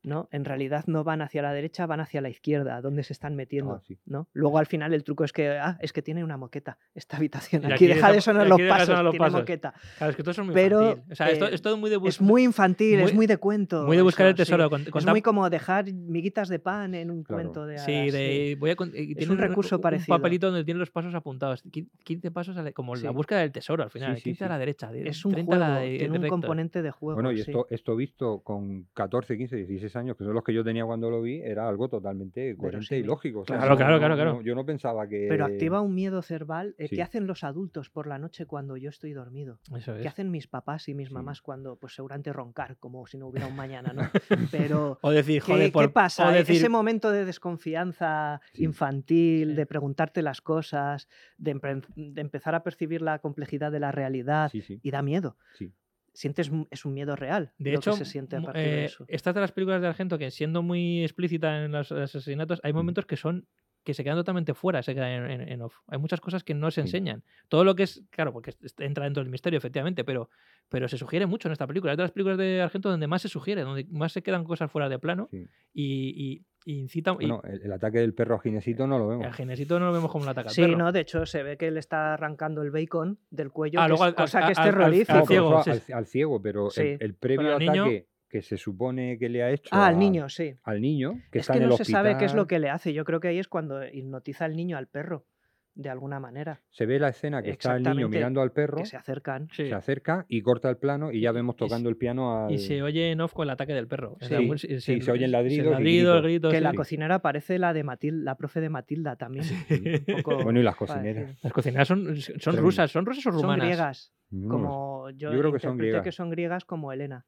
Speaker 3: ¿no? En realidad no van hacia la derecha, van hacia la izquierda, dónde se están metiendo.
Speaker 5: Ah, sí.
Speaker 3: ¿no? Luego al final el truco es que, ah, es que tiene una moqueta esta habitación.
Speaker 2: Y
Speaker 3: Aquí,
Speaker 2: aquí
Speaker 3: deja
Speaker 2: deja-
Speaker 3: de sonar
Speaker 2: y
Speaker 3: los
Speaker 2: aquí deja de
Speaker 3: pasos,
Speaker 2: sonar los
Speaker 3: tiene
Speaker 2: pasos.
Speaker 3: moqueta.
Speaker 2: Claro, es que todo es muy
Speaker 3: Pero,
Speaker 2: infantil. O sea, esto,
Speaker 3: eh,
Speaker 2: es todo muy de bus-
Speaker 3: Es muy infantil, es
Speaker 2: muy-
Speaker 3: muy de cuento.
Speaker 2: muy de buscar
Speaker 3: eso,
Speaker 2: el tesoro.
Speaker 3: sí.
Speaker 2: con-
Speaker 3: Es
Speaker 2: contar-
Speaker 3: muy como dejar miguitas de pan en un
Speaker 5: Claro.
Speaker 3: cuento de
Speaker 2: Sí,
Speaker 3: hadas,
Speaker 2: de, voy a con- y tiene
Speaker 3: un recurso parecido.
Speaker 2: Un papelito donde tiene los pasos apuntados. Qui- 15 pasos, a la- como
Speaker 3: Sí.
Speaker 2: la búsqueda del tesoro al final.
Speaker 5: Sí, sí,
Speaker 2: 15 a
Speaker 5: sí.
Speaker 2: la derecha. de-
Speaker 3: Eh, Es un
Speaker 2: 30 a la
Speaker 3: juego,
Speaker 2: de-
Speaker 3: tiene un
Speaker 2: recto.
Speaker 3: componente de juego.
Speaker 5: Bueno, y
Speaker 3: sí.
Speaker 5: esto, esto visto con 14, 15, 16 años, que son los que yo tenía cuando lo vi, era algo totalmente coherente y
Speaker 3: Verosímil.
Speaker 5: lógico. o sea,
Speaker 2: Claro,
Speaker 5: no-
Speaker 2: claro,
Speaker 5: no-
Speaker 2: claro, claro.
Speaker 5: no- yo no pensaba que.
Speaker 3: Pero activa un miedo cerval eh,
Speaker 5: eh, sí.
Speaker 3: que hacen los adultos por la noche cuando yo estoy dormido.
Speaker 2: Eso
Speaker 3: Que
Speaker 2: es.
Speaker 3: hacen mis papás y mis
Speaker 5: Sí.
Speaker 3: mamás cuando, pues seguramente roncar, como si no hubiera un mañana, ¿no? Pero,
Speaker 2: O decir,
Speaker 3: ¿qué,
Speaker 2: joder,
Speaker 3: qué
Speaker 2: por,
Speaker 3: pasa?
Speaker 2: o
Speaker 3: E-
Speaker 2: decir,
Speaker 3: Ese momento de desconfianza
Speaker 5: Sí.
Speaker 3: infantil,
Speaker 2: Sí.
Speaker 3: de preguntarte las cosas, de, empre- de empezar a percibir la complejidad de la realidad,
Speaker 5: Sí, sí,
Speaker 3: y da miedo.
Speaker 5: sí.
Speaker 3: Sientes, mu- es un miedo real
Speaker 2: De
Speaker 3: lo
Speaker 2: hecho,
Speaker 3: que se siente a
Speaker 2: mu-
Speaker 3: partir
Speaker 2: eh,
Speaker 3: de eso.
Speaker 2: estas de las películas de Argento que siendo muy explícita en los asesinatos,
Speaker 5: Mm.
Speaker 2: hay momentos que son que se quedan totalmente fuera, se quedan en, en- en off. Hay muchas cosas que no se
Speaker 5: Sí.
Speaker 2: enseñan. Todo lo que es, claro, porque es- entra dentro del misterio, efectivamente, pero, pero se sugiere mucho en esta película. Es de las películas de Argento donde más se sugiere, donde más se quedan cosas fuera de plano
Speaker 5: sí.
Speaker 2: y, y- y incita... y
Speaker 5: Bueno, el, el ataque del perro a Ginesito no lo vemos.
Speaker 2: a Genesito no lo vemos como un ataque al
Speaker 3: Sí,
Speaker 2: perro.
Speaker 3: no, de hecho se ve que le está arrancando el bacon del cuello,
Speaker 2: Ah,
Speaker 3: que
Speaker 2: luego
Speaker 3: es-
Speaker 2: al-
Speaker 3: cosa
Speaker 2: al-
Speaker 3: que es
Speaker 2: al- al- al ciego,
Speaker 3: terrorífico.
Speaker 5: Claro, pero
Speaker 2: sí,
Speaker 5: eso al,
Speaker 2: sí.
Speaker 5: al ciego, pero el-
Speaker 3: Sí.
Speaker 5: el, previo
Speaker 2: Pero al
Speaker 5: ataque
Speaker 2: niño-
Speaker 5: que se supone que le ha hecho.
Speaker 3: Ah,
Speaker 5: a-
Speaker 3: al niño, sí.
Speaker 5: Al niño, que
Speaker 3: es
Speaker 5: está
Speaker 3: que
Speaker 5: en el
Speaker 3: no se sabe qué es lo
Speaker 5: hospital,
Speaker 3: que le hace. Yo creo que ahí es cuando hipnotiza al niño al perro, de alguna manera.
Speaker 5: Se ve la escena que está el niño
Speaker 3: Exactamente,
Speaker 5: mirando al perro,
Speaker 3: Que se acercan.
Speaker 2: Sí.
Speaker 5: se acerca y corta el plano y ya vemos
Speaker 2: se-
Speaker 5: tocando el piano al.
Speaker 2: Y se oye en off con el ataque del perro. En
Speaker 3: Sí.
Speaker 2: algún- se-
Speaker 5: Sí, se oyen ladridos
Speaker 2: el
Speaker 5: y
Speaker 2: ladrido, el grito.
Speaker 5: gritos.
Speaker 3: que la
Speaker 2: sí.
Speaker 3: cocinera parece la de Matilda, la profe de Matilda también. Un poco
Speaker 5: Bueno, y las
Speaker 3: parecido.
Speaker 5: cocineras.
Speaker 2: Las cocineras son, son
Speaker 5: Tremendo.
Speaker 2: rusas, son rusas o
Speaker 3: Son
Speaker 2: rumanas.
Speaker 3: griegas,
Speaker 5: No lo sé.
Speaker 3: como yo,
Speaker 5: Mm. Yo creo que son
Speaker 3: interpreté
Speaker 5: griegas.
Speaker 3: que son griegas como Elena,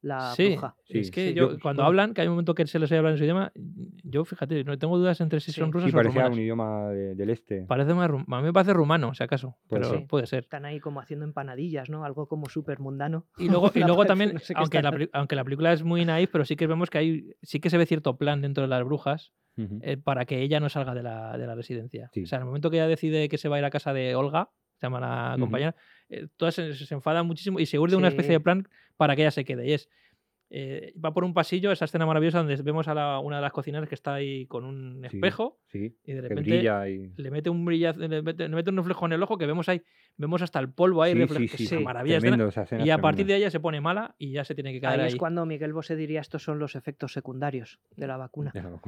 Speaker 3: la
Speaker 2: sí,
Speaker 3: bruja.
Speaker 5: Sí,
Speaker 2: es que
Speaker 5: sí,
Speaker 2: yo,
Speaker 5: yo-
Speaker 2: cuando
Speaker 5: bueno.
Speaker 2: hablan, que hay un momento que se les oye hablar en su idioma, yo fíjate, no tengo dudas entre si
Speaker 3: Sí.
Speaker 2: son rusas
Speaker 5: Sí,
Speaker 2: o
Speaker 5: parecía
Speaker 2: rumanas.
Speaker 5: un idioma de- del este.
Speaker 2: Parece más rum- a mí me parece rumano, si acaso,
Speaker 5: Puede
Speaker 2: pero
Speaker 3: ser.
Speaker 2: puede ser.
Speaker 3: Están ahí como haciendo empanadillas, ¿no? Algo como súper mundano.
Speaker 2: Y luego, y
Speaker 3: La
Speaker 2: luego
Speaker 3: parece-
Speaker 2: también,
Speaker 3: no sé qué
Speaker 2: aunque,
Speaker 3: están
Speaker 2: la,
Speaker 3: haciendo.
Speaker 2: peli- aunque la película es muy naif, pero sí que vemos que hay, sí que se ve cierto plan dentro de las brujas
Speaker 5: Ujú.
Speaker 2: eh, para que ella no salga de la, de la residencia.
Speaker 5: Sí.
Speaker 2: O sea, en el momento que ella decide que se va a ir a casa de Olga, se llama la
Speaker 5: Ujú.
Speaker 2: compañera, eh, todas se, se enfadan muchísimo y se urde una especie
Speaker 3: Sí.
Speaker 2: de plan para que ella se quede. Y es, eh, va por un pasillo, esa escena maravillosa donde vemos a la- una de las cocineras que está ahí con un
Speaker 5: Sí.
Speaker 2: espejo
Speaker 5: Sí,
Speaker 2: y de
Speaker 5: que
Speaker 2: repente
Speaker 5: brilla y...
Speaker 2: le mete un brillazo, le mete, le mete un reflejo en el ojo que vemos ahí, vemos hasta el polvo ahí,
Speaker 5: Sí,
Speaker 2: reflejo,
Speaker 5: sí,
Speaker 2: que
Speaker 5: sí,
Speaker 2: es una
Speaker 3: sí.
Speaker 2: maravilla de
Speaker 5: Tremendo,
Speaker 2: escena.
Speaker 5: esa escena
Speaker 2: Y a
Speaker 5: es
Speaker 2: partir de
Speaker 5: tremenda.
Speaker 2: ella se pone mala y ya se tiene que caer
Speaker 3: Ahí
Speaker 2: ahí.
Speaker 3: es cuando Miguel Bosé diría estos son los efectos secundarios de la vacuna.
Speaker 5: Ya lo-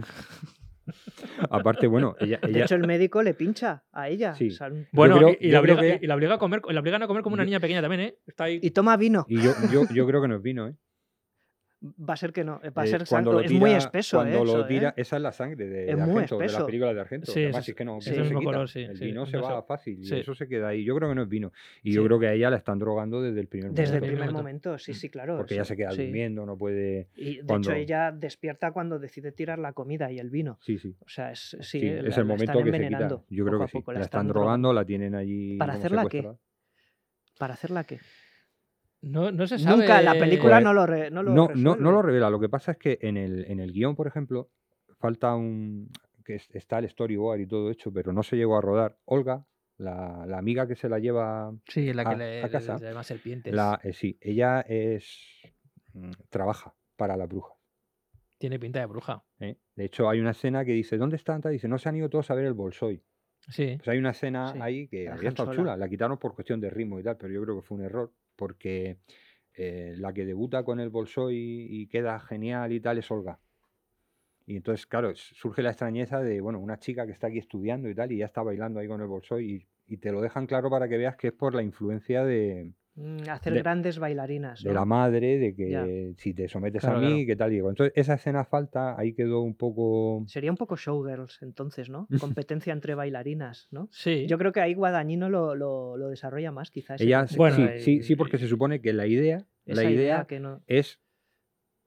Speaker 5: Aparte, bueno, ella,
Speaker 3: De
Speaker 5: ella-
Speaker 3: hecho, el médico le pincha a ella.
Speaker 5: Sí.
Speaker 3: sale un-
Speaker 2: Bueno,
Speaker 5: creo-
Speaker 2: y- y,
Speaker 5: yo
Speaker 2: la
Speaker 5: creo
Speaker 2: obliga,
Speaker 5: que-
Speaker 2: y la obliga a comer, la obligan a comer como una
Speaker 5: Yo-
Speaker 2: niña pequeña también, ¿eh? Está ahí.
Speaker 3: Y toma vino.
Speaker 5: y yo, yo, yo creo que nos vino, ¿eh?
Speaker 3: Va a ser que no. eh, Va a
Speaker 5: Eh,
Speaker 3: ser
Speaker 5: cuando
Speaker 3: santo.
Speaker 5: lo
Speaker 3: es muy
Speaker 5: tira-
Speaker 3: espeso,
Speaker 5: cuando
Speaker 3: eh,
Speaker 5: lo
Speaker 3: eso, eh.
Speaker 5: tira- esa es la sangre de, de
Speaker 3: Es muy
Speaker 5: Argento, de las
Speaker 3: espeso.
Speaker 5: películas de Argento.
Speaker 2: Sí,
Speaker 5: Además,
Speaker 2: sí,
Speaker 5: es que no, que
Speaker 2: sí,
Speaker 5: no
Speaker 2: es el
Speaker 5: se
Speaker 2: mismo
Speaker 5: quita.
Speaker 2: color, sí,
Speaker 5: el
Speaker 2: sí,
Speaker 5: vino
Speaker 2: no
Speaker 5: se
Speaker 2: se-
Speaker 5: va fácil, y
Speaker 2: sí.
Speaker 5: eso se queda ahí. Yo creo que no es vino. Y yo
Speaker 2: Sí.
Speaker 5: creo que a ella la están drogando desde el primer
Speaker 3: Desde el
Speaker 5: momento.
Speaker 3: primer momento, sí, sí, claro.
Speaker 5: Porque ella
Speaker 3: eso,
Speaker 5: se queda
Speaker 3: sí.
Speaker 5: durmiendo, no puede...
Speaker 3: Y de
Speaker 5: cuando-
Speaker 3: hecho, ella despierta cuando decide tirar la comida y el vino.
Speaker 5: Sí, sí.
Speaker 3: O sea, es, sí,
Speaker 5: sí,
Speaker 3: eh, la-
Speaker 5: es
Speaker 3: la
Speaker 5: el momento
Speaker 3: están
Speaker 5: que se quita.
Speaker 3: envenenando
Speaker 5: Yo creo
Speaker 3: poco
Speaker 5: que
Speaker 3: a
Speaker 5: sí.
Speaker 3: poco,
Speaker 5: La están drogando, la tienen allí.
Speaker 3: ¿Para
Speaker 5: como
Speaker 3: hacerla qué?
Speaker 5: secuestrada.
Speaker 3: ¿Para hacerla qué?
Speaker 2: No, no se sabe.
Speaker 3: Nunca la película
Speaker 5: Pues,
Speaker 3: no lo re- no lo
Speaker 5: No, no, no lo
Speaker 3: resuelve.
Speaker 5: revela. Lo que pasa es que en el, en el guión, por ejemplo, falta un. que es- está el storyboard y todo hecho, pero no se llegó a rodar. Olga, la, la amiga que se la lleva.
Speaker 2: Sí, la que
Speaker 5: a-
Speaker 2: le,
Speaker 5: Ah, a casa,
Speaker 2: le- le llama serpientes.
Speaker 5: La, eh, sí, ella es. mm, trabaja para la bruja.
Speaker 2: Tiene pinta de bruja.
Speaker 5: ¿eh? De hecho, hay una escena que dice: ¿Dónde están? tal?". Dice: No se han ido todos a ver el bolsoy.
Speaker 2: Sí.
Speaker 5: Pues hay una escena
Speaker 3: Sí,
Speaker 5: ahí que
Speaker 3: la
Speaker 5: había
Speaker 3: dejan
Speaker 5: estado
Speaker 3: sola.
Speaker 5: chula. La quitaron por cuestión de ritmo y tal, pero yo creo que fue un error porque eh, la que debuta con el bolso y, y queda genial y tal es Olga. Y entonces, claro, surge la extrañeza de, bueno, una chica que está aquí estudiando y tal, y ya está bailando ahí con el bolso, y, y te lo dejan claro para que veas que es por la influencia de,
Speaker 3: Mm, Hacer
Speaker 5: De-
Speaker 3: grandes bailarinas.
Speaker 5: de
Speaker 3: ¿no?
Speaker 5: la madre, de que
Speaker 3: Ya.
Speaker 5: si te sometes
Speaker 2: Claro,
Speaker 5: a mí,
Speaker 2: claro.
Speaker 5: que tal y digo. Entonces, esa escena falta, ahí quedó un poco...
Speaker 3: Sería un poco showgirls entonces, ¿no? Competencia entre bailarinas, ¿no?
Speaker 2: Sí.
Speaker 3: Yo creo que ahí Guadañino lo, lo- lo desarrolla más, quizás.
Speaker 5: Ella,
Speaker 2: Bueno,
Speaker 5: sí,
Speaker 2: eh,
Speaker 5: sí, sí, porque se supone que la idea, la idea,
Speaker 3: que no.
Speaker 5: es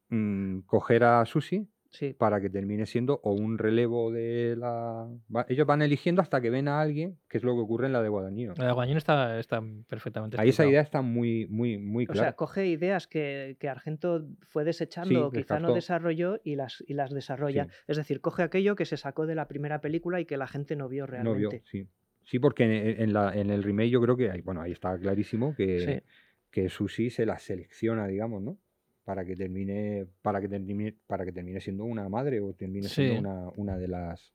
Speaker 5: mm, coger a Susi
Speaker 3: Sí,
Speaker 5: para que termine siendo o un relevo de la... va- ellos van eligiendo hasta que ven a alguien, que es lo que ocurre en la de Guadagnino.
Speaker 2: La de Guadagnino está, está perfectamente.
Speaker 5: Ahí esa
Speaker 2: Ah, explicado.
Speaker 5: idea está muy, muy, muy
Speaker 3: O sea,
Speaker 5: clara.
Speaker 3: coge ideas que, que Argento fue desechando
Speaker 5: Sí,
Speaker 3: o quizá no
Speaker 5: descartó.
Speaker 3: desarrolló y las, y las desarrolla.
Speaker 5: Sí.
Speaker 3: Es decir, coge aquello que se sacó de la primera película y que la gente no vio
Speaker 5: no
Speaker 3: realmente.
Speaker 5: vio, sí. Sí, porque en, en la- en el remake yo creo que, hay- bueno, ahí está clarísimo que,
Speaker 3: Sí.
Speaker 5: que Susi se la selecciona, digamos, ¿no? Para que termine, para que termine, para que termine siendo una madre o termine siendo
Speaker 2: Sí.
Speaker 5: una, una de las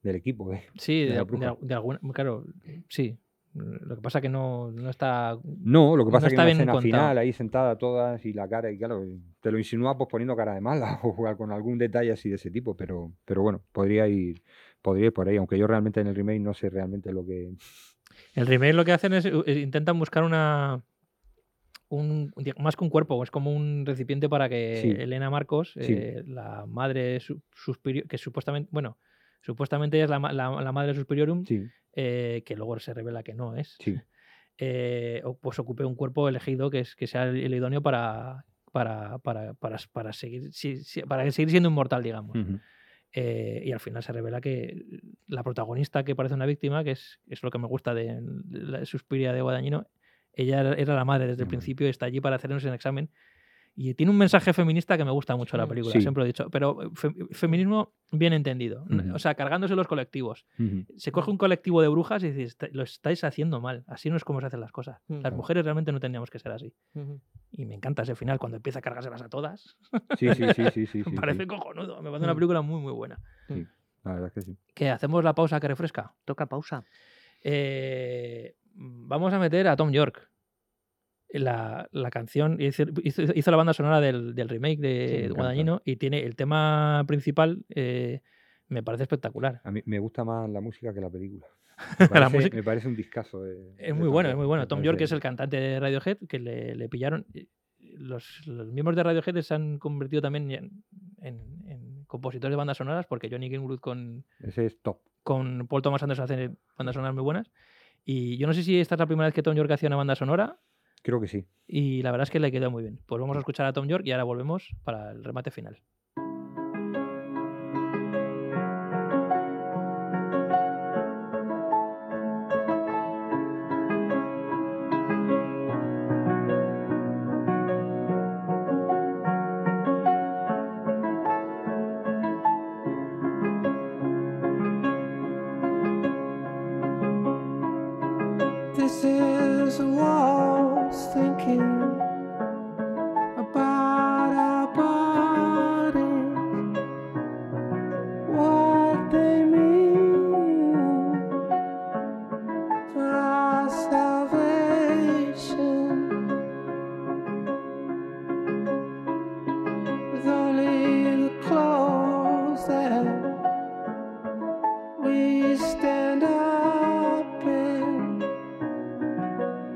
Speaker 5: del equipo. ¿eh?
Speaker 2: Sí,
Speaker 5: de
Speaker 2: de,
Speaker 5: la
Speaker 2: al- de
Speaker 5: bruja.
Speaker 2: al- de alguna. Claro, sí. Lo que pasa que no, no está.
Speaker 5: No, lo que
Speaker 2: No
Speaker 5: pasa es que
Speaker 2: está
Speaker 5: en la
Speaker 2: bien
Speaker 5: escena
Speaker 2: contado.
Speaker 5: final, ahí sentada todas y la cara, y claro, te lo insinúa pues poniendo cara de mala o jugar con algún detalle así de ese tipo, pero, pero bueno, podría ir, podría ir por ahí, aunque yo realmente en el remake no sé realmente lo que...
Speaker 2: El remake lo que hacen es. eh, intentan buscar una. Un, di- más que un cuerpo, es como un recipiente para que
Speaker 5: Sí.
Speaker 2: Elena Marcos,
Speaker 5: Sí.
Speaker 2: eh, la madre su- suspirio- que supuestamente, bueno, supuestamente ella es la, ma- la- la madre suspiriorum,
Speaker 5: Sí,
Speaker 2: eh, que luego se revela que no es,
Speaker 5: sí.
Speaker 2: eh, o- pues ocupe un cuerpo elegido que, es, que sea el, el idóneo para, para, para, para, para seguir, si- si- para seguir siendo inmortal, digamos.
Speaker 5: Ujú.
Speaker 2: Eh, y al final se revela que la protagonista que parece una víctima, que es, es lo que me gusta de la Suspiria de Guadagnino, ella era- era la madre desde el
Speaker 5: Ujú.
Speaker 2: principio, está allí para hacernos el examen. Y tiene un mensaje feminista que me gusta mucho la
Speaker 3: Mm.
Speaker 2: película,
Speaker 5: Sí.
Speaker 2: siempre lo he dicho. Pero eh, fe- feminismo bien entendido. n-
Speaker 5: Ujú.
Speaker 2: O sea, cargándose los colectivos.
Speaker 5: Ujú.
Speaker 2: Se coge un colectivo de brujas y dices, lo estáis haciendo mal. Así no es como se hacen las cosas.
Speaker 3: Mm.
Speaker 2: Las
Speaker 5: Claro.
Speaker 2: mujeres realmente no tendríamos que ser así.
Speaker 3: Ujú.
Speaker 2: Y me encanta ese final, cuando empieza a cargárselas a todas.
Speaker 5: Sí, sí, sí, sí, sí,
Speaker 2: me
Speaker 5: sí,
Speaker 2: parece
Speaker 5: sí.
Speaker 2: cojonudo. Me parece una
Speaker 3: Mm.
Speaker 2: película muy, muy buena.
Speaker 5: La verdad es que sí.
Speaker 2: Que hacemos la pausa que refresca.
Speaker 3: Toca pausa.
Speaker 5: Mm.
Speaker 2: Eh, vamos a meter a Tom York. La, la canción hizo, hizo- hizo la banda sonora del, del remake
Speaker 5: Sí, me
Speaker 2: de
Speaker 5: encanta.
Speaker 2: Guadagnino y tiene el tema principal, eh, me parece espectacular.
Speaker 5: A mí me gusta más la música que la película. Me
Speaker 2: La
Speaker 5: parece,
Speaker 2: música-
Speaker 5: me parece un discazo. de- de
Speaker 2: Es muy
Speaker 5: Tom
Speaker 2: bueno, es
Speaker 5: York,
Speaker 2: muy
Speaker 5: me
Speaker 2: bueno. Tom York
Speaker 5: parece-
Speaker 2: es el cantante de Radiohead que le, le pillaron. eh, Los, los miembros de Radiohead se han convertido también en, en- en compositores de bandas sonoras porque Johnny Greenwood con,
Speaker 5: Ese es top.
Speaker 2: con Paul Thomas Anderson hace bandas sonoras muy buenas. Y yo no sé si esta es la primera vez que Tom York hacía una banda sonora
Speaker 5: Creo que sí.
Speaker 2: Y la verdad es que le quedó muy bien. Pues vamos a escuchar a Tom York y ahora volvemos para el remate final.
Speaker 6: This is a waltz thinking about our bodies, what they mean for our salvation. With only the clothes that we stand up in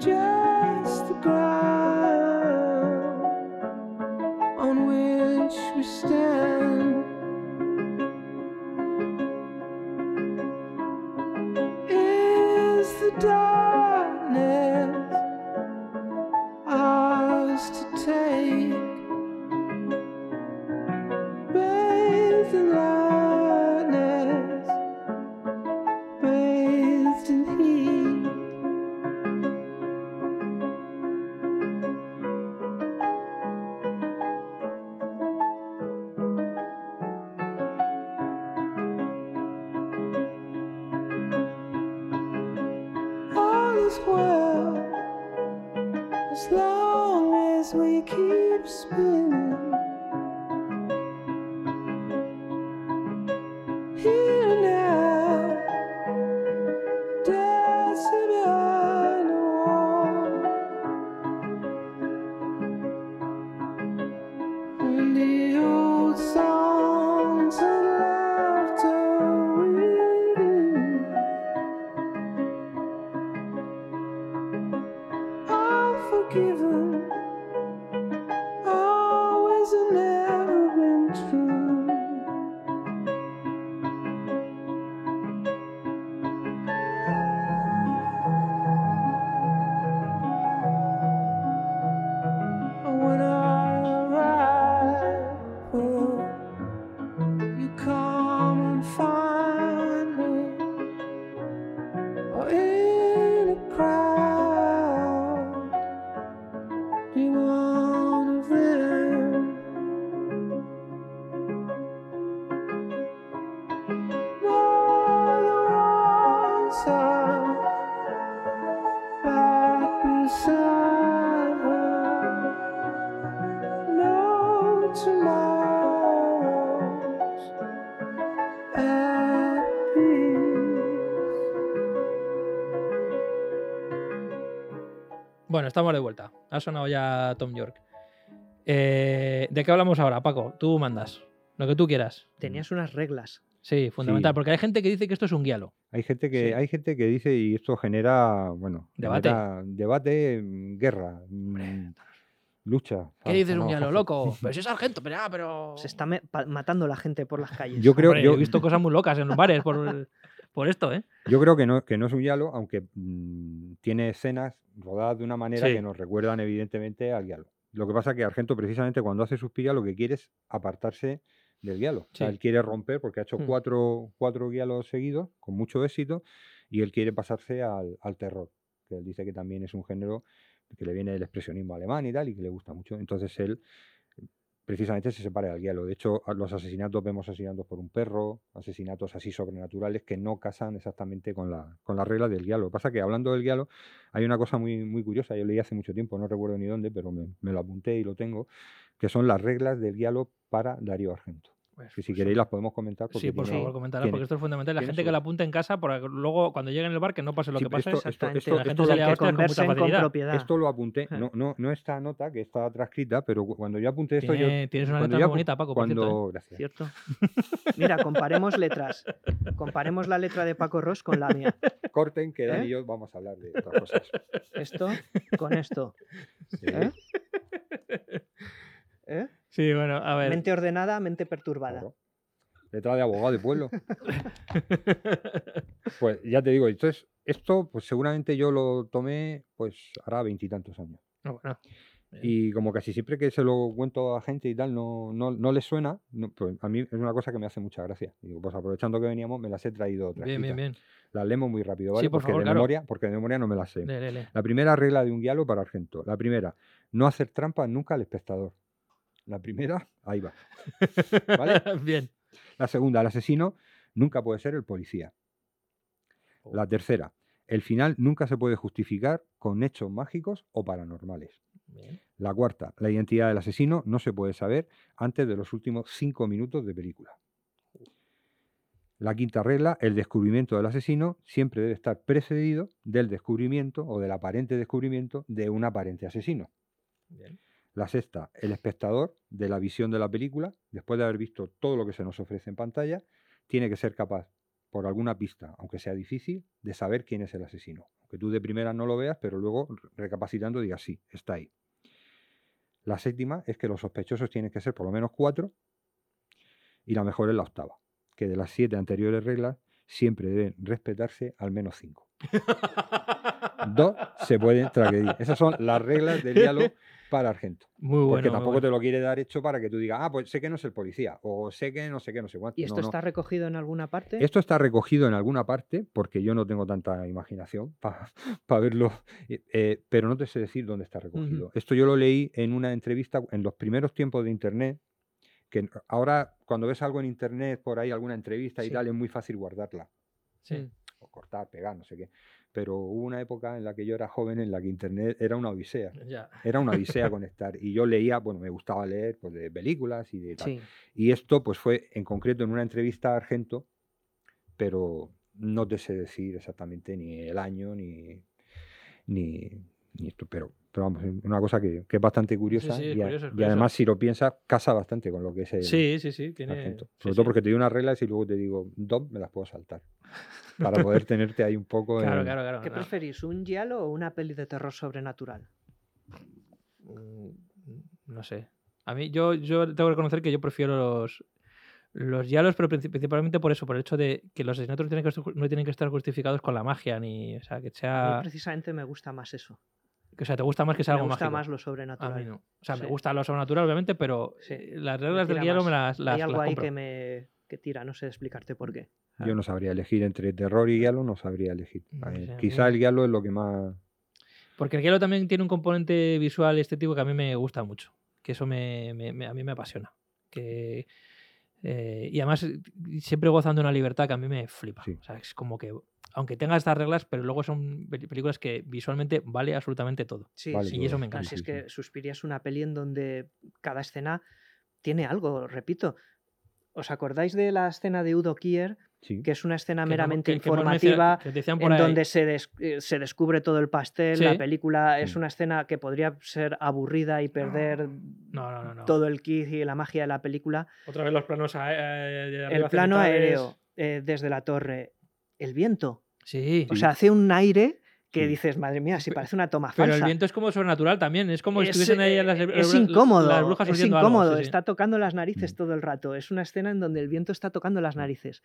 Speaker 6: just the ground on which we stand. Is the darkness ours to take? Bathed in lightness, bathed in heat. all is well as long as we keep spinning. Here and now, dancing behind the wall. And the old songs oh,
Speaker 2: Bueno, estamos de vuelta. Ha sonado ya Tom York. Eh, ¿De qué hablamos ahora, Paco? Tú mandas. Lo que tú quieras.
Speaker 3: Tenías unas reglas.
Speaker 2: Sí, fundamental.
Speaker 5: Sí.
Speaker 2: Porque hay gente que dice que esto es un guialo.
Speaker 5: Hay gente que,
Speaker 2: Sí.
Speaker 5: hay gente que dice y esto genera, bueno,
Speaker 2: Debate.
Speaker 5: genera debate, mm, guerra, mm, lucha.
Speaker 2: ¿Qué
Speaker 5: Ah,
Speaker 2: dices
Speaker 5: no.
Speaker 2: un guialo, loco? Pero si es sargento, pero. ah, pero...
Speaker 3: Se está me- pa- matando la gente por las calles.
Speaker 5: Yo creo,
Speaker 2: Hombre,
Speaker 5: yo,
Speaker 2: he visto cosas muy locas en los bares por, por esto, ¿eh?
Speaker 5: yo creo que no, que no es un yalo, aunque mm, tiene escenas rodadas de una manera
Speaker 2: Sí.
Speaker 5: que nos recuerdan evidentemente al yalo. Lo que pasa es que Argento precisamente cuando hace suspiria lo que quiere es apartarse del guialo. O sea,
Speaker 2: Sí.
Speaker 5: él quiere romper porque ha hecho
Speaker 2: Mm.
Speaker 5: cuatro, cuatro guialos seguidos con mucho éxito y él quiere pasarse al, al terror, que él dice que también es un género que le viene del expresionismo alemán y tal y que le gusta mucho. Entonces él eh, precisamente se separa del guialo. De hecho, a los asesinatos vemos asesinatos por un perro, asesinatos así sobrenaturales que no casan exactamente con la, con la regla del guialo. Lo que pasa es que hablando del guialo hay una cosa muy, muy curiosa, yo leí hace mucho tiempo, no recuerdo ni dónde, pero me, me lo apunté y lo tengo, que son las reglas del guialo para Darío Argento.
Speaker 2: Pues,
Speaker 5: Que si queréis las podemos comentar. Porque
Speaker 2: sí, por
Speaker 5: tiene-
Speaker 2: favor, comentarla
Speaker 5: tiene-
Speaker 2: porque esto es fundamental. La
Speaker 5: tiene
Speaker 2: gente
Speaker 5: su-
Speaker 2: que la apunta en casa, para que luego cuando llegue en el bar, que no pase lo
Speaker 5: Sí,
Speaker 2: que pasa.
Speaker 5: esto-
Speaker 3: Exactamente.
Speaker 5: esto-
Speaker 3: la
Speaker 5: esto
Speaker 3: gente
Speaker 5: lo
Speaker 3: de
Speaker 2: salía a
Speaker 3: que
Speaker 2: hostias con mucha
Speaker 3: conversen con
Speaker 2: facilidad.
Speaker 3: propiedad.
Speaker 5: Esto lo apunté,
Speaker 3: Ja.
Speaker 5: no, no, no esta nota que está transcrita, pero cu- cuando yo apunté esto, yo,
Speaker 2: Tiene- tienes una
Speaker 5: cuando
Speaker 2: letra
Speaker 5: yo
Speaker 2: muy
Speaker 5: apu-
Speaker 2: bonita, Paco, por
Speaker 5: cuando,
Speaker 2: cierto, ¿eh?
Speaker 5: gracias.
Speaker 3: ¿Cierto? Mira, comparemos letras. Comparemos la letra de Paco Ross con la mía.
Speaker 5: Corten que Dan
Speaker 3: ¿Eh?
Speaker 5: y yo vamos a hablar de otras cosas.
Speaker 3: Esto con esto.
Speaker 5: Sí.
Speaker 3: ¿Eh? ¿Eh?
Speaker 2: Sí, bueno, a ver.
Speaker 3: Mente ordenada, mente perturbada.
Speaker 5: Claro. Letra de abogado de pueblo. Pues ya te digo, entonces esto pues seguramente yo lo tomé pues hará veintitantos años.
Speaker 2: No, bueno.
Speaker 5: Y como casi siempre que se lo cuento a gente y tal, no, no, no les suena, no, pues, a mí es una cosa que me hace mucha gracia. Digo, pues aprovechando que veníamos, me las he traído otras.
Speaker 2: Bien, bien, bien.
Speaker 5: Las leemos muy rápido,
Speaker 2: Sí,
Speaker 5: ¿vale?
Speaker 2: por
Speaker 5: porque,
Speaker 2: favor,
Speaker 5: de
Speaker 2: claro.
Speaker 5: memoria, porque de memoria no me las sé.
Speaker 2: Lee, lee, lee.
Speaker 5: La primera regla de un guialo para Argento. La primera, no hacer trampa nunca al espectador. La primera, ahí va. ¿Vale?
Speaker 2: bien.
Speaker 5: La segunda, el asesino nunca puede ser el policía. La tercera, el final nunca se puede justificar con hechos mágicos o paranormales.
Speaker 2: bien.
Speaker 5: La cuarta, la identidad del asesino no se puede saber antes de los últimos cinco minutos de película. La quinta regla, el descubrimiento del asesino siempre debe estar precedido del descubrimiento o del aparente descubrimiento de un aparente asesino.
Speaker 2: bien.
Speaker 5: La sexta, el espectador de la visión de la película, después de haber visto todo lo que se nos ofrece en pantalla, tiene que ser capaz, por alguna pista, aunque sea difícil, de saber quién es el asesino. Aunque tú de primera no lo veas, pero luego re- recapacitando digas, sí, está ahí. La séptima es que los sospechosos tienen que ser por lo menos cuatro y la mejor es la octava, que de las siete anteriores reglas siempre deben respetarse al menos cinco. Dos se pueden transgredir. Esas son las reglas del diálogo para Argento.
Speaker 2: Muy bueno.
Speaker 5: Porque
Speaker 2: muy
Speaker 5: tampoco
Speaker 2: bueno.
Speaker 5: te lo quiere dar hecho para que tú digas, ah, pues sé que no es el policía, o sé que no sé qué, no sé cuánto.
Speaker 3: ¿Y
Speaker 5: No,
Speaker 3: esto
Speaker 5: no.
Speaker 3: está recogido en alguna parte?
Speaker 5: Esto está recogido en alguna parte, porque yo no tengo tanta imaginación para verlo, eh, eh, pero no te sé decir dónde está recogido. Esto yo lo leí en una entrevista en los primeros tiempos de Internet, que n- ahora cuando ves algo en Internet, por ahí alguna entrevista y
Speaker 2: Sí.
Speaker 5: tal, es muy fácil guardarla,
Speaker 2: Sí.
Speaker 5: o cortar, pegar, no sé qué. Pero hubo una época en la que yo era joven en la que Internet era una odisea.
Speaker 2: Ya.
Speaker 5: Era una odisea conectar. Y yo leía, bueno, me gustaba leer pues, de películas y de tal.
Speaker 3: Sí.
Speaker 5: Y esto pues fue en concreto en una entrevista a Argento, pero no te sé decir exactamente ni el año ni, ni, ni esto, pero, pero vamos, es una cosa que, que es bastante curiosa,
Speaker 2: sí, es
Speaker 5: y, a-
Speaker 2: curioso, es
Speaker 5: y
Speaker 2: curioso.
Speaker 5: además si lo piensas casa bastante con lo que es el
Speaker 2: Sí, sí, sí. Tiene...
Speaker 5: Argento.
Speaker 2: sí,
Speaker 5: Eh, Sobre
Speaker 2: sí.
Speaker 5: todo porque te doy unas reglas y luego te digo, dos me las puedo saltar, para poder tenerte ahí un poco
Speaker 2: Claro,
Speaker 5: en-
Speaker 2: claro, claro.
Speaker 3: ¿Qué
Speaker 2: no.
Speaker 3: preferís, un giallo o una peli de terror sobrenatural?
Speaker 2: Mm, No sé. A mí, yo, yo tengo que reconocer que yo prefiero los, los diálogos, pero princip- principalmente por eso, por el hecho de que los asesinatos no tienen que, estar- no tienen que estar justificados con la magia, ni. O sea, que
Speaker 3: A mí
Speaker 2: sea.
Speaker 3: precisamente me gusta más eso.
Speaker 2: que, o sea, te gusta más que sea
Speaker 3: Me
Speaker 2: Ah. algo
Speaker 3: gusta
Speaker 2: mágico.
Speaker 3: más lo
Speaker 2: a mí
Speaker 3: sobrenatural.
Speaker 2: no. O sea, me
Speaker 3: Sí.
Speaker 2: gusta lo sobrenatural, obviamente, pero
Speaker 3: Sí,
Speaker 2: eh, las reglas del
Speaker 3: tira
Speaker 2: diálogo me las,
Speaker 3: más.
Speaker 2: las,
Speaker 3: Hay algo
Speaker 2: las
Speaker 3: ahí
Speaker 2: compro.
Speaker 3: que me que tira, no sé explicarte por qué.
Speaker 5: Yo no sabría elegir entre terror y guialo, no sabría elegir.
Speaker 2: Pues No
Speaker 5: Eh,
Speaker 2: sé, a mí-
Speaker 5: quizá el guialo es lo que más...
Speaker 2: Porque el hielo también tiene un componente visual y estético que a mí me gusta mucho. Que eso me, me- me- a mí me apasiona. Que, eh, y además eh, siempre gozando de una libertad que a mí me flipa.
Speaker 5: Sí.
Speaker 2: O sea, es como que, aunque tenga estas reglas, pero luego son peli- películas que visualmente vale absolutamente todo.
Speaker 3: Sí,
Speaker 5: Vale,
Speaker 3: sí.
Speaker 2: Y eso me
Speaker 5: sí,
Speaker 2: encanta.
Speaker 3: Así
Speaker 5: sí,
Speaker 3: es
Speaker 5: sí.
Speaker 3: que Suspiria es una peli en donde cada escena tiene algo, repito. ¿Os acordáis de la escena de Udo Kier
Speaker 5: Sí.
Speaker 3: que es una escena
Speaker 2: que no-
Speaker 3: meramente
Speaker 2: que- que hemos
Speaker 3: informativa,
Speaker 2: mencionado- que decían por
Speaker 3: en
Speaker 2: ahí.
Speaker 3: donde se, des- eh, se descubre todo el pastel.
Speaker 2: Sí.
Speaker 3: La película es
Speaker 5: Mm.
Speaker 3: una escena que podría ser aburrida y perder
Speaker 2: No, no, no. no.
Speaker 3: todo el kit y la magia de la película.
Speaker 2: Otra vez los planos ae- eh, de
Speaker 3: el
Speaker 2: arriba
Speaker 3: plano
Speaker 2: cenitales.
Speaker 3: aéreo eh, desde la torre, el viento.
Speaker 2: Sí.
Speaker 3: O sea, hace un aire que
Speaker 5: Sí.
Speaker 3: dices, madre mía, si
Speaker 2: Pe-
Speaker 3: parece una toma
Speaker 2: Pero
Speaker 3: falsa.
Speaker 2: el viento es como sobrenatural también. Es como si
Speaker 3: Es,
Speaker 2: estuviesen ahí las,
Speaker 3: eh,
Speaker 2: las-
Speaker 3: es incómodo,
Speaker 2: las brujas
Speaker 3: es
Speaker 2: oliendo algo,
Speaker 3: incómodo,
Speaker 2: sí, sí.
Speaker 3: está tocando las narices
Speaker 5: Mm.
Speaker 3: todo el rato. Es una escena en donde el viento está tocando las narices.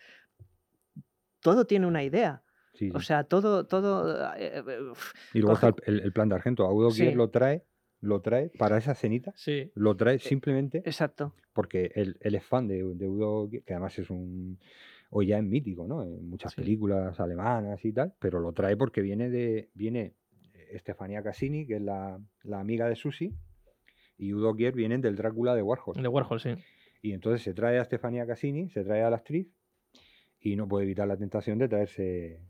Speaker 3: Todo tiene una idea.
Speaker 5: sí,
Speaker 3: O
Speaker 5: sí.
Speaker 3: sea, todo, todo. eh, eh, uf,
Speaker 5: y luego está el,
Speaker 3: coge-
Speaker 5: el- el plan de Argento. Audo
Speaker 3: Sí.
Speaker 5: Kier lo trae, lo trae para esa cenita,
Speaker 2: Sí.
Speaker 5: lo trae simplemente
Speaker 3: Exacto.
Speaker 5: porque él, él es fan de, de Udo, Kier, que además es un. Hoy ya es mítico, ¿no? En muchas
Speaker 2: Sí.
Speaker 5: películas alemanas y tal, pero lo trae porque viene de. Viene Estefanía Cassini, que es la, la amiga de Susi, y Udo Kier vienen del Drácula de Warhol.
Speaker 2: De Warhol, sí.
Speaker 5: Y entonces se trae a Estefanía Cassini, se trae a la actriz y no puede evitar la tentación de traerse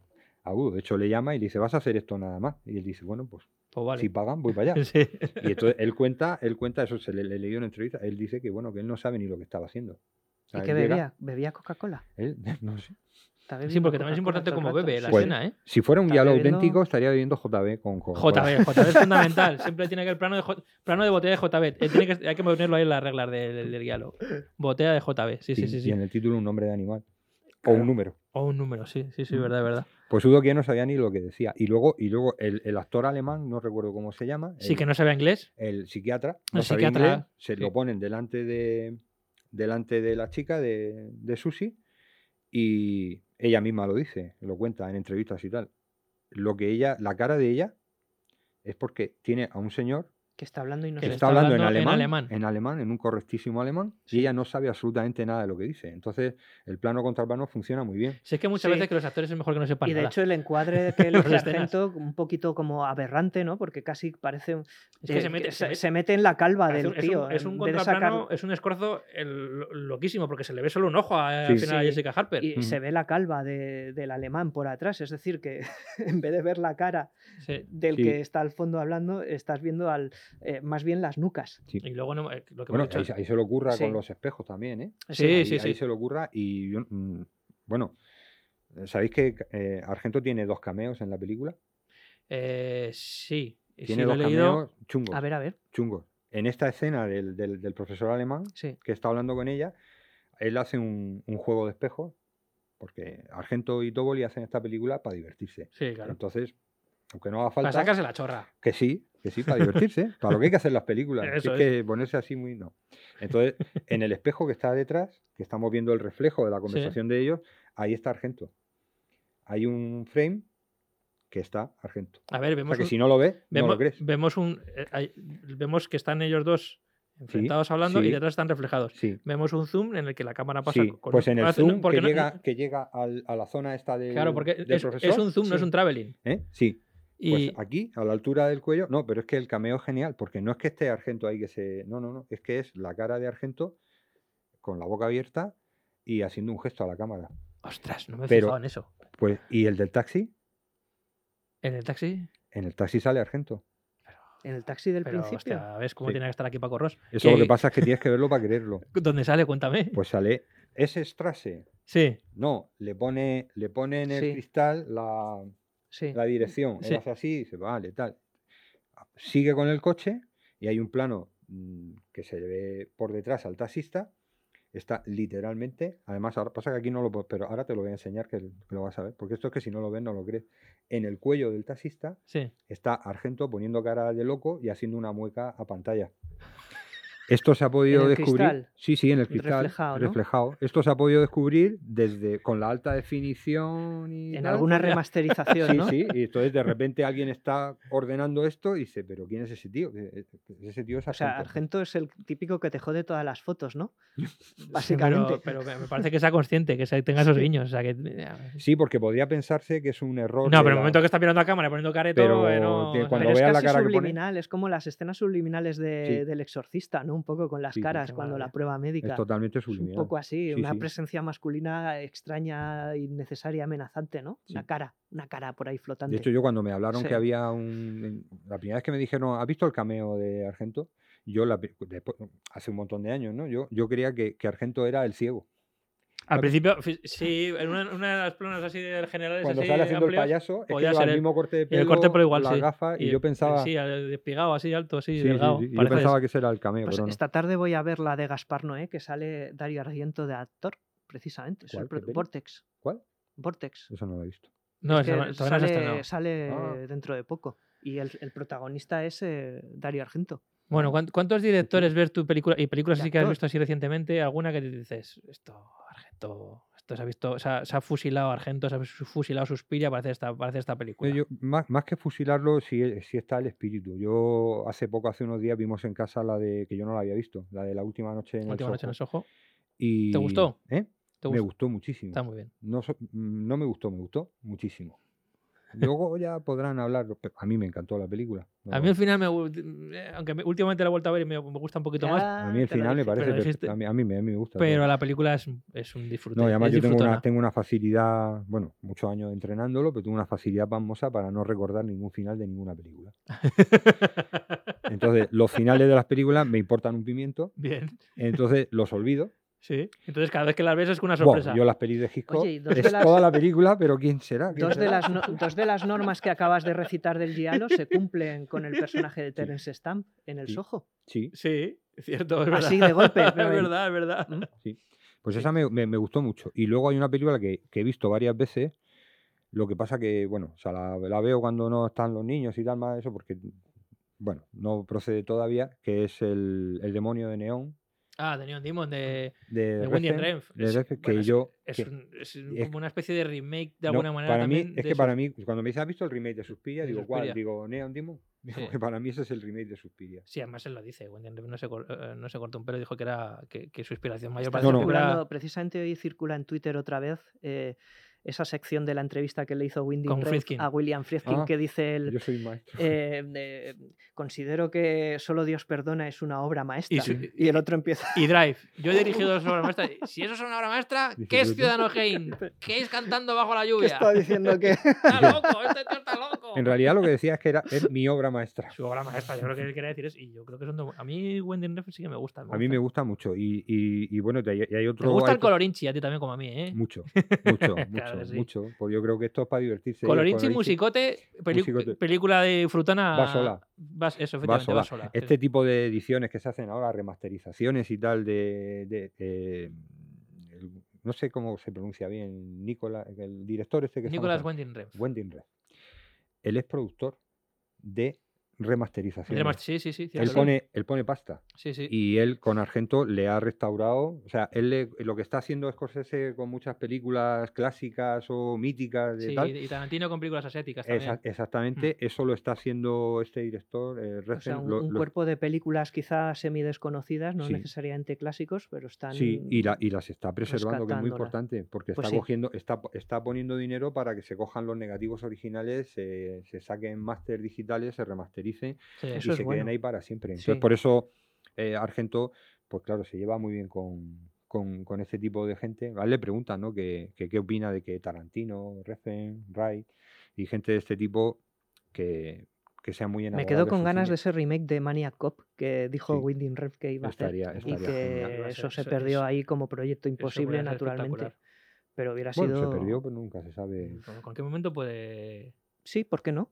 Speaker 5: a Udo. De hecho, le llama y le dice, vas a hacer esto nada más. Y él dice, bueno, pues
Speaker 2: Pues vale.
Speaker 5: si pagan, voy para allá.
Speaker 2: Sí.
Speaker 5: Y entonces él cuenta, él cuenta, eso se le, le leí una entrevista, él dice que bueno, que él no sabe ni lo que estaba haciendo. O sea,
Speaker 3: ¿Y
Speaker 5: él
Speaker 3: qué
Speaker 5: llega,
Speaker 3: bebía? ¿Bebía Coca-Cola?
Speaker 5: él- no sé.
Speaker 3: Está
Speaker 2: Sí,
Speaker 3: bebiendo
Speaker 2: porque también es
Speaker 3: Coca-Cola
Speaker 2: importante
Speaker 3: todo el
Speaker 2: cómo
Speaker 3: rato.
Speaker 2: bebe la
Speaker 5: Pues,
Speaker 3: Sí.
Speaker 2: escena, ¿eh?
Speaker 5: Si fuera un
Speaker 3: Está
Speaker 5: diálogo
Speaker 3: bebiendo-
Speaker 5: auténtico, estaría bebiendo JB con Coca-Cola.
Speaker 2: JB, JB es fundamental. Siempre tiene que el plano de, J- plano de botella de JB. Eh, tiene que, hay que ponerlo ahí en las reglas del, del, del diálogo. Botella de JB, sí, sí,
Speaker 5: Y-
Speaker 2: sí.
Speaker 5: Y
Speaker 2: sí.
Speaker 5: en el título un nombre de animal. O
Speaker 2: Claro.
Speaker 5: un número.
Speaker 2: O un número, sí, sí, sí, verdad, verdad.
Speaker 5: Pues Udo que no sabía ni lo que decía. Y luego, y luego el, el actor alemán, no recuerdo cómo se llama.
Speaker 2: Sí,
Speaker 5: el-
Speaker 2: que no sabía inglés.
Speaker 5: el psiquiatra, no
Speaker 2: El
Speaker 5: sabía
Speaker 2: psiquiatra, ah,
Speaker 5: inglés, se
Speaker 2: sí.
Speaker 5: lo ponen delante de, delante de la chica, de, de Susi, y ella misma lo dice, lo cuenta en entrevistas y tal. Lo que ella, la cara de ella, es porque tiene a un señor
Speaker 3: Que está hablando y no
Speaker 2: Que
Speaker 5: que
Speaker 2: le
Speaker 3: sé.
Speaker 5: está,
Speaker 2: está
Speaker 5: hablando, en,
Speaker 2: hablando en
Speaker 5: alemán, en
Speaker 2: alemán.
Speaker 5: alemán, en un correctísimo alemán, y ella no sabe absolutamente nada de lo que dice. Entonces, el plano contra el plano funciona muy bien.
Speaker 2: Si es que muchas
Speaker 3: Sí.
Speaker 2: veces que los actores es mejor que no sepan
Speaker 3: Y de
Speaker 2: nada.
Speaker 3: hecho el encuadre que le
Speaker 2: Las
Speaker 3: hace
Speaker 2: escenas.
Speaker 3: Argento, un poquito como aberrante, ¿no? Porque casi parece... un-
Speaker 2: es que
Speaker 3: eh,
Speaker 2: se mete, se mete.
Speaker 3: en la calva
Speaker 2: Parece un-
Speaker 3: del
Speaker 2: es un-
Speaker 3: tío.
Speaker 2: Es un,
Speaker 3: en vez de sacar-
Speaker 2: contraplano, es un escorzo el- lo- loquísimo, porque se le ve solo un ojo a, al
Speaker 5: Sí.
Speaker 2: final a
Speaker 3: Sí.
Speaker 2: Jessica Harper.
Speaker 3: Y
Speaker 5: Ujú.
Speaker 3: se ve la calva de- del alemán por atrás. Es decir, que en vez de ver la cara
Speaker 2: Sí.
Speaker 3: del
Speaker 5: Sí.
Speaker 3: que está al fondo hablando, estás viendo al, eh, más bien las nucas.
Speaker 2: Y luego no- eh, lo que
Speaker 5: Bueno,
Speaker 2: hemos
Speaker 5: ahí,
Speaker 2: dicho-
Speaker 5: ahí se lo ocurra
Speaker 3: Sí.
Speaker 5: con los espejos también, ¿eh?
Speaker 2: Sí,
Speaker 5: ahí,
Speaker 2: sí, sí.
Speaker 5: ahí se le ocurra. Y yo, mm, bueno, ¿sabéis que eh, Argento tiene dos cameos en la película?
Speaker 2: Eh, sí. Y
Speaker 5: Tiene
Speaker 2: sí, lo
Speaker 5: dos
Speaker 2: he leído.
Speaker 5: cameos chungos,
Speaker 3: A ver, a ver.
Speaker 5: chungos. En esta escena del, del- del profesor alemán
Speaker 3: Sí.
Speaker 5: que está hablando con ella, él hace un, un juego de espejos, porque Argento y Toboli hacen esta película para divertirse.
Speaker 2: Sí, claro.
Speaker 5: Entonces, aunque no haga
Speaker 2: Para
Speaker 5: falta,
Speaker 2: sacarse la chorra.
Speaker 5: que sí, que sí, para divertirse, para lo que hay que hacer las películas. si
Speaker 2: Eso
Speaker 5: es, que ponerse así muy no. Entonces, en el espejo que está detrás, que estamos viendo el reflejo de la conversación de ellos, ahí está Argento. Hay un frame que está Argento.
Speaker 2: A ver,
Speaker 5: O sea
Speaker 2: vemos.
Speaker 5: que
Speaker 2: un-
Speaker 5: si no lo ves,
Speaker 2: vemos,
Speaker 5: no lo crees.
Speaker 2: vemos un eh, hay- vemos que están ellos dos enfrentados hablando y
Speaker 5: sí.
Speaker 2: detrás están reflejados.
Speaker 5: Sí.
Speaker 2: Vemos un zoom en el que la cámara pasa
Speaker 5: sí.
Speaker 2: con
Speaker 5: Pues en el
Speaker 2: hace- no,
Speaker 5: zoom
Speaker 2: porque
Speaker 5: que,
Speaker 2: no- eh,
Speaker 5: llega, que llega al- a la zona esta del,
Speaker 2: Claro, porque
Speaker 5: del
Speaker 2: es,
Speaker 5: profesor.
Speaker 2: es un zoom, no es
Speaker 5: sí.
Speaker 2: un traveling.
Speaker 5: ¿Eh? Sí,
Speaker 2: Y
Speaker 5: Pues aquí, a la altura del cuello, no, pero es que el cameo es genial, porque no es que esté Argento ahí que se. No, no, no, es que es la cara de Argento con la boca abierta y haciendo un gesto a la cámara.
Speaker 2: ostras, no me he
Speaker 5: Pero-
Speaker 2: fijado en eso.
Speaker 5: Pues, ¿y el del taxi?
Speaker 2: En el taxi,
Speaker 5: En el taxi sale Argento.
Speaker 3: En el taxi del
Speaker 2: pero
Speaker 3: principio.
Speaker 2: hostia, ves cómo
Speaker 5: Sí.
Speaker 2: tiene que estar aquí Paco Ross.
Speaker 5: Eso lo
Speaker 2: ¿Qué-
Speaker 5: que pasa es que tienes que verlo para creerlo.
Speaker 2: ¿Dónde sale? Cuéntame.
Speaker 5: Pues sale. Ese Strasse.
Speaker 2: sí,
Speaker 5: No, le pone, le pone en el
Speaker 3: Sí.
Speaker 5: cristal la,
Speaker 3: Sí.
Speaker 5: la dirección.
Speaker 2: Sí.
Speaker 5: Él hace así y dice, vale, tal. Ah, Sigue con el coche y hay un plano mm, que se le ve por detrás al taxista. Está literalmente, además, ahora pasa que aquí no lo puedo, pero ahora te lo voy a enseñar que lo vas a ver, porque esto es que si no lo ves, no lo crees. En el cuello del taxista
Speaker 2: sí.
Speaker 5: está Argento poniendo cara de loco y haciendo una mueca a pantalla. Esto se ha podido
Speaker 3: el
Speaker 5: descubrir.
Speaker 3: cristal?
Speaker 5: Sí, sí, en el cristal.
Speaker 3: Reflejado, ¿no?
Speaker 5: reflejado. Esto se ha podido descubrir desde con la alta definición y.
Speaker 3: En
Speaker 5: tal,
Speaker 3: alguna
Speaker 2: ya.
Speaker 3: remasterización,
Speaker 5: Sí,
Speaker 3: ¿no?
Speaker 5: sí, y entonces de repente alguien está ordenando esto y dice, pero ¿quién es ese tío? E- e- Ese tío es
Speaker 3: O sea,
Speaker 5: Argento".
Speaker 3: Argento es el típico que te jode todas las fotos, ¿no?
Speaker 2: Sí, pero-
Speaker 3: Básicamente.
Speaker 2: Pero, me- me parece que sea consciente, que se- tenga esos guiños. O sea, que, eh, no,
Speaker 5: Sí, porque podría pensarse que es un error. de
Speaker 2: pero en el
Speaker 5: la-
Speaker 2: momento que está mirando a cámara y poniendo careto,
Speaker 5: Pero
Speaker 2: eh, no,
Speaker 5: de
Speaker 2: o sea,
Speaker 5: cuando
Speaker 3: Pero es
Speaker 5: veas la
Speaker 3: casi
Speaker 5: cara que pone-
Speaker 3: subliminal, es como las escenas subliminales de-
Speaker 5: Sí.
Speaker 3: del exorcista, ¿no? Un poco con las
Speaker 5: Sí, sí,
Speaker 3: caras
Speaker 2: qué
Speaker 3: cuando la
Speaker 2: maravilla.
Speaker 3: prueba médica.
Speaker 5: Es totalmente
Speaker 3: Es un
Speaker 5: subliminal.
Speaker 3: poco así,
Speaker 5: Sí,
Speaker 3: una
Speaker 5: sí.
Speaker 3: presencia masculina extraña, innecesaria, amenazante, ¿no? Una
Speaker 5: Sí.
Speaker 3: cara, una cara por ahí flotante.
Speaker 5: De hecho, yo cuando me hablaron
Speaker 3: Sí.
Speaker 5: que había un... en- La primera vez que me dijeron, ¿has visto el cameo de Argento? Yo, la... pri- después- hace un montón de años, ¿no? Yo, yo creía que, que Argento era el ciego.
Speaker 2: Al principio, fi- sí, en una, en una de las planas así del general
Speaker 5: Cuando
Speaker 2: así,
Speaker 5: sale haciendo el
Speaker 2: amplias,
Speaker 5: payaso, es que
Speaker 2: podía
Speaker 5: lleva
Speaker 2: ser
Speaker 5: el
Speaker 2: el-
Speaker 5: mismo corte de pelo,
Speaker 2: el corte pero igual,
Speaker 5: las
Speaker 2: sí.
Speaker 5: gafas, y,
Speaker 2: el-
Speaker 5: yo pensaba...
Speaker 2: Sí, al despegado así alto, así,
Speaker 5: sí, sí,
Speaker 2: delgado.
Speaker 5: sí, Yo
Speaker 2: parece
Speaker 5: pensaba que ese era el cameo,
Speaker 3: Pues
Speaker 5: pero no.
Speaker 3: esta tarde voy a ver la de Gaspar Noé, que sale Dario Argento de actor, precisamente. Es el
Speaker 5: ¿Cuál?
Speaker 3: pro-
Speaker 5: ¿Qué peli?
Speaker 3: Vortex.
Speaker 5: ¿cuál?
Speaker 3: Vortex.
Speaker 5: Eso no lo he visto.
Speaker 2: No,
Speaker 3: que
Speaker 2: eso no- Pues todavía no se ha estrenado.
Speaker 3: sale sale
Speaker 5: Ah.
Speaker 3: dentro de poco. Y el, el protagonista es eh, Dario Argento.
Speaker 2: Bueno, ¿cuán- ¿cuántos directores ves tu película y películas
Speaker 3: De
Speaker 2: así que has
Speaker 3: actor.
Speaker 2: visto así recientemente? ¿Alguna que te dices, esto, Argento, esto se ha visto, se ha, se ha fusilado Argento, se ha fu- fusilado Suspiria para hacer esta, para hacer esta película?
Speaker 5: Eh, Yo- más, más que fusilarlo, sí, eh, sí está el espíritu. Yo hace poco, hace unos días, vimos en casa la de que yo no la había visto, la de la última noche en
Speaker 2: Última
Speaker 5: el
Speaker 2: noche en el
Speaker 5: Soho.
Speaker 2: Soho.
Speaker 5: Y-
Speaker 2: ¿Te gustó?
Speaker 5: ¿Eh?
Speaker 2: ¿Te
Speaker 5: Me
Speaker 2: gustó?
Speaker 5: gustó muchísimo.
Speaker 2: Está muy bien.
Speaker 5: No, so- mm, no me gustó, me gustó muchísimo. Luego ya podrán hablar. pero A mí me encantó la película.
Speaker 2: A
Speaker 5: no-
Speaker 2: mí al final me gu- eh, aunque me- últimamente la he vuelto a ver y me, me gusta un poquito más,
Speaker 5: a mí el
Speaker 3: te lo
Speaker 5: final me
Speaker 3: dije.
Speaker 5: parece.
Speaker 2: pero
Speaker 5: perfecto,
Speaker 2: existe-
Speaker 5: A mí, a mí me, a mí me gusta.
Speaker 2: pero la película es, es un disfrute.
Speaker 5: No, y además
Speaker 2: es
Speaker 5: yo tengo una,
Speaker 2: disfrutona.
Speaker 5: tengo una facilidad, bueno, muchos años entrenándolo, pero tengo una facilidad famosa para no recordar ningún final de ninguna película. Entonces, los finales de las películas me importan un pimiento,
Speaker 2: bien,
Speaker 5: entonces los olvido.
Speaker 2: sí. Entonces cada vez que la ves es una
Speaker 5: Buah,
Speaker 2: sorpresa.
Speaker 5: yo las pelis de Hitchcock,
Speaker 3: Oye, y dos de
Speaker 5: es
Speaker 3: las-
Speaker 5: toda la película, pero ¿quién será? ¿Quién
Speaker 3: Dos de,
Speaker 5: será?
Speaker 3: las no- dos de las normas que acabas de recitar del Giallo se cumplen con el personaje de Terence Stamp en el
Speaker 5: Sí.
Speaker 3: Soho.
Speaker 5: Sí,
Speaker 2: Sí, cierto, es verdad.
Speaker 3: Así de golpe,
Speaker 2: es
Speaker 3: pero en-
Speaker 2: verdad, es verdad.
Speaker 3: ¿Mm?
Speaker 5: pues esa me, me- me gustó mucho. Y luego hay una película que, que he visto varias veces, lo que pasa que, bueno, o sea, la, la veo cuando no están los niños y tal, más eso, porque, bueno, no procede todavía, que es El, el demonio de Neón.
Speaker 2: Ah, The Neon Demon de,
Speaker 5: De,
Speaker 2: de Wendy and
Speaker 5: Refn,
Speaker 2: Renf.
Speaker 5: de
Speaker 2: Es-
Speaker 5: Refn, que
Speaker 2: bueno, es-
Speaker 5: yo...
Speaker 2: Es,
Speaker 5: que-
Speaker 2: un- es un-
Speaker 5: es-
Speaker 2: como una especie de remake de
Speaker 5: No,
Speaker 2: alguna manera
Speaker 5: para mí,
Speaker 2: también.
Speaker 5: es
Speaker 2: de
Speaker 5: que para
Speaker 2: sus-
Speaker 5: mí, cuando me dices, ¿has visto el remake de Suspiria?
Speaker 2: De
Speaker 5: Digo, ¿cuál?
Speaker 2: Suspiria.
Speaker 5: Digo, Neon Demon. Digo,
Speaker 2: Sí.
Speaker 5: que para mí ese es el remake de Suspiria.
Speaker 2: Sí, además él lo dice. Wendy Andrew no se, cor- eh, no se cortó un pelo y dijo que era que, que su inspiración mayor
Speaker 3: Está
Speaker 2: para esta
Speaker 5: no.
Speaker 2: película
Speaker 3: circulando- Precisamente hoy circula en Twitter otra vez eh, esa sección de la entrevista que le hizo Windy
Speaker 2: Con
Speaker 3: Reif
Speaker 2: Friedkin.
Speaker 3: a William Friedkin
Speaker 5: Ah,
Speaker 3: que dice el,
Speaker 5: Yo soy maestro.
Speaker 3: eh, eh, considero que solo Dios perdona es una obra maestra. Y,
Speaker 2: su-
Speaker 3: el otro empieza.
Speaker 2: y Drive. Yo he dirigido dos obras maestras. Si eso es una obra maestra,
Speaker 5: Dice
Speaker 2: ¿qué es
Speaker 5: Bruto.
Speaker 2: Ciudadano Kane? ¿Qué es Cantando bajo la
Speaker 3: ¿Qué
Speaker 2: lluvia?
Speaker 3: está diciendo que
Speaker 2: Está loco, este tío está loco.
Speaker 5: En realidad lo que decía es que era es mi obra maestra.
Speaker 2: Su obra maestra, yo creo que quería decir eso. Y yo creo que son dos- A mí Wendy Reff sí que me gusta.
Speaker 5: A mí me pues. gusta mucho. Y, y- y bueno, y hay, y hay
Speaker 2: Te
Speaker 5: otro.
Speaker 2: gusta
Speaker 5: hay
Speaker 2: el
Speaker 5: otro-
Speaker 2: colorinchi a ti también como a mí, ¿eh?
Speaker 5: Mucho, mucho, mucho,
Speaker 2: Claro que sí.
Speaker 5: mucho. Porque yo creo que esto es para divertirse. ¿eh? y el
Speaker 2: Colorinchi, musicote, peli-
Speaker 5: musicote.
Speaker 2: película de frutana.
Speaker 5: Va sola.
Speaker 2: vas- eso,
Speaker 5: va
Speaker 2: efectivamente,
Speaker 5: sola.
Speaker 2: va sola. sí,
Speaker 5: Este tipo de ediciones que se hacen ahora, remasterizaciones y tal, de. de- eh, el- no sé cómo se pronuncia bien, Nicola, el director este que estamos
Speaker 2: Nicolas
Speaker 5: hablando,
Speaker 2: Winding Refn.
Speaker 5: Wending Red. Él es productor de remasterizaciones.
Speaker 2: Remast- Sí, sí, sí.
Speaker 5: él,
Speaker 2: cierto.
Speaker 5: pone, él pone pasta.
Speaker 2: Sí, sí.
Speaker 5: Y él con Argento le ha restaurado, o sea, él le- lo que está haciendo Scorsese con muchas películas clásicas o míticas de
Speaker 2: Sí,
Speaker 5: tal.
Speaker 2: y Tarantino con películas asiáticas también.
Speaker 5: Esa- exactamente, eso lo está haciendo este director, eh,
Speaker 3: Mm. O sea,
Speaker 5: Refn,
Speaker 3: un,
Speaker 5: lo-
Speaker 3: un
Speaker 5: lo-
Speaker 3: cuerpo de películas quizás semi desconocidas, no
Speaker 5: Sí.
Speaker 3: necesariamente clásicos, pero están.
Speaker 5: Sí, y, la- y las está preservando, que es muy
Speaker 3: rescatándola.
Speaker 5: importante, porque
Speaker 3: Pues
Speaker 5: está
Speaker 3: sí.
Speaker 5: cogiendo, está, está poniendo dinero para que se cojan los negativos originales, se- se saquen máster digitales, se remastericen
Speaker 2: Sí.
Speaker 5: y
Speaker 3: Eso es
Speaker 5: se queden
Speaker 3: bueno.
Speaker 5: ahí para siempre. Entonces,
Speaker 3: Sí.
Speaker 5: por eso eh, Argento, pues claro, se lleva muy bien con, con, con este tipo de gente. A él le preguntan, ¿no? Que, que qué opina de que Tarantino, Refn, Wright y gente de este tipo que, que sea muy
Speaker 3: Me
Speaker 5: enamorados
Speaker 3: quedo
Speaker 5: de
Speaker 3: con
Speaker 5: su
Speaker 3: ganas de ese
Speaker 5: cine.
Speaker 3: remake de Maniac Cop que dijo
Speaker 5: Sí.
Speaker 3: Winding Refn que iba a hacer.
Speaker 5: Estaría-
Speaker 3: y
Speaker 5: estaría
Speaker 3: que
Speaker 5: genial.
Speaker 2: Iba a ser-
Speaker 3: eso se
Speaker 2: eso-
Speaker 3: perdió
Speaker 2: eso-
Speaker 3: ahí como proyecto
Speaker 2: Eso podría
Speaker 3: imposible,
Speaker 2: ser
Speaker 3: naturalmente.
Speaker 2: espectacular.
Speaker 3: Pero hubiera
Speaker 5: Bueno,
Speaker 3: sido.
Speaker 5: se perdió, pero nunca se sabe.
Speaker 2: En cualquier momento puede.
Speaker 3: Sí, ¿por qué no?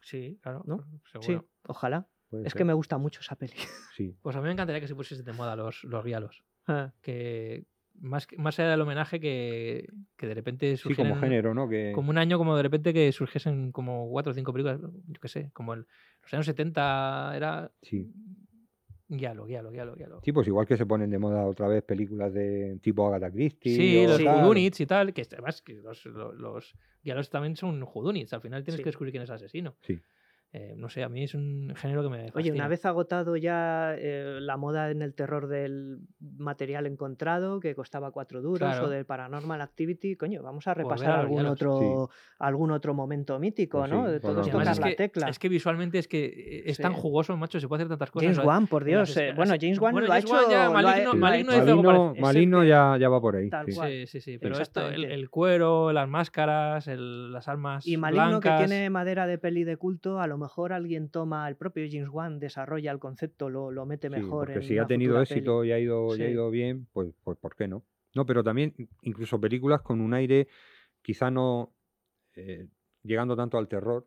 Speaker 2: Sí, claro.
Speaker 3: ¿No?
Speaker 2: Seguro.
Speaker 3: Sí, ojalá.
Speaker 5: puede
Speaker 3: Es
Speaker 5: ser.
Speaker 3: que me gusta mucho esa peli.
Speaker 5: Sí.
Speaker 2: Pues a mí me encantaría que se pusiesen de moda los, los rialos.
Speaker 3: Ah,
Speaker 2: Que más, que- más allá del homenaje que, que de repente
Speaker 5: Sí,
Speaker 2: surgiesen
Speaker 5: como género, eh. ¿no? Que...
Speaker 2: como un año como de repente que surgiesen como cuatro o cinco películas, yo qué sé, como en los años 70 era
Speaker 5: Sí.
Speaker 2: guialo, guialo, guialo, guialo.
Speaker 5: Sí, pues igual que se ponen de moda otra vez películas de tipo Agatha Christie.
Speaker 2: Sí,
Speaker 5: o
Speaker 2: los
Speaker 3: sí.
Speaker 5: tal.
Speaker 2: Hudunits y tal, que además que los, lo- los guialos también son Hudunits, al final tienes
Speaker 3: Sí.
Speaker 2: que descubrir quién es el asesino.
Speaker 5: Sí.
Speaker 2: Eh, no sé, a mí es un género que me...
Speaker 3: Oye,
Speaker 2: fascina.
Speaker 3: una vez agotado ya eh, la moda en el terror del material encontrado, que costaba cuatro duros,
Speaker 2: Claro.
Speaker 3: o del Paranormal Activity, coño, vamos a
Speaker 2: Volver
Speaker 3: repasar
Speaker 2: a los
Speaker 3: algún
Speaker 2: diálogos.
Speaker 3: otro, algún otro momento mítico,
Speaker 5: Pues
Speaker 3: ¿no?
Speaker 5: sí,
Speaker 3: de
Speaker 5: por
Speaker 3: todos
Speaker 5: lo
Speaker 2: Y
Speaker 5: menos.
Speaker 3: tocar
Speaker 2: además
Speaker 5: tocas
Speaker 2: es
Speaker 3: la
Speaker 2: que,
Speaker 3: tecla.
Speaker 2: es que visualmente es que eh, es tan
Speaker 3: Sí.
Speaker 2: jugoso, macho, se puede hacer tantas cosas.
Speaker 3: James
Speaker 2: ¿no?
Speaker 3: Wan, por
Speaker 2: en las
Speaker 3: Dios. eh,
Speaker 2: escenas-
Speaker 3: bueno, James Wan
Speaker 2: Bueno,
Speaker 3: lo ha
Speaker 2: James Wan
Speaker 3: hecho.
Speaker 2: ya
Speaker 3: lo ha-
Speaker 2: maligno-
Speaker 5: Sí.
Speaker 2: maligno
Speaker 3: hizo algo
Speaker 5: Maligno-
Speaker 2: parecido. Es
Speaker 3: el
Speaker 5: Maligno
Speaker 3: que-
Speaker 5: ya, ya va por ahí.
Speaker 3: Tal
Speaker 5: sí.
Speaker 3: cual.
Speaker 2: Sí, sí, sí. Pero esto, el,
Speaker 3: Exactamente.
Speaker 2: el cuero, las máscaras, el- las armas.
Speaker 3: Y maligno
Speaker 2: blancas,
Speaker 3: que tiene madera de peli de culto, a lo mejor alguien toma el propio James Wan, desarrolla el concepto, lo, lo mete
Speaker 5: Sí,
Speaker 3: mejor.
Speaker 5: porque
Speaker 3: en
Speaker 5: si
Speaker 3: una
Speaker 5: ha tenido
Speaker 3: futura peli.
Speaker 5: éxito y ha ido, y ha
Speaker 3: Sí.
Speaker 5: ido bien, pues, pues ¿por qué no? No, pero también incluso películas con un aire quizá no eh, llegando tanto al terror,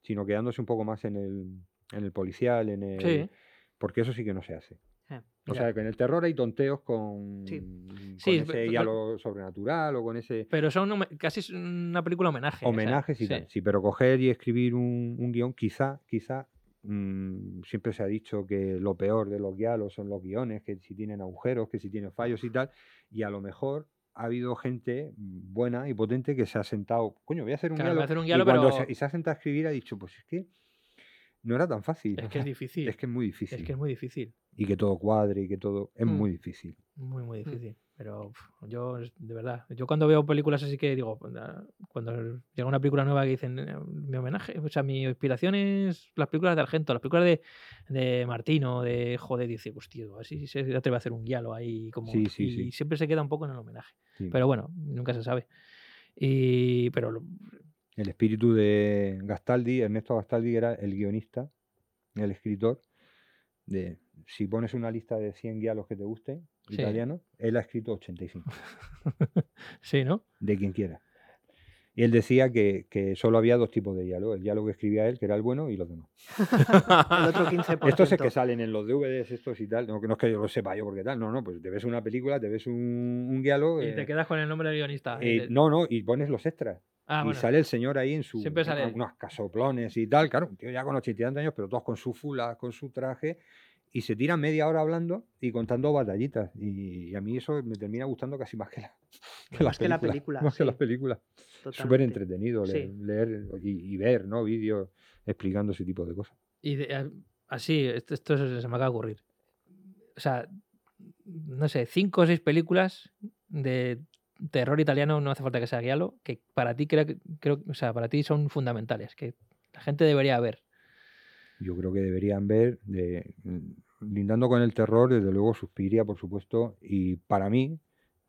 Speaker 5: sino quedándose un poco más en el, en el policial, en el...
Speaker 2: Sí.
Speaker 5: Porque eso sí que no se hace.
Speaker 3: Eh,
Speaker 5: Eh, O
Speaker 2: Ya.
Speaker 5: sea, que en el terror hay tonteos con, mm,
Speaker 3: Sí.
Speaker 5: con
Speaker 2: Sí,
Speaker 5: ese
Speaker 2: pero-
Speaker 5: diálogo sobrenatural o con ese
Speaker 2: Pero son home- casi es una película homenaje. o sea,
Speaker 5: homenajes y
Speaker 2: sí.
Speaker 5: tal. Sí, pero coger y escribir un, un guión, quizá, quizá, mm, siempre se ha dicho que lo peor de los diálogos son los guiones, que si tienen agujeros, que si tienen fallos y tal, y a lo mejor ha habido gente buena y potente que se ha sentado, coño, voy a hacer un
Speaker 2: Claro, voy a
Speaker 5: diálogo.
Speaker 2: hacer un
Speaker 5: y
Speaker 2: diálogo,
Speaker 5: cuando
Speaker 2: pero-
Speaker 5: se, y se ha sentado a escribir ha dicho, pues es que no era tan fácil.
Speaker 2: Es
Speaker 5: o
Speaker 2: que es
Speaker 5: sea,
Speaker 2: difícil.
Speaker 5: es que es muy difícil.
Speaker 2: es muy difícil.
Speaker 5: Y que todo cuadre y que todo... Es
Speaker 2: Mm.
Speaker 5: muy difícil.
Speaker 2: Muy,
Speaker 5: Mm.
Speaker 2: muy difícil. Pero uf, yo, es- de verdad, yo cuando veo películas así que digo, "Ah", cuando llega una película nueva que dicen "Eh, mi homenaje, o sea, mi inspiración es las películas de Argento, las películas de, de Martino, de joder, dice, hostia, así se atreve a hacer un guialo ahí como.
Speaker 5: Sí, sí,
Speaker 2: y
Speaker 5: sí.
Speaker 2: siempre se queda un poco en el homenaje.
Speaker 5: Sí.
Speaker 2: Pero bueno, nunca se sabe. Y, pero lo-
Speaker 5: El espíritu de Gastaldi, Ernesto Gastaldi era el guionista, el escritor. De, si pones una lista de 100 guialos que te gusten,
Speaker 2: Sí.
Speaker 5: italianos, él ha escrito 85,
Speaker 2: sí, ¿no?
Speaker 5: de quien quiera. Y él decía que, que solo había dos tipos de diálogo, el diálogo que escribía él, que era el bueno, y los demás.
Speaker 3: El otro 15%.
Speaker 5: Estos es que salen en los DVDs, estos y tal, no, que no es que yo lo sepa yo porque tal, no, no, pues te ves una película, te ves un, un diálogo,
Speaker 2: Y te
Speaker 5: eh,
Speaker 2: quedas con el nombre del guionista. y
Speaker 5: eh,
Speaker 2: te-
Speaker 5: no, no, y pones los extras.
Speaker 2: Ah,
Speaker 5: y
Speaker 2: bueno.
Speaker 5: sale el señor ahí en su.
Speaker 2: Siempre sale él.
Speaker 5: Unos casoplones y tal, claro, un tío ya con ochenta y tantos años, pero todos con su fula, con su traje, y se tira media hora hablando y contando batallitas. Y, y a mí eso me termina gustando casi más que la, que
Speaker 3: Más que la película,
Speaker 5: Más que
Speaker 3: sí.
Speaker 5: las películas.
Speaker 3: Totalmente.
Speaker 5: Súper entretenido le-
Speaker 3: Sí.
Speaker 5: leer, y, y ver, ¿no? Vídeos explicando ese tipo de cosas.
Speaker 2: Y de- a- así, esto, esto se se me acaba de ocurrir. O sea, no sé, cinco o seis películas de terror italiano, no hace falta que sea guialo, que para ti creo, que- creo, o sea, para ti son fundamentales, que la gente debería ver.
Speaker 5: Yo creo que deberían ver, de, mm, lindando con el terror, desde luego Suspiria, por supuesto, y para mí,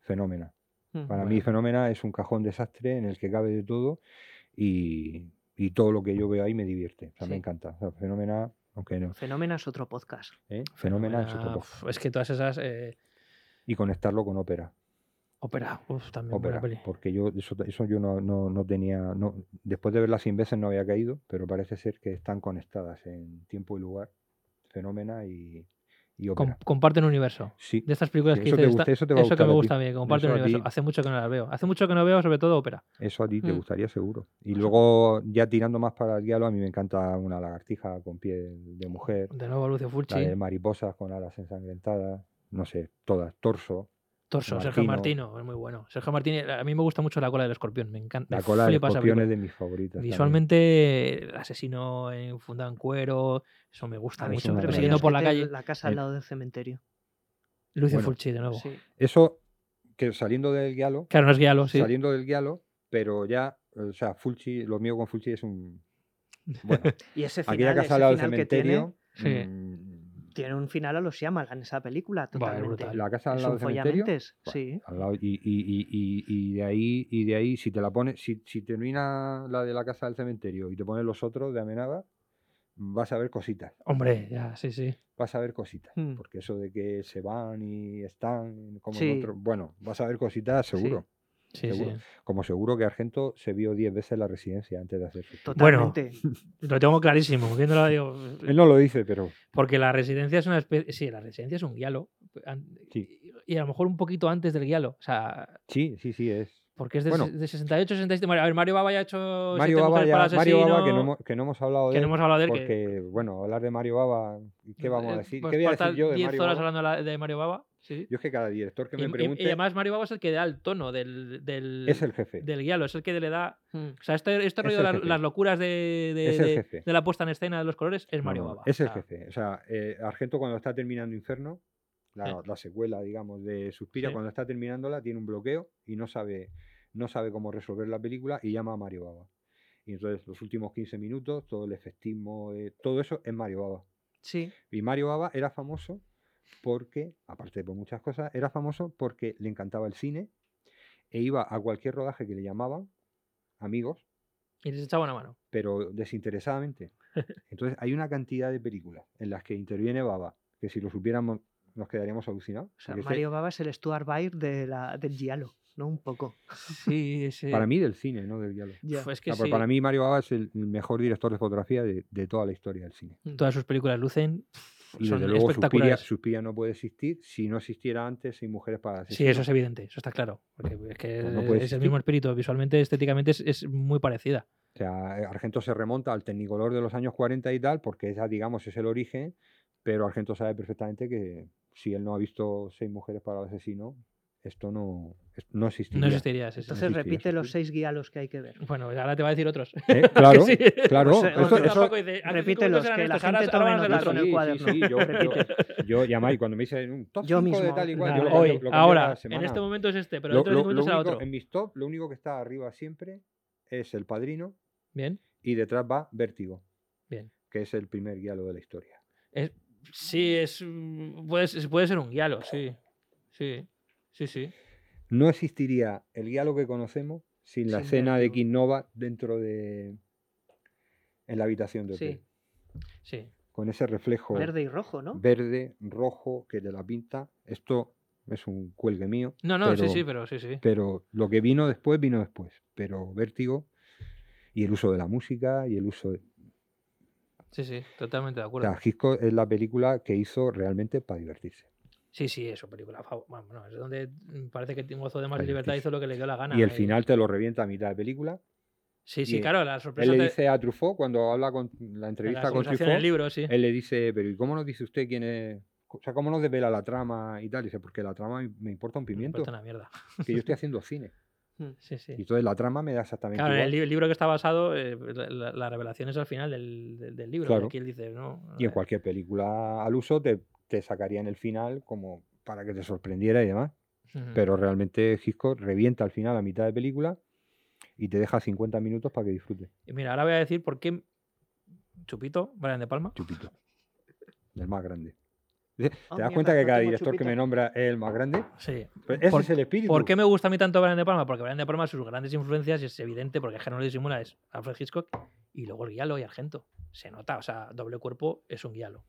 Speaker 5: Fenómena.
Speaker 3: Mm.
Speaker 5: Para mí
Speaker 2: Bueno.
Speaker 5: Fenómena es un cajón desastre en el que cabe de todo y, y todo lo que yo veo ahí me divierte. O sea, me
Speaker 2: Sí.
Speaker 5: encanta. O sea, Fenómena, aunque no.
Speaker 3: Fenómeno es otro podcast.
Speaker 5: ¿eh? Fenómena es
Speaker 2: Fenómena,
Speaker 5: otro
Speaker 2: uf, es que todas esas eh,
Speaker 5: Y conectarlo con ópera.
Speaker 2: ópera, uf, también buena
Speaker 5: ópera
Speaker 2: peli.
Speaker 5: porque yo eso, eso yo no, no- no tenía. No, después de verla 100 veces no había caído, pero parece ser que están conectadas en tiempo y lugar. Fenómena y, y
Speaker 2: Com-
Speaker 5: ópera.
Speaker 2: comparten universo.
Speaker 5: Sí.
Speaker 2: De estas películas
Speaker 5: Si
Speaker 2: que
Speaker 5: eso te
Speaker 2: dices,
Speaker 5: gusta-
Speaker 2: "Esta-
Speaker 5: eso te va a
Speaker 2: que
Speaker 5: gustar
Speaker 2: me
Speaker 5: a ti.
Speaker 2: gusta a mí, que comparten
Speaker 5: Eso a ti-
Speaker 2: universo. Hace mucho que no las veo. Hace mucho que no veo, sobre todo ópera.
Speaker 5: Eso a ti te
Speaker 2: Mm.
Speaker 5: gustaría seguro. Y luego, ya tirando más para el diálogo, a mí me encanta una lagartija con piel de mujer.
Speaker 2: De nuevo Lucio Fulci,
Speaker 5: la de mariposas con alas ensangrentadas, no sé, todas, torso,
Speaker 2: Torso, Sergio
Speaker 5: Martino.
Speaker 2: Martino, es muy bueno. Sergio Martino, a mí me gusta mucho la cola del escorpión, me encanta.
Speaker 5: la
Speaker 2: me
Speaker 5: cola de
Speaker 2: flipa esa
Speaker 5: escorpión es
Speaker 2: película.
Speaker 5: de mis favoritas. también.
Speaker 2: Visualmente, el asesino en- fundado en cuero, eso me gusta
Speaker 3: A mí
Speaker 5: es
Speaker 2: mucho.
Speaker 5: una
Speaker 3: siempre me
Speaker 2: persiguiendo
Speaker 5: maravilla.
Speaker 2: por la
Speaker 3: transmite
Speaker 2: calle,
Speaker 3: La casa al
Speaker 5: Eh.
Speaker 3: lado del cementerio.
Speaker 2: Lucio
Speaker 5: Bueno,
Speaker 2: Fulci de nuevo.
Speaker 3: Sí.
Speaker 5: Eso, que saliendo del guialo,
Speaker 2: Claro, no es guialo, sí.
Speaker 5: saliendo del guialo, pero ya, o sea, Fulci, lo mío con Fulci es un... Bueno,
Speaker 3: Y ese final,
Speaker 5: aquella casa
Speaker 3: ese
Speaker 5: al lado del
Speaker 3: final que tiene,
Speaker 5: cementerio...
Speaker 2: Sí.
Speaker 5: mm,
Speaker 3: tiene un final a los Shyamalan en esa película, totalmente.
Speaker 2: brutal.
Speaker 5: la casa al
Speaker 3: es
Speaker 5: lado
Speaker 3: un
Speaker 5: del cementerio...
Speaker 3: follamentes,
Speaker 5: Buah,
Speaker 3: sí.
Speaker 5: al lado, y, y- y- y- y de ahí, y de ahí, si te la pones, si, si termina la de la casa del cementerio y te pones los otros de Amenaba, vas a ver cositas.
Speaker 2: Hombre, ya, sí, sí.
Speaker 5: vas a ver cositas.
Speaker 3: Mm.
Speaker 5: Porque eso de que se van y están como en
Speaker 3: Sí.
Speaker 5: otro- Bueno, vas a ver cositas seguro.
Speaker 2: sí, sí.
Speaker 5: Seguro. Como seguro que Argento se vio 10 veces la residencia antes de hacer su-
Speaker 2: Bueno.
Speaker 3: Totalmente.
Speaker 2: Lo tengo clarísimo. viéndolo, digo,
Speaker 5: Él no lo dice, pero
Speaker 2: porque la residencia es una especie. Sí, la residencia es un guialo. an-
Speaker 5: Sí.
Speaker 2: Y a lo mejor un poquito antes del guialo. O sea,
Speaker 5: sí, sí, sí es.
Speaker 2: porque es de,
Speaker 5: Bueno.
Speaker 2: se- de 68, 67. Bueno, A ver, Mario Baba ya ha hecho.
Speaker 5: Mario
Speaker 2: Siete
Speaker 5: Baba,
Speaker 2: mujeres para
Speaker 5: ya- Mario Baba, que, no
Speaker 2: asesino,
Speaker 5: hemos, que no hemos hablado de
Speaker 2: que no
Speaker 5: él,
Speaker 2: hemos hablado de él. que-
Speaker 5: porque, bueno, hablar de Mario Baba, ¿qué vamos a
Speaker 2: Eh,
Speaker 5: decir?
Speaker 2: pues
Speaker 5: ¿Qué voy a
Speaker 2: cortar
Speaker 5: decir yo de
Speaker 2: 10
Speaker 5: Mario
Speaker 2: horas
Speaker 5: Baba?
Speaker 2: hablando de la- de Mario Baba. Sí.
Speaker 5: Yo es que cada director que
Speaker 2: y,
Speaker 5: me
Speaker 2: y- y
Speaker 5: pregunte
Speaker 2: además Mario Baba es el que da el tono del, del,
Speaker 5: es el jefe.
Speaker 2: del guialo, es el que le da...
Speaker 3: Mm.
Speaker 2: O sea, este, este
Speaker 5: Es
Speaker 2: rollo de
Speaker 5: el
Speaker 2: la-
Speaker 5: jefe.
Speaker 2: las locuras de, de-
Speaker 5: Es el
Speaker 2: de-
Speaker 5: jefe.
Speaker 2: de la puesta en escena de los colores es
Speaker 5: No,
Speaker 2: Mario
Speaker 5: no,
Speaker 2: Baba.
Speaker 5: Es el
Speaker 2: o sea,
Speaker 5: jefe. O sea, eh, Argento cuando está terminando Inferno, la,
Speaker 2: Eh.
Speaker 5: la secuela, digamos, de Suspira,
Speaker 2: Sí.
Speaker 5: cuando está terminándola, tiene un bloqueo y no sabe, no sabe cómo resolver la película y llama a Mario Baba. Y entonces los últimos 15 minutos, todo el efectismo, eh, todo eso es Mario Baba.
Speaker 3: Sí,
Speaker 5: Y Mario Baba era famoso porque, aparte de por muchas cosas, era famoso porque le encantaba el cine e iba a cualquier rodaje que le llamaban, amigos,
Speaker 2: Y les echaba una mano.
Speaker 5: pero desinteresadamente. Entonces hay una cantidad de películas en las que interviene Baba, que si lo supiéramos nos quedaríamos alucinados.
Speaker 3: O sea,
Speaker 5: porque ese-
Speaker 3: Mario Baba es el Stuart Baird de la, del Giallo, ¿no? Un poco.
Speaker 2: Sí, sí.
Speaker 5: Para mí del cine, no del diálogo.
Speaker 3: Ya.
Speaker 2: Uf, es que
Speaker 5: Ah, pues
Speaker 2: sí.
Speaker 5: Para mí Mario Baba es el mejor director de fotografía de, de toda la historia del cine.
Speaker 2: Todas sus películas lucen.
Speaker 5: Y
Speaker 2: Son
Speaker 5: desde luego Suspiria,
Speaker 2: espectaculares.
Speaker 5: Suspiria no puede existir. Si no existiera antes, sin mujeres para
Speaker 2: Sí, eso es evidente, eso está claro. Porque es que
Speaker 5: Pues no puede
Speaker 2: es el
Speaker 5: existir.
Speaker 2: mismo espíritu. Visualmente, estéticamente es, es muy parecida.
Speaker 5: O sea, eh, Argento se remonta al Tecnicolor de los años 40 y tal, porque esa, digamos, es el origen, pero Argento sabe perfectamente que si él no ha visto seis mujeres para el asesino, esto no, es- no existiría.
Speaker 2: No existiría. sí, sí.
Speaker 5: Entonces,
Speaker 3: Entonces
Speaker 5: sí,
Speaker 3: repite
Speaker 5: sí,
Speaker 3: los
Speaker 5: sí.
Speaker 3: seis guialos que hay que ver.
Speaker 2: Bueno, ahora te va a decir otros.
Speaker 5: ¿Eh? Claro,
Speaker 2: sí.
Speaker 5: claro.
Speaker 3: Pues, eh,
Speaker 5: esto-
Speaker 3: otro
Speaker 5: eso-
Speaker 2: Tampoco dice, "Hace cinco
Speaker 3: Repítelos,
Speaker 2: minutos eran
Speaker 3: que la
Speaker 2: estos, ahora-
Speaker 3: gente
Speaker 2: ahora
Speaker 3: tome
Speaker 2: van a ser
Speaker 5: ah,
Speaker 3: nota.
Speaker 2: otros".
Speaker 3: en el cuaderno.
Speaker 5: yo,
Speaker 3: Repite.
Speaker 5: yo, yo llama y cuando me dicen un top
Speaker 3: Yo
Speaker 5: cinco de
Speaker 3: mismo,
Speaker 5: tal y cual,
Speaker 3: nada,
Speaker 5: yo lo
Speaker 2: Nada,
Speaker 5: cambio-
Speaker 2: hoy,
Speaker 5: lo cambio cada
Speaker 2: ahora, en
Speaker 5: semana.
Speaker 2: este momento es este, pero
Speaker 5: Lo-
Speaker 2: dentro de
Speaker 5: lo-
Speaker 2: 10
Speaker 5: lo
Speaker 2: minutos será
Speaker 5: único-
Speaker 2: otro.
Speaker 5: En mis top, lo único que está arriba siempre es El Padrino
Speaker 2: Bien,
Speaker 5: y detrás va Vértigo,
Speaker 2: bien.
Speaker 5: que es el primer guialo de la historia.
Speaker 2: Es- sí, es, mm, puede, ser- puede ser un guialo, sí. Sí, sí, sí.
Speaker 5: no existiría el diálogo que conocemos sin la
Speaker 3: Sin
Speaker 5: escena de
Speaker 3: Vértigo.
Speaker 5: King Nova dentro de en la habitación de hotel,
Speaker 3: Sí.
Speaker 2: sí.
Speaker 5: con ese reflejo
Speaker 3: Verde y rojo, ¿no?
Speaker 5: verde, rojo que te la pinta. Esto es un cuelgue mío,
Speaker 2: No, no, sí,
Speaker 5: Pero-
Speaker 2: sí, pero sí, sí.
Speaker 5: pero lo que vino después vino después, pero Vértigo y el uso de la música y el uso de
Speaker 2: Sí, sí, totalmente de
Speaker 5: o
Speaker 2: acuerdo.
Speaker 5: sea, Hitchcock es la película que hizo realmente para divertirse.
Speaker 2: Sí, sí, es su película fav- Bueno, es donde mm, parece que Tim Gozo de más
Speaker 5: Ahí
Speaker 2: libertad
Speaker 5: sí.
Speaker 2: hizo lo que le dio la gana.
Speaker 5: y el final te lo revienta a mitad de película.
Speaker 2: Sí,
Speaker 5: y
Speaker 2: sí,
Speaker 5: el-
Speaker 2: claro, la
Speaker 5: Él
Speaker 2: sorpresa.
Speaker 5: le
Speaker 2: te-
Speaker 5: dice a Truffaut cuando habla con la
Speaker 2: en la
Speaker 5: entrevista con
Speaker 2: conversación
Speaker 5: Truffaut. Eh,
Speaker 2: en el libro, sí.
Speaker 5: Él le dice, pero ¿y cómo nos dice usted quién es? O sea, ¿cómo nos desvela la trama y tal? Y dice, porque la trama me importa un
Speaker 2: No me
Speaker 5: pimiento,
Speaker 2: importa una mierda.
Speaker 5: que yo estoy haciendo cine. Mm.
Speaker 2: Sí, sí.
Speaker 5: Y entonces la trama me da exactamente
Speaker 2: Claro, en el,
Speaker 5: igual.
Speaker 2: li- libro que está basado, eh, la, la- la revelación es al final del, del- del libro.
Speaker 5: Claro.
Speaker 2: Aquí él dice, no.
Speaker 5: Y en
Speaker 2: eh,
Speaker 5: cualquier película al uso te, te sacarían el final como para que te sorprendiera y demás.
Speaker 2: ujú.
Speaker 5: Pero realmente Hitchcock revienta al final a mitad de película y te deja 50 minutos para que disfrutes.
Speaker 2: Y mira, ahora voy a decir por qué Chupito, Brian de Palma.
Speaker 5: Chupito. Del más grande. Dice,
Speaker 3: Ah,
Speaker 5: ¿Te
Speaker 3: mira,
Speaker 5: das cuenta que
Speaker 3: perfecto,
Speaker 5: cada
Speaker 3: como
Speaker 5: director que
Speaker 3: Chupito.
Speaker 5: me nombra es el más grande?
Speaker 2: Sí.
Speaker 5: Pues ese
Speaker 2: ¿Por-
Speaker 5: es el espíritu.
Speaker 2: ¿Por qué me gusta a mí tanto Brian de Palma? Porque Brian de Palma, sus grandes influencias, y es evidente, porque es que no lo disimula, es Alfred Hitchcock y luego el guialo y Argento. Se nota, o sea, doble cuerpo es un guialo.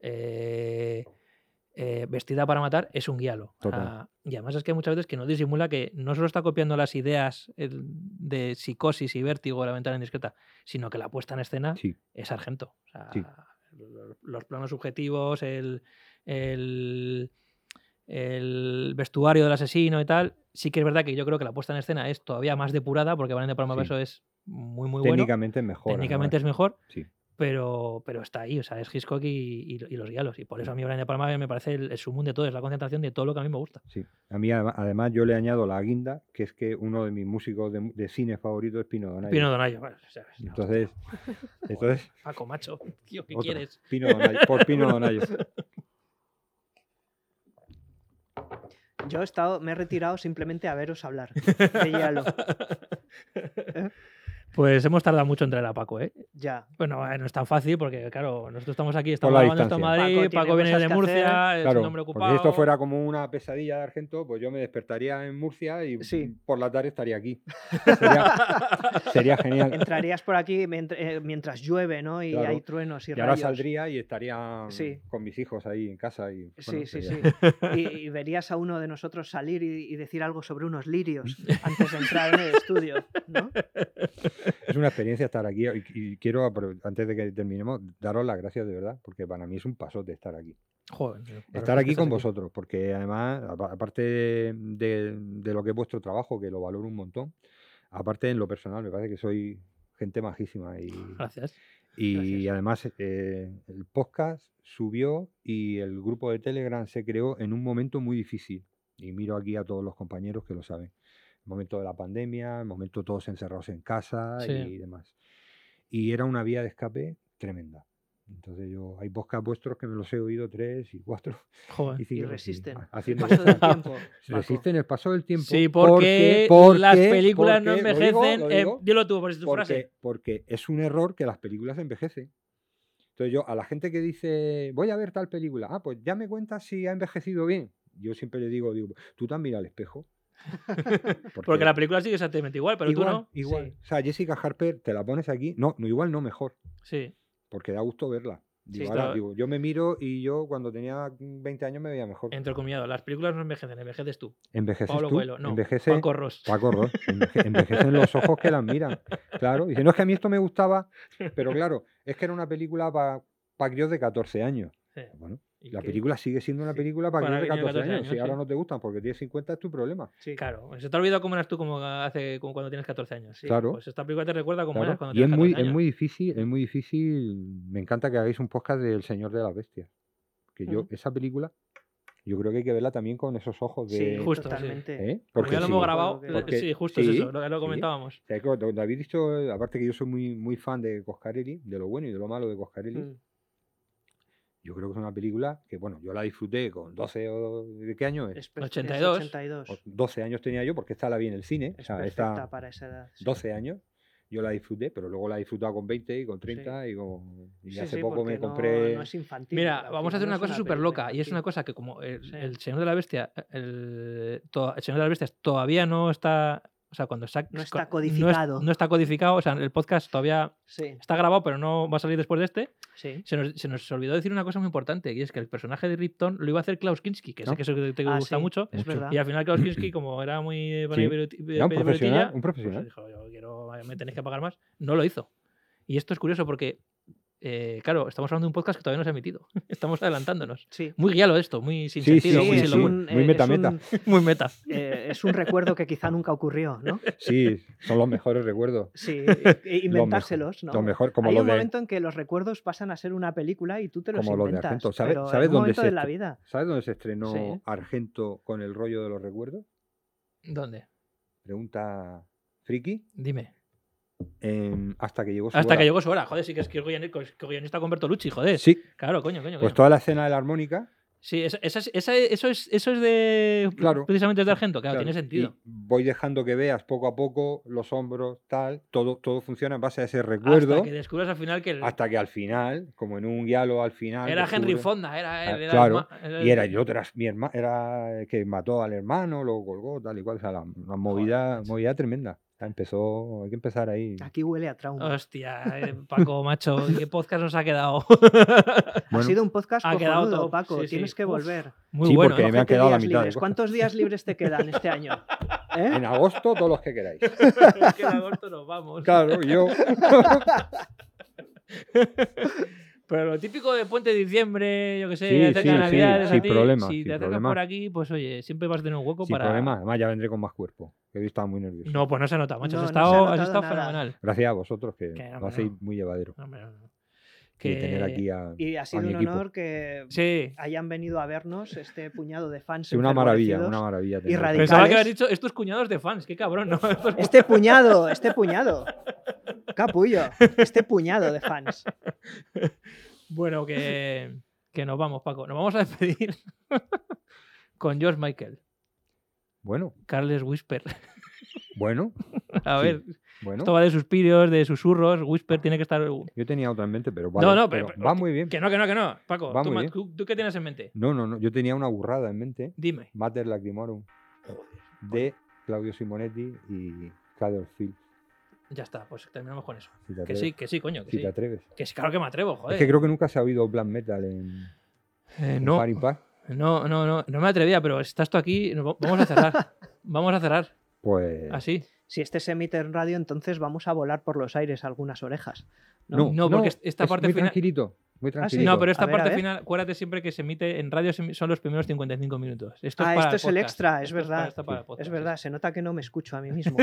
Speaker 2: Eh, eh, vestida para matar es un guialo. O sea,
Speaker 5: Total.
Speaker 2: y además es que hay muchas veces que no disimula que no solo está copiando las ideas el- de psicosis y vértigo, la ventana indiscreta, sino que la puesta en escena
Speaker 5: Sí.
Speaker 2: es Argento. O sea,
Speaker 5: Sí.
Speaker 2: lo- Los planos subjetivos, el, el, el vestuario del asesino y tal. Sí que es verdad que yo creo que la puesta en escena es todavía más depurada, porque Valen de Palma
Speaker 5: Sí.
Speaker 2: para eso es muy, muy bueno.
Speaker 5: Técnicamente es mejor.
Speaker 2: Técnicamente es
Speaker 5: además.
Speaker 2: mejor,
Speaker 5: Sí.
Speaker 2: pero, pero está ahí. O sea, es Hitchcock y, y- y los diálogos. Y por eso a mí Brian de Palma me parece el, el sumum de todo, es la concentración de todo lo que a mí me gusta.
Speaker 5: Sí. A mí, adem- además, yo le añado la guinda, que es que uno de mis músicos de, de cine favorito es Pino Donaggio.
Speaker 2: Pino Donaggio, bueno, o sea, es la hostia.
Speaker 5: Entonces, entonces
Speaker 2: Paco, macho, tío, ¿qué
Speaker 5: otro,
Speaker 2: quieres?
Speaker 5: Pino Donaggio, por Pino Donaggio.
Speaker 3: Yo he estado, me he retirado simplemente a veros hablar de Giallo.
Speaker 2: Pues hemos tardado mucho en traer a Paco, ¿eh?
Speaker 3: Ya.
Speaker 2: Bueno, eh, no es tan fácil porque, claro, nosotros estamos aquí, estamos
Speaker 5: la
Speaker 2: grabando esto en
Speaker 5: distancia.
Speaker 2: Madrid,
Speaker 3: Paco tiene
Speaker 2: Paco, viene
Speaker 3: cosas
Speaker 2: de
Speaker 3: que
Speaker 2: Murcia, es un
Speaker 5: Claro,
Speaker 2: hombre
Speaker 5: porque
Speaker 2: ocupado.
Speaker 5: si esto fuera como una pesadilla de Argento, pues yo me despertaría en Murcia y
Speaker 3: Sí.
Speaker 5: por la tarde estaría aquí. Sería, sería genial.
Speaker 3: Entrarías por aquí mient- eh, mientras llueve, ¿no? Y
Speaker 5: Claro.
Speaker 3: hay truenos y,
Speaker 5: Y ahora
Speaker 3: rayos.
Speaker 5: saldría y estaría mm,
Speaker 3: Sí.
Speaker 5: con mis hijos ahí en casa. Y, bueno,
Speaker 3: Sí, sí, sí.
Speaker 5: sería-
Speaker 3: Y, y verías a uno de nosotros salir y, y decir algo sobre unos lirios antes de entrar en el estudio, ¿no?
Speaker 5: Es una experiencia estar aquí y, y quiero, apro- antes de que terminemos, daros las gracias de verdad, porque para mí es un pasote estar aquí.
Speaker 2: Joder, tío, pero
Speaker 5: Estar
Speaker 2: es que
Speaker 5: aquí
Speaker 2: estás
Speaker 5: con vosotros, porque además, apa- aparte de, de- de lo que es vuestro trabajo, que lo valoro un montón, aparte en lo personal, me parece que soy gente majísima. Y,
Speaker 2: Gracias.
Speaker 5: y además, eh, el podcast subió y el grupo de Telegram se creó en un momento muy difícil. Y miro aquí a todos los compañeros que lo saben. El momento de la pandemia, el momento todos encerrados en casa
Speaker 2: Sí.
Speaker 5: y demás. Y era una vía de escape tremenda. Entonces yo, hay podcasts vuestros que me los he oído tres y cuatro.
Speaker 2: Joder.
Speaker 5: Y, siguen así,
Speaker 3: resisten.
Speaker 5: ha- haciendo
Speaker 3: Paso del
Speaker 5: cosas.
Speaker 3: tiempo. Paco.
Speaker 5: Resisten el paso del tiempo.
Speaker 2: Sí, porque, las películas no
Speaker 5: porque- lo
Speaker 2: envejecen.
Speaker 5: digo, lo
Speaker 2: eh,
Speaker 5: digo,
Speaker 2: dilo tú, por si tu
Speaker 5: porque,
Speaker 2: frase.
Speaker 5: porque es un error que las películas envejecen. Entonces yo, a la gente que dice, voy a ver tal película, ah, pues ya me cuentas si ha envejecido bien. Yo siempre le digo, digo, tú tan mira al espejo.
Speaker 2: Porque, la película sigue exactamente igual, pero
Speaker 5: igual,
Speaker 2: tú no.
Speaker 5: Igual. O sea, Jessica Harper, te la pones aquí. No, no, igual no mejor,
Speaker 2: Sí.
Speaker 5: porque da gusto verla. Digo,
Speaker 2: Sí,
Speaker 5: "Ala",
Speaker 2: esto-
Speaker 5: digo, yo me miro y yo cuando tenía 20 años me veía mejor.
Speaker 2: Entre comillado, las películas no envejecen, envejeces tú.
Speaker 5: Envejeces
Speaker 2: Pablo
Speaker 5: tú,
Speaker 2: Coelho, no.
Speaker 5: envejece
Speaker 2: Paco Ross.
Speaker 5: Paco Ross, enveje- envejecen los ojos que las miran. Claro, dice, no es que a mí esto me gustaba, pero claro, es que era una película para pa críos de 14 años.
Speaker 2: Sí.
Speaker 5: Bueno,
Speaker 2: Y
Speaker 5: la
Speaker 2: que-
Speaker 5: película sigue siendo una
Speaker 2: sí,
Speaker 5: película para,
Speaker 2: para
Speaker 5: críos de 14, años. Si
Speaker 2: sí.
Speaker 5: ahora no te gustan porque tienes 50 es tu problema.
Speaker 3: Sí.
Speaker 2: Claro, se te ha olvidado cómo eras tú como hace como cuando tienes 14 años.
Speaker 3: Sí,
Speaker 5: claro.
Speaker 2: Pues esta película te recuerda cómo
Speaker 5: claro.
Speaker 2: eras cuando
Speaker 5: Y es
Speaker 2: tenías 14
Speaker 5: muy,
Speaker 2: años.
Speaker 5: es muy difícil, es muy difícil. Me encanta que hagáis un podcast del Señor de las Bestias. Que yo,
Speaker 3: Ujú.
Speaker 5: esa película, yo creo que hay que verla también con esos ojos de.
Speaker 3: Sí,
Speaker 2: Justo, sí.
Speaker 3: totalmente.
Speaker 5: ¿eh?
Speaker 2: Como ya lo
Speaker 5: sí.
Speaker 2: hemos grabado.
Speaker 3: Porque-
Speaker 2: eh, sí, justo
Speaker 5: sí,
Speaker 2: es eso, lo, lo
Speaker 5: sí.
Speaker 2: comentábamos.
Speaker 5: O sea, que cuando habéis dicho, eh, aparte que yo soy muy, muy fan de Coscarelli, de lo bueno y de lo malo de Coscarelli,
Speaker 3: Mm.
Speaker 5: yo creo que es una película que, bueno, yo la disfruté con 12 o... ¿De qué año es?
Speaker 3: Es per- es
Speaker 2: 82.
Speaker 3: 82.
Speaker 5: O 12 años tenía yo, porque esta la vi en el cine. o
Speaker 3: Es
Speaker 5: sea,
Speaker 3: perfecta
Speaker 5: esta
Speaker 3: para esa edad. sí.
Speaker 5: 12 años yo la disfruté, pero luego la he disfrutado con 20 y con 30 y con... Y
Speaker 3: Sí,
Speaker 5: hace
Speaker 3: sí,
Speaker 5: poco me
Speaker 3: porque no-
Speaker 5: compré...
Speaker 3: No, es infantil.
Speaker 2: Mira,
Speaker 3: al
Speaker 2: vamos a
Speaker 3: final
Speaker 2: hacer
Speaker 3: no
Speaker 2: una
Speaker 3: es
Speaker 2: cosa súper
Speaker 3: película
Speaker 2: loca. Y es una
Speaker 3: infantil.
Speaker 2: cosa que, como el,
Speaker 3: Sí.
Speaker 2: el Señor de la Bestia, el, to- el Señor de las Bestias todavía no está. O sea, cuando sa-
Speaker 3: No
Speaker 2: co-
Speaker 3: está
Speaker 2: no es-
Speaker 3: codificado.
Speaker 2: No, está codificado. O sea, el podcast todavía
Speaker 3: Sí,
Speaker 2: está grabado, pero no va a salir después de este.
Speaker 3: sí.
Speaker 2: Se nos, se nos olvidó decir una cosa muy importante, y es que el personaje de Ripton lo iba a hacer Klaus Kinski, que
Speaker 5: ¿No?
Speaker 2: sé que eso te, te
Speaker 3: Ah,
Speaker 2: gusta
Speaker 3: sí,
Speaker 2: mucho.
Speaker 3: Es
Speaker 5: Mucho.
Speaker 3: verdad.
Speaker 2: Y al final Klaus Kinski, como era muy de
Speaker 5: Sí,
Speaker 2: peli-
Speaker 5: era un
Speaker 2: peli-
Speaker 5: profesional,
Speaker 2: pelotilla,
Speaker 5: un profesional.
Speaker 2: pues dijo, yo quiero, me tenéis que pagar más. No lo hizo. Y esto es curioso porque, eh, claro, estamos hablando de un podcast que todavía no se ha emitido. Estamos adelantándonos.
Speaker 3: Sí.
Speaker 2: Muy guialo esto, muy sin
Speaker 5: Sí, sí,
Speaker 2: sentido, muy,
Speaker 5: sí,
Speaker 2: sin
Speaker 5: sí.
Speaker 2: lo bueno,
Speaker 5: muy meta, meta.
Speaker 3: un,
Speaker 2: muy meta.
Speaker 3: eh, es un recuerdo que quizá nunca ocurrió, ¿no?
Speaker 5: Sí, son los mejores recuerdos.
Speaker 3: Sí, e
Speaker 5: Los mejor-
Speaker 3: inventárselos, ¿no?
Speaker 5: Los mejor, como
Speaker 3: Hay
Speaker 5: los
Speaker 3: un
Speaker 5: de...
Speaker 3: momento en que los recuerdos pasan a ser una película y tú te los
Speaker 5: Como los de
Speaker 3: inventas.
Speaker 5: Argento. ¿Sabe-
Speaker 3: pero en
Speaker 5: sabes
Speaker 3: un
Speaker 5: dónde
Speaker 3: momento
Speaker 5: se
Speaker 3: de la
Speaker 5: estu-
Speaker 3: vida.
Speaker 5: ¿Sabes dónde se estrenó
Speaker 3: Sí.
Speaker 5: Argento con el rollo de los recuerdos?
Speaker 2: ¿Dónde?
Speaker 5: Pregunta friki.
Speaker 2: Dime.
Speaker 5: Em, hasta que llegó su
Speaker 2: Hasta
Speaker 5: hora.
Speaker 2: que llegó su hora. Joder, sí que es que guion- que guionista con Bertolucci, joder.
Speaker 5: Sí,
Speaker 2: Claro, coño, coño.
Speaker 5: pues
Speaker 2: coño.
Speaker 5: toda la escena de la armónica
Speaker 2: Sí, esa, esa es- esa es- eso, es, eso es de.
Speaker 5: Claro.
Speaker 2: Precisamente es de Argento, claro,
Speaker 5: Claro,
Speaker 2: tiene sentido.
Speaker 5: y voy dejando que veas poco a poco los hombros, tal, todo, todo funciona en base a ese recuerdo.
Speaker 2: Hasta que descubres al final que el-
Speaker 5: al final, como en un diálogo al final.
Speaker 2: era Henry eh.
Speaker 5: descubre-
Speaker 2: Fonda, era,
Speaker 5: Ah,
Speaker 2: él, era el
Speaker 5: claro,
Speaker 2: ma- era el-
Speaker 5: Y era, y otra, mi herma- era el que mató al hermano, lo colgó, tal y cual. O sea, la, una movida,
Speaker 2: macho.
Speaker 5: movida tremenda. Ah, Empezó, hay que empezar ahí.
Speaker 3: Aquí huele a trauma.
Speaker 2: Hostia, eh, Paco, macho, qué podcast nos ha quedado.
Speaker 3: ha
Speaker 5: Bueno,
Speaker 3: sido un podcast
Speaker 2: ha quedado
Speaker 3: cojonudo,
Speaker 2: top,
Speaker 3: Paco.
Speaker 2: sí, sí.
Speaker 3: Tienes que
Speaker 2: Uf,
Speaker 3: volver.
Speaker 2: Muy
Speaker 5: Sí,
Speaker 2: bueno.
Speaker 5: porque
Speaker 2: ¿eh?
Speaker 5: me ha
Speaker 3: Cógete
Speaker 5: quedado la
Speaker 3: días
Speaker 5: mitad de
Speaker 3: libres.
Speaker 5: cosas.
Speaker 3: ¿Cuántos días libres te quedan este año? ¿Eh?
Speaker 5: en agosto, todos los que queráis.
Speaker 2: Es que en agosto nos vamos.
Speaker 5: Claro, yo.
Speaker 2: Pero lo típico de puente de diciembre, yo que sé,
Speaker 5: Sí,
Speaker 2: acerca
Speaker 5: sí,
Speaker 2: de
Speaker 5: sí,
Speaker 2: Navidades, a
Speaker 5: sin
Speaker 2: ti,
Speaker 5: problema,
Speaker 2: si
Speaker 5: sin
Speaker 2: te acercas
Speaker 5: problema.
Speaker 2: por aquí, pues oye, siempre vas a tener un hueco
Speaker 5: Sin
Speaker 2: para.
Speaker 5: problema, además ya vendré con más cuerpo. que Hoy estaba muy nervioso.
Speaker 2: No, pues no se nota, macho.
Speaker 3: No,
Speaker 2: has
Speaker 3: no se ha
Speaker 2: estado, has
Speaker 3: notado
Speaker 2: estado
Speaker 3: nada.
Speaker 2: fenomenal.
Speaker 5: Gracias a vosotros, que
Speaker 2: Que no,
Speaker 5: lo
Speaker 2: que
Speaker 5: hacéis
Speaker 2: no.
Speaker 5: muy llevadero.
Speaker 2: Hombre, no, no.
Speaker 5: Que... tener aquí a.
Speaker 3: Y ha sido
Speaker 5: mi
Speaker 3: un
Speaker 5: equipo.
Speaker 3: honor que
Speaker 2: Sí.
Speaker 3: hayan venido a vernos este puñado de fans.
Speaker 5: Sí, una maravilla,
Speaker 3: enfervorecidos.
Speaker 5: una maravilla.
Speaker 3: y
Speaker 5: teneros aquí.
Speaker 3: radicales.
Speaker 2: Pensaba que habías dicho estos cuñados de fans, qué cabrón, ¿no? Estos
Speaker 3: Este puñado, este puñado. Capullo. Este puñado de fans.
Speaker 2: Bueno, que, que nos vamos, Paco. Nos vamos a despedir con George Michael,
Speaker 5: Bueno,
Speaker 2: Carles Whisper.
Speaker 5: bueno,
Speaker 2: A
Speaker 5: Sí,
Speaker 2: ver,
Speaker 5: bueno.
Speaker 2: esto va de suspiros, de susurros. Whisper tiene que estar.
Speaker 5: Yo tenía otra en mente, pero vale,
Speaker 2: no, no,
Speaker 5: pero,
Speaker 2: pero,
Speaker 5: va muy bien.
Speaker 2: Que no, que no, que no. Paco,
Speaker 5: Va
Speaker 2: tú,
Speaker 5: muy
Speaker 2: ma-
Speaker 5: bien.
Speaker 2: ¿tú, tú qué tienes en mente?
Speaker 5: No, no, no. Yo tenía una burrada en mente.
Speaker 2: Dime.
Speaker 5: Mater Lacrimorum de Claudio Simonetti y Cador Phil.
Speaker 2: Ya está, pues terminamos con eso.
Speaker 5: Si te
Speaker 2: Que
Speaker 5: atreves.
Speaker 2: sí, que sí, coño. Que
Speaker 5: si
Speaker 2: sí.
Speaker 5: te atreves.
Speaker 2: Que sí, claro que me atrevo,
Speaker 5: Es que
Speaker 2: joder.
Speaker 5: creo que nunca se ha oído black metal en,
Speaker 2: Eh,
Speaker 5: en
Speaker 2: no,
Speaker 5: par y par.
Speaker 2: no, no, no, no me atrevía, pero estás tú aquí. nos va- Vamos a cerrar. Vamos a cerrar.
Speaker 5: Pues
Speaker 2: Así.
Speaker 3: Si este se emite en radio, entonces vamos a volar por los aires algunas orejas.
Speaker 5: no,
Speaker 2: no, porque esta
Speaker 5: es
Speaker 2: parte
Speaker 5: muy
Speaker 2: final- Ah,
Speaker 5: tranquilito, muy tranquilito.
Speaker 2: No, pero esta
Speaker 3: A ver, a
Speaker 2: parte
Speaker 3: ver.
Speaker 2: final, acuérdate siempre que se emite en radio, se emi- son los primeros 55 minutos. Esto es
Speaker 3: Ah,
Speaker 2: para
Speaker 3: esto es el
Speaker 2: podcast.
Speaker 3: extra, es
Speaker 2: Esto para-
Speaker 3: verdad.
Speaker 2: esto para el
Speaker 3: Es
Speaker 2: podcast,
Speaker 3: verdad, se nota que no me escucho a mí mismo.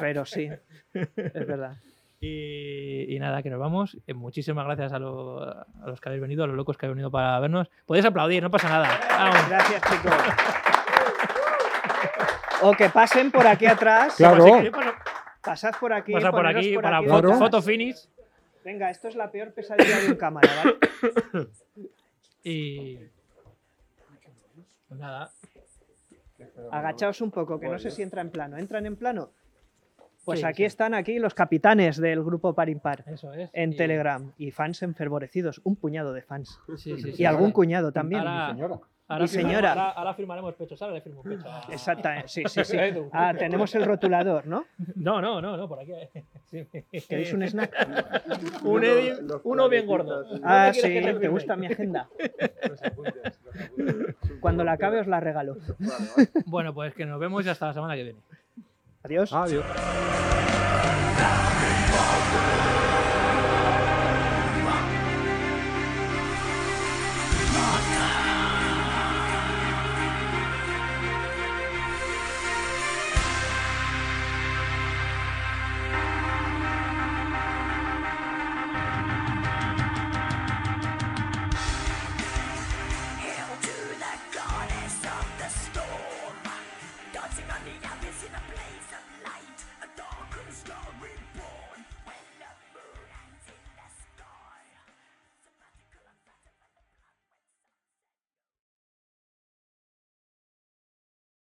Speaker 3: Pero sí, es verdad.
Speaker 2: Y, y nada, que nos vamos. Eh, Muchísimas gracias a, lo- a los que habéis venido, a los locos que habéis venido para vernos. Podéis aplaudir, no pasa nada. Vamos.
Speaker 3: Gracias, chicos. O que pasen por aquí atrás.
Speaker 5: Claro.
Speaker 2: Así que pasa-
Speaker 3: Pasad por aquí.
Speaker 2: pasa por
Speaker 3: poneros
Speaker 2: aquí para
Speaker 3: aquí
Speaker 2: foto,
Speaker 5: Claro.
Speaker 3: detrás.
Speaker 2: foto finish.
Speaker 3: Venga, esto es la peor pesadilla de un cámara, ¿vale?
Speaker 2: Y. pues nada.
Speaker 3: Agachaos un poco, que no sé si entra en plano. ¿Entran en plano? Pues
Speaker 2: Sí,
Speaker 3: aquí
Speaker 2: sí.
Speaker 3: están aquí los capitanes del grupo Par Impar
Speaker 2: Eso es.
Speaker 3: en
Speaker 2: Y-
Speaker 3: Telegram. Y fans enfervorecidos, un puñado de fans.
Speaker 2: sí, sí, sí,
Speaker 3: Y algún
Speaker 2: ahora-
Speaker 3: cuñado también.
Speaker 2: Ahora, Ahora
Speaker 3: Y señora.
Speaker 2: Ahora, ahora firmaremos pechos. Ahora le firmo un pecho. a-
Speaker 3: Exactamente, sí, sí, sí.
Speaker 2: a Edu.
Speaker 3: Ah, tenemos el rotulador, ¿no?
Speaker 2: No, no, no, no, por aquí. Sí.
Speaker 3: ¿Queréis un snack?
Speaker 2: Un Eddie- uno bien gordo.
Speaker 3: Ah,
Speaker 2: ¿Dónde quieres
Speaker 3: sí,
Speaker 2: que te firme?
Speaker 3: te gusta mi agenda. Cuando la acabe os la regalo.
Speaker 2: Bueno, pues que nos vemos y hasta la semana que viene.
Speaker 3: Adiós.
Speaker 5: Adiós.
Speaker 4: Adiós.